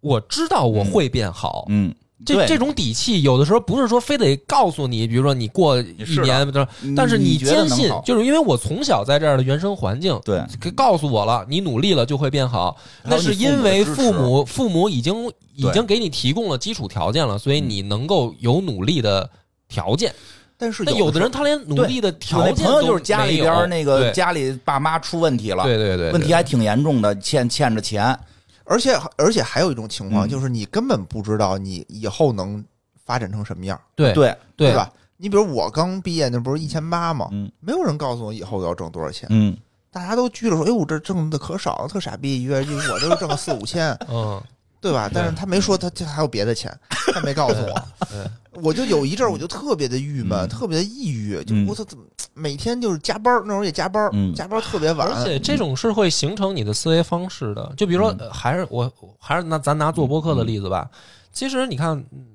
A: 我知道我会变好，
B: 嗯，
A: 这
B: 对
A: 这种底气有的时候不是说非得告诉你，比如说你过一
B: 是的
A: 年，但是
B: 你觉得
A: 坚
B: 能
A: 信
B: 好，
A: 就是因为我从小在这样的原生环境。
B: 对，
A: 给告诉我了，你努力了就会变好，
B: 还
A: 那
B: 有你
A: 是因为父
B: 父母的支持
A: 母父母已经已
B: 对
A: 经给你提供了基础条件了，所以
B: 嗯
A: 你能够有努力的条件。
C: 但是
A: 那有的人他连努力的条
B: 我
A: 件
B: 那朋友
A: 都
B: 就是家里
A: 没有
B: 边那个
A: 对
B: 家里爸妈出问题了，
A: 对对对，
B: 问题还挺严重的，欠欠着钱，
C: 而且而且还有一种情况，
B: 嗯
C: 就是你根本不知道你以后能发展成什么样，
A: 对
B: 对，
A: 对？
C: 吧？你比如我刚毕业那不是一千八吗？
B: 嗯
C: 没有人告诉我以后我要挣多少钱，
B: 嗯，
C: 大家都拘着说：“哎呦，我这挣的可少了，特傻逼，一月就我这就挣个四五千，
A: 嗯，
C: 对吧？”但是他没说他这还有别的钱，他没告诉我。
A: 对
C: 我就有一阵儿，我就特别的郁闷，
B: 嗯
C: 特别的抑郁，就
B: 嗯
C: 我操，怎么每天就是加班儿，那会儿也加班儿，
B: 嗯
C: 加班儿特别晚，
A: 而且这种是会形成你的思维方式的。就比如说，
B: 嗯
A: 呃还是我我还是拿咱拿做播客的例子吧。其实你看，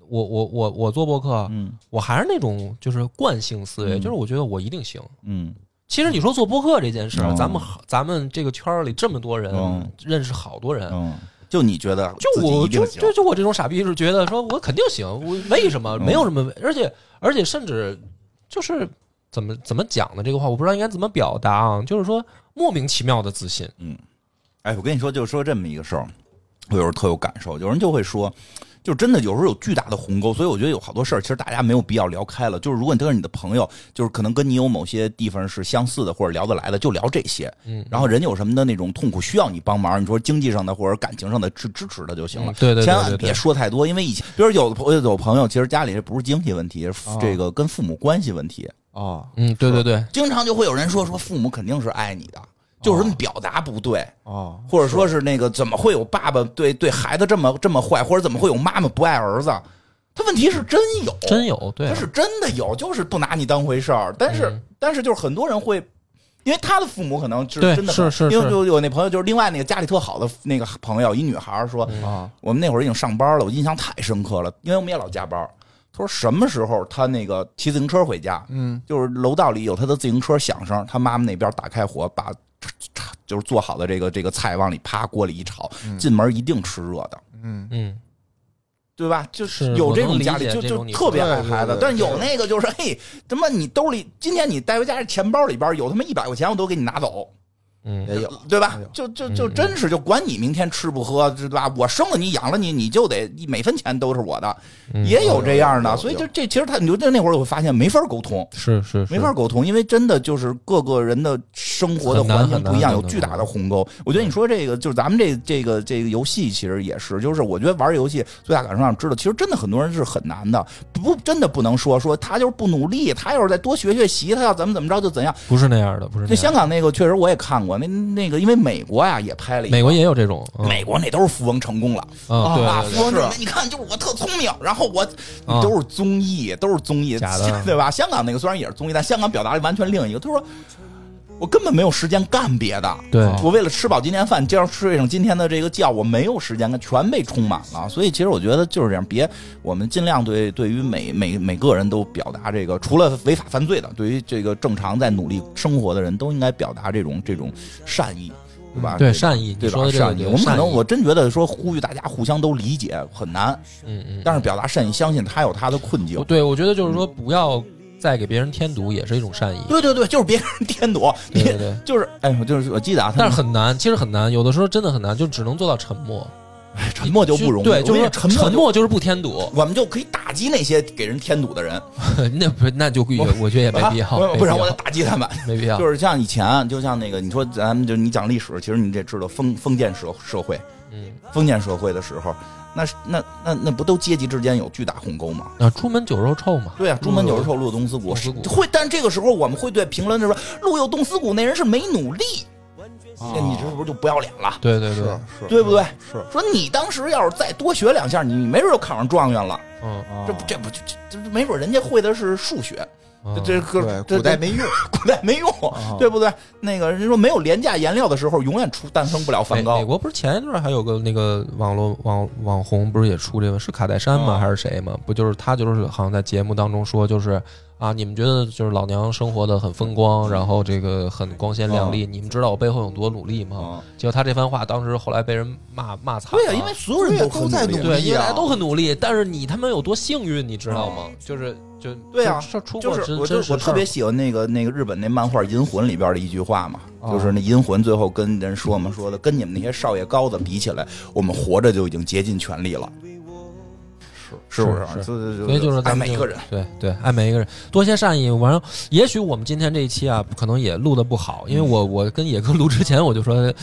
A: 我我我我做播客，
B: 嗯
A: 我还是那种就是惯性思维，
B: 嗯
A: 就是我觉得我一定行。
B: 嗯
A: 其实你说做播客这件事儿，
B: 嗯
A: 咱们咱们这个圈儿里这么多人
B: 嗯，
A: 认识好多人。
B: 嗯，就你觉得
A: 就
B: 自己
A: 我
B: 一定
A: 就
B: 行
A: 就就我这种傻逼是觉得说我肯定行，我 为什么
B: 嗯
A: 没有什么？而且而且甚至就是怎么怎么讲呢？这个话我不知道应该怎么表达啊，就是说莫名其妙的自信。
B: 哎，我跟你说，就说这么一个事儿，我有时候特有感受，有人就会说。就真的有时候有巨大的鸿沟，所以我觉得有好多事儿，其实大家没有必要聊开了。就是如果你跟你的朋友，就是可能跟你有某些地方是相似的或者聊得来的，就聊这些。
A: 嗯，
B: 然后人有什么的那种痛苦需要你帮忙，你说经济上的或者感情上的支支持他就行了
A: 嗯。对对对
B: 千万
A: 对对
B: 别说太多，因为以前，比如有的朋友有朋友，其实家里不是经济问题，是
C: 哦
B: 这个跟父母关系问题，
C: 哦
A: 嗯，对对对，
B: 经常就会有人说说父母肯定是爱你的，就是你表达不对。
C: 哦，
B: 或者说是那个怎么会有爸爸对对孩子这么这么坏，或者怎么会有妈妈不爱儿子？他问题是真有，
A: 真有对
B: 哦
A: 啊，
B: 他是真的有，就是不拿你当回事儿。但是、
A: 嗯
B: 但是就是很多人会。因为他的父母可能就是
A: 对
B: 真的
A: 是是
B: 因为
A: 是
B: 就有那朋友，就是另外那个家里特好的那个朋友，一女孩儿说，
A: 嗯
C: 啊，
B: 我们那会儿已经上班了，我印象太深刻了，因为我们也老加班儿。他说什么时候他那个骑自行车回家，
C: 嗯，
B: 就是楼道里有他的自行车响声，他妈妈那边打开火，把就是做好的这个这个菜往里啪锅里一炒，进门一定吃热的，
C: 嗯，
A: 嗯，
B: 对吧？就是有
A: 我
B: 这
A: 能
B: 种
A: 理
B: 家里
A: 解
B: 就
A: 这
B: 就
A: 种你
B: 特别
C: 说的
B: 爱孩子
C: 对对，对
B: 但是有那个就是嘿，他妈你兜里今天你带回家钱包里边有他妈一百块钱，我都给你拿走，
A: 嗯，
C: 也有，
B: 对吧
C: 哎呦？
B: 就就
A: 嗯
B: 就
A: 嗯
B: 真是就管你明天吃不喝，对吧？我生了你养了你，你就得每分钱都是我的，
A: 嗯
B: 也有这样
C: 有有
B: 的。
C: 有
B: 所以就这其实他你就在那会儿我发现没法沟通，
A: 是是是
B: 没法沟通，因为真的就是各个人的生活的
A: 很难
B: 环境不一样，
A: 很
B: 有
A: 难嗯
B: 巨大的鸿沟。我觉得你说这个就是咱们这这个这个游戏，其实也是，就是我觉得玩游戏最大感受上知道，其实真的很多人是很难的，不真的不能说说他就是不努力，他要是再多学学习，他要怎么怎么着就怎样。
A: 不是那样的，不是
B: 那
A: 那
B: 香
A: 样的。
B: 港那个确实我也看过，那那个因为美国呀也拍了一个
A: 美国也有这种，嗯
B: 美国那都是富翁成功了，
A: 嗯，对
B: 啊，
A: 对
B: 富翁成
C: 是
B: 功
C: 啊，
B: 你看就是我特聪明，然后我
A: 啊
B: 都是综艺，都是综艺，
A: 假的
B: 对吧？香港那个虽然也是综艺，但香港表达的完全另一个。他说我根本没有时间干别的，
A: 对
B: 我为了吃饱今天饭，这样睡上今天的这个觉，我没有时间干，全被充满了。所以其实我觉得就是这样，别我们尽量对对于每每每个人都表达这个，除了违法犯罪的，对于这个正常在努力生活的人都应该表达这种这种善意，对吧？
A: 对
B: 这
A: 善意，
B: 对
A: 你
B: 吧
A: 说？的这个
B: 善意，
A: 对
B: 我们可
A: 善
B: 能
A: 意
B: 我真觉得说呼吁大家互相都理解很难，
A: 嗯嗯，
B: 但是表达善意，相信他有他的困境
A: 我。对我觉得就是说不要再给别人添堵，也是一种善意。
B: 对对对，就是别人添堵，
A: 对对
B: 别
A: 对，
B: 就是哎，我就是我记得啊，他
A: 但
B: 们
A: 是很难，其实很难，有的时候真的很难，就只能做到沉默。
B: 沉默就不容易，
A: 对，
B: 我
A: 就
B: 跟
A: 是说
B: 你说沉默
A: 沉
B: 就，
A: 默就是不添堵，
B: 我们就可以打击那些给人添堵的人，
A: 那不那就也我觉得也没必要，
B: 啊不
A: 没
B: 然
A: 必要
B: 我得打击他们。
A: 没必要。
B: 就是像以前，啊就像那个你说咱们就你讲历史，其实你得知道封封建社社会，
A: 嗯，
B: 封建社会的时候，那是那那那不都阶级之间有巨大鸿沟吗？
A: 啊，出门酒肉臭嘛。
B: 对啊，朱门酒肉臭，路有冻死骨
A: 冻死。骨
B: 会，但这个时候我们会对评论的说，路有冻死骨那人是没努力，那你这不是就不要脸了？
A: 对对
C: 是
A: 对，
C: 啊是，
B: 对不对？
C: 是
B: 说你当时要是再多学两下，你没准就考上状元了。
A: 嗯，
B: 这
C: 啊
B: 这不这这没准人家会的是数学，
A: 嗯
B: 这这
C: 对
B: 个这
C: 古代
B: 这
C: 没用， 啊
B: 古代没用，对不对？那个人说没有廉价颜料的时候，永远出诞生不了梵
A: 美美
B: 高。
A: 国不是前一段还有个那个网络网网红不是也出这个是卡戴珊吗、
B: 啊
A: 还是谁吗？不就是他就是好像在节目当中说就是啊，你们觉得就是老娘生活的很风
B: 嗯
A: 光，然后这个很光鲜亮丽，你们知道我背后有多努力吗？
B: 啊，
A: 结果他这番话当时后来被人骂骂惨了。
B: 对啊，因为所有人
C: 对
B: 很
C: 都在
B: 努力
C: 努力
A: 对，因为
C: 啊
A: 大家都很努力，但是你他妈有多幸运，你知道吗？就是就
B: 嗯对啊
A: 就出
B: 就
A: 过
B: 是
A: 真
B: 我就
A: 真
B: 我特别喜欢那个那个日本那漫画《银魂》里边的一句话嘛，
A: 哦
C: 啊
B: 就是那银魂最后跟人说嘛，说的跟你们那些少爷高子比起来，我们活着就已经竭尽全力了，是不
A: 是是
B: 是
A: 所以就是
B: 爱
A: 咱们
B: 每一
A: 就
B: 个人。
A: 对对，爱每一个人，多些善意。完了，也许我们今天这一期啊，可能也录的不好，因为我
B: 嗯
A: 我跟野哥 录之前我就说，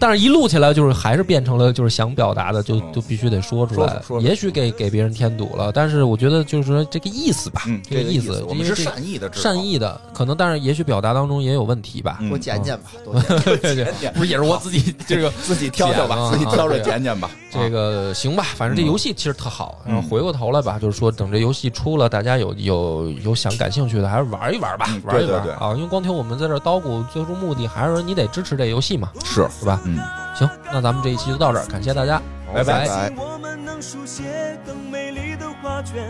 A: 但是一录起来就是还是变成了就是想表达的就
B: 嗯
A: 就必须得说出
B: 说
A: 来
B: 说嗯说。
A: 也许给给别人添堵了，但是我觉得就是说这个意思吧
B: 嗯，，
A: 这
B: 个
A: 意
B: 思，我
A: 因
B: 们
A: 为
B: 是
A: 这
B: 善意的，
A: 善，意的，可能但是也许表达当中也有问题吧。
B: 嗯
C: 多捡捡吧，多 捡捡。
A: 不是，也是我自 己这个
B: 自己挑挑
A: 捡
B: 吧，
A: 啊
B: 自己挑着
A: 啊
B: 捡捡吧。
A: 这个行吧，反正这
B: 嗯
A: 游戏其实特好。
B: 嗯
A: 然后回过头来吧，就是说等这游戏出了，大家有有有想感兴趣的，还是玩一玩吧
B: 嗯，
A: 玩一
B: 对对
A: 玩
B: 对
A: 啊！因为光听我们在这儿叨咕，最终目的还是说你得支持这游戏嘛，
B: 啊是，
A: 是吧？
B: 嗯，
A: 行，那咱们这一期就到这儿，感谢大家，
B: 拜拜
A: 拜。
C: 拜
D: 我们能书写更美丽的画卷，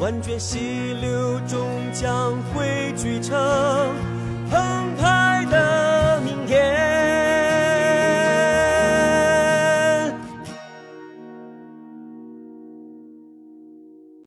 D: 万卷溪流中将汇聚成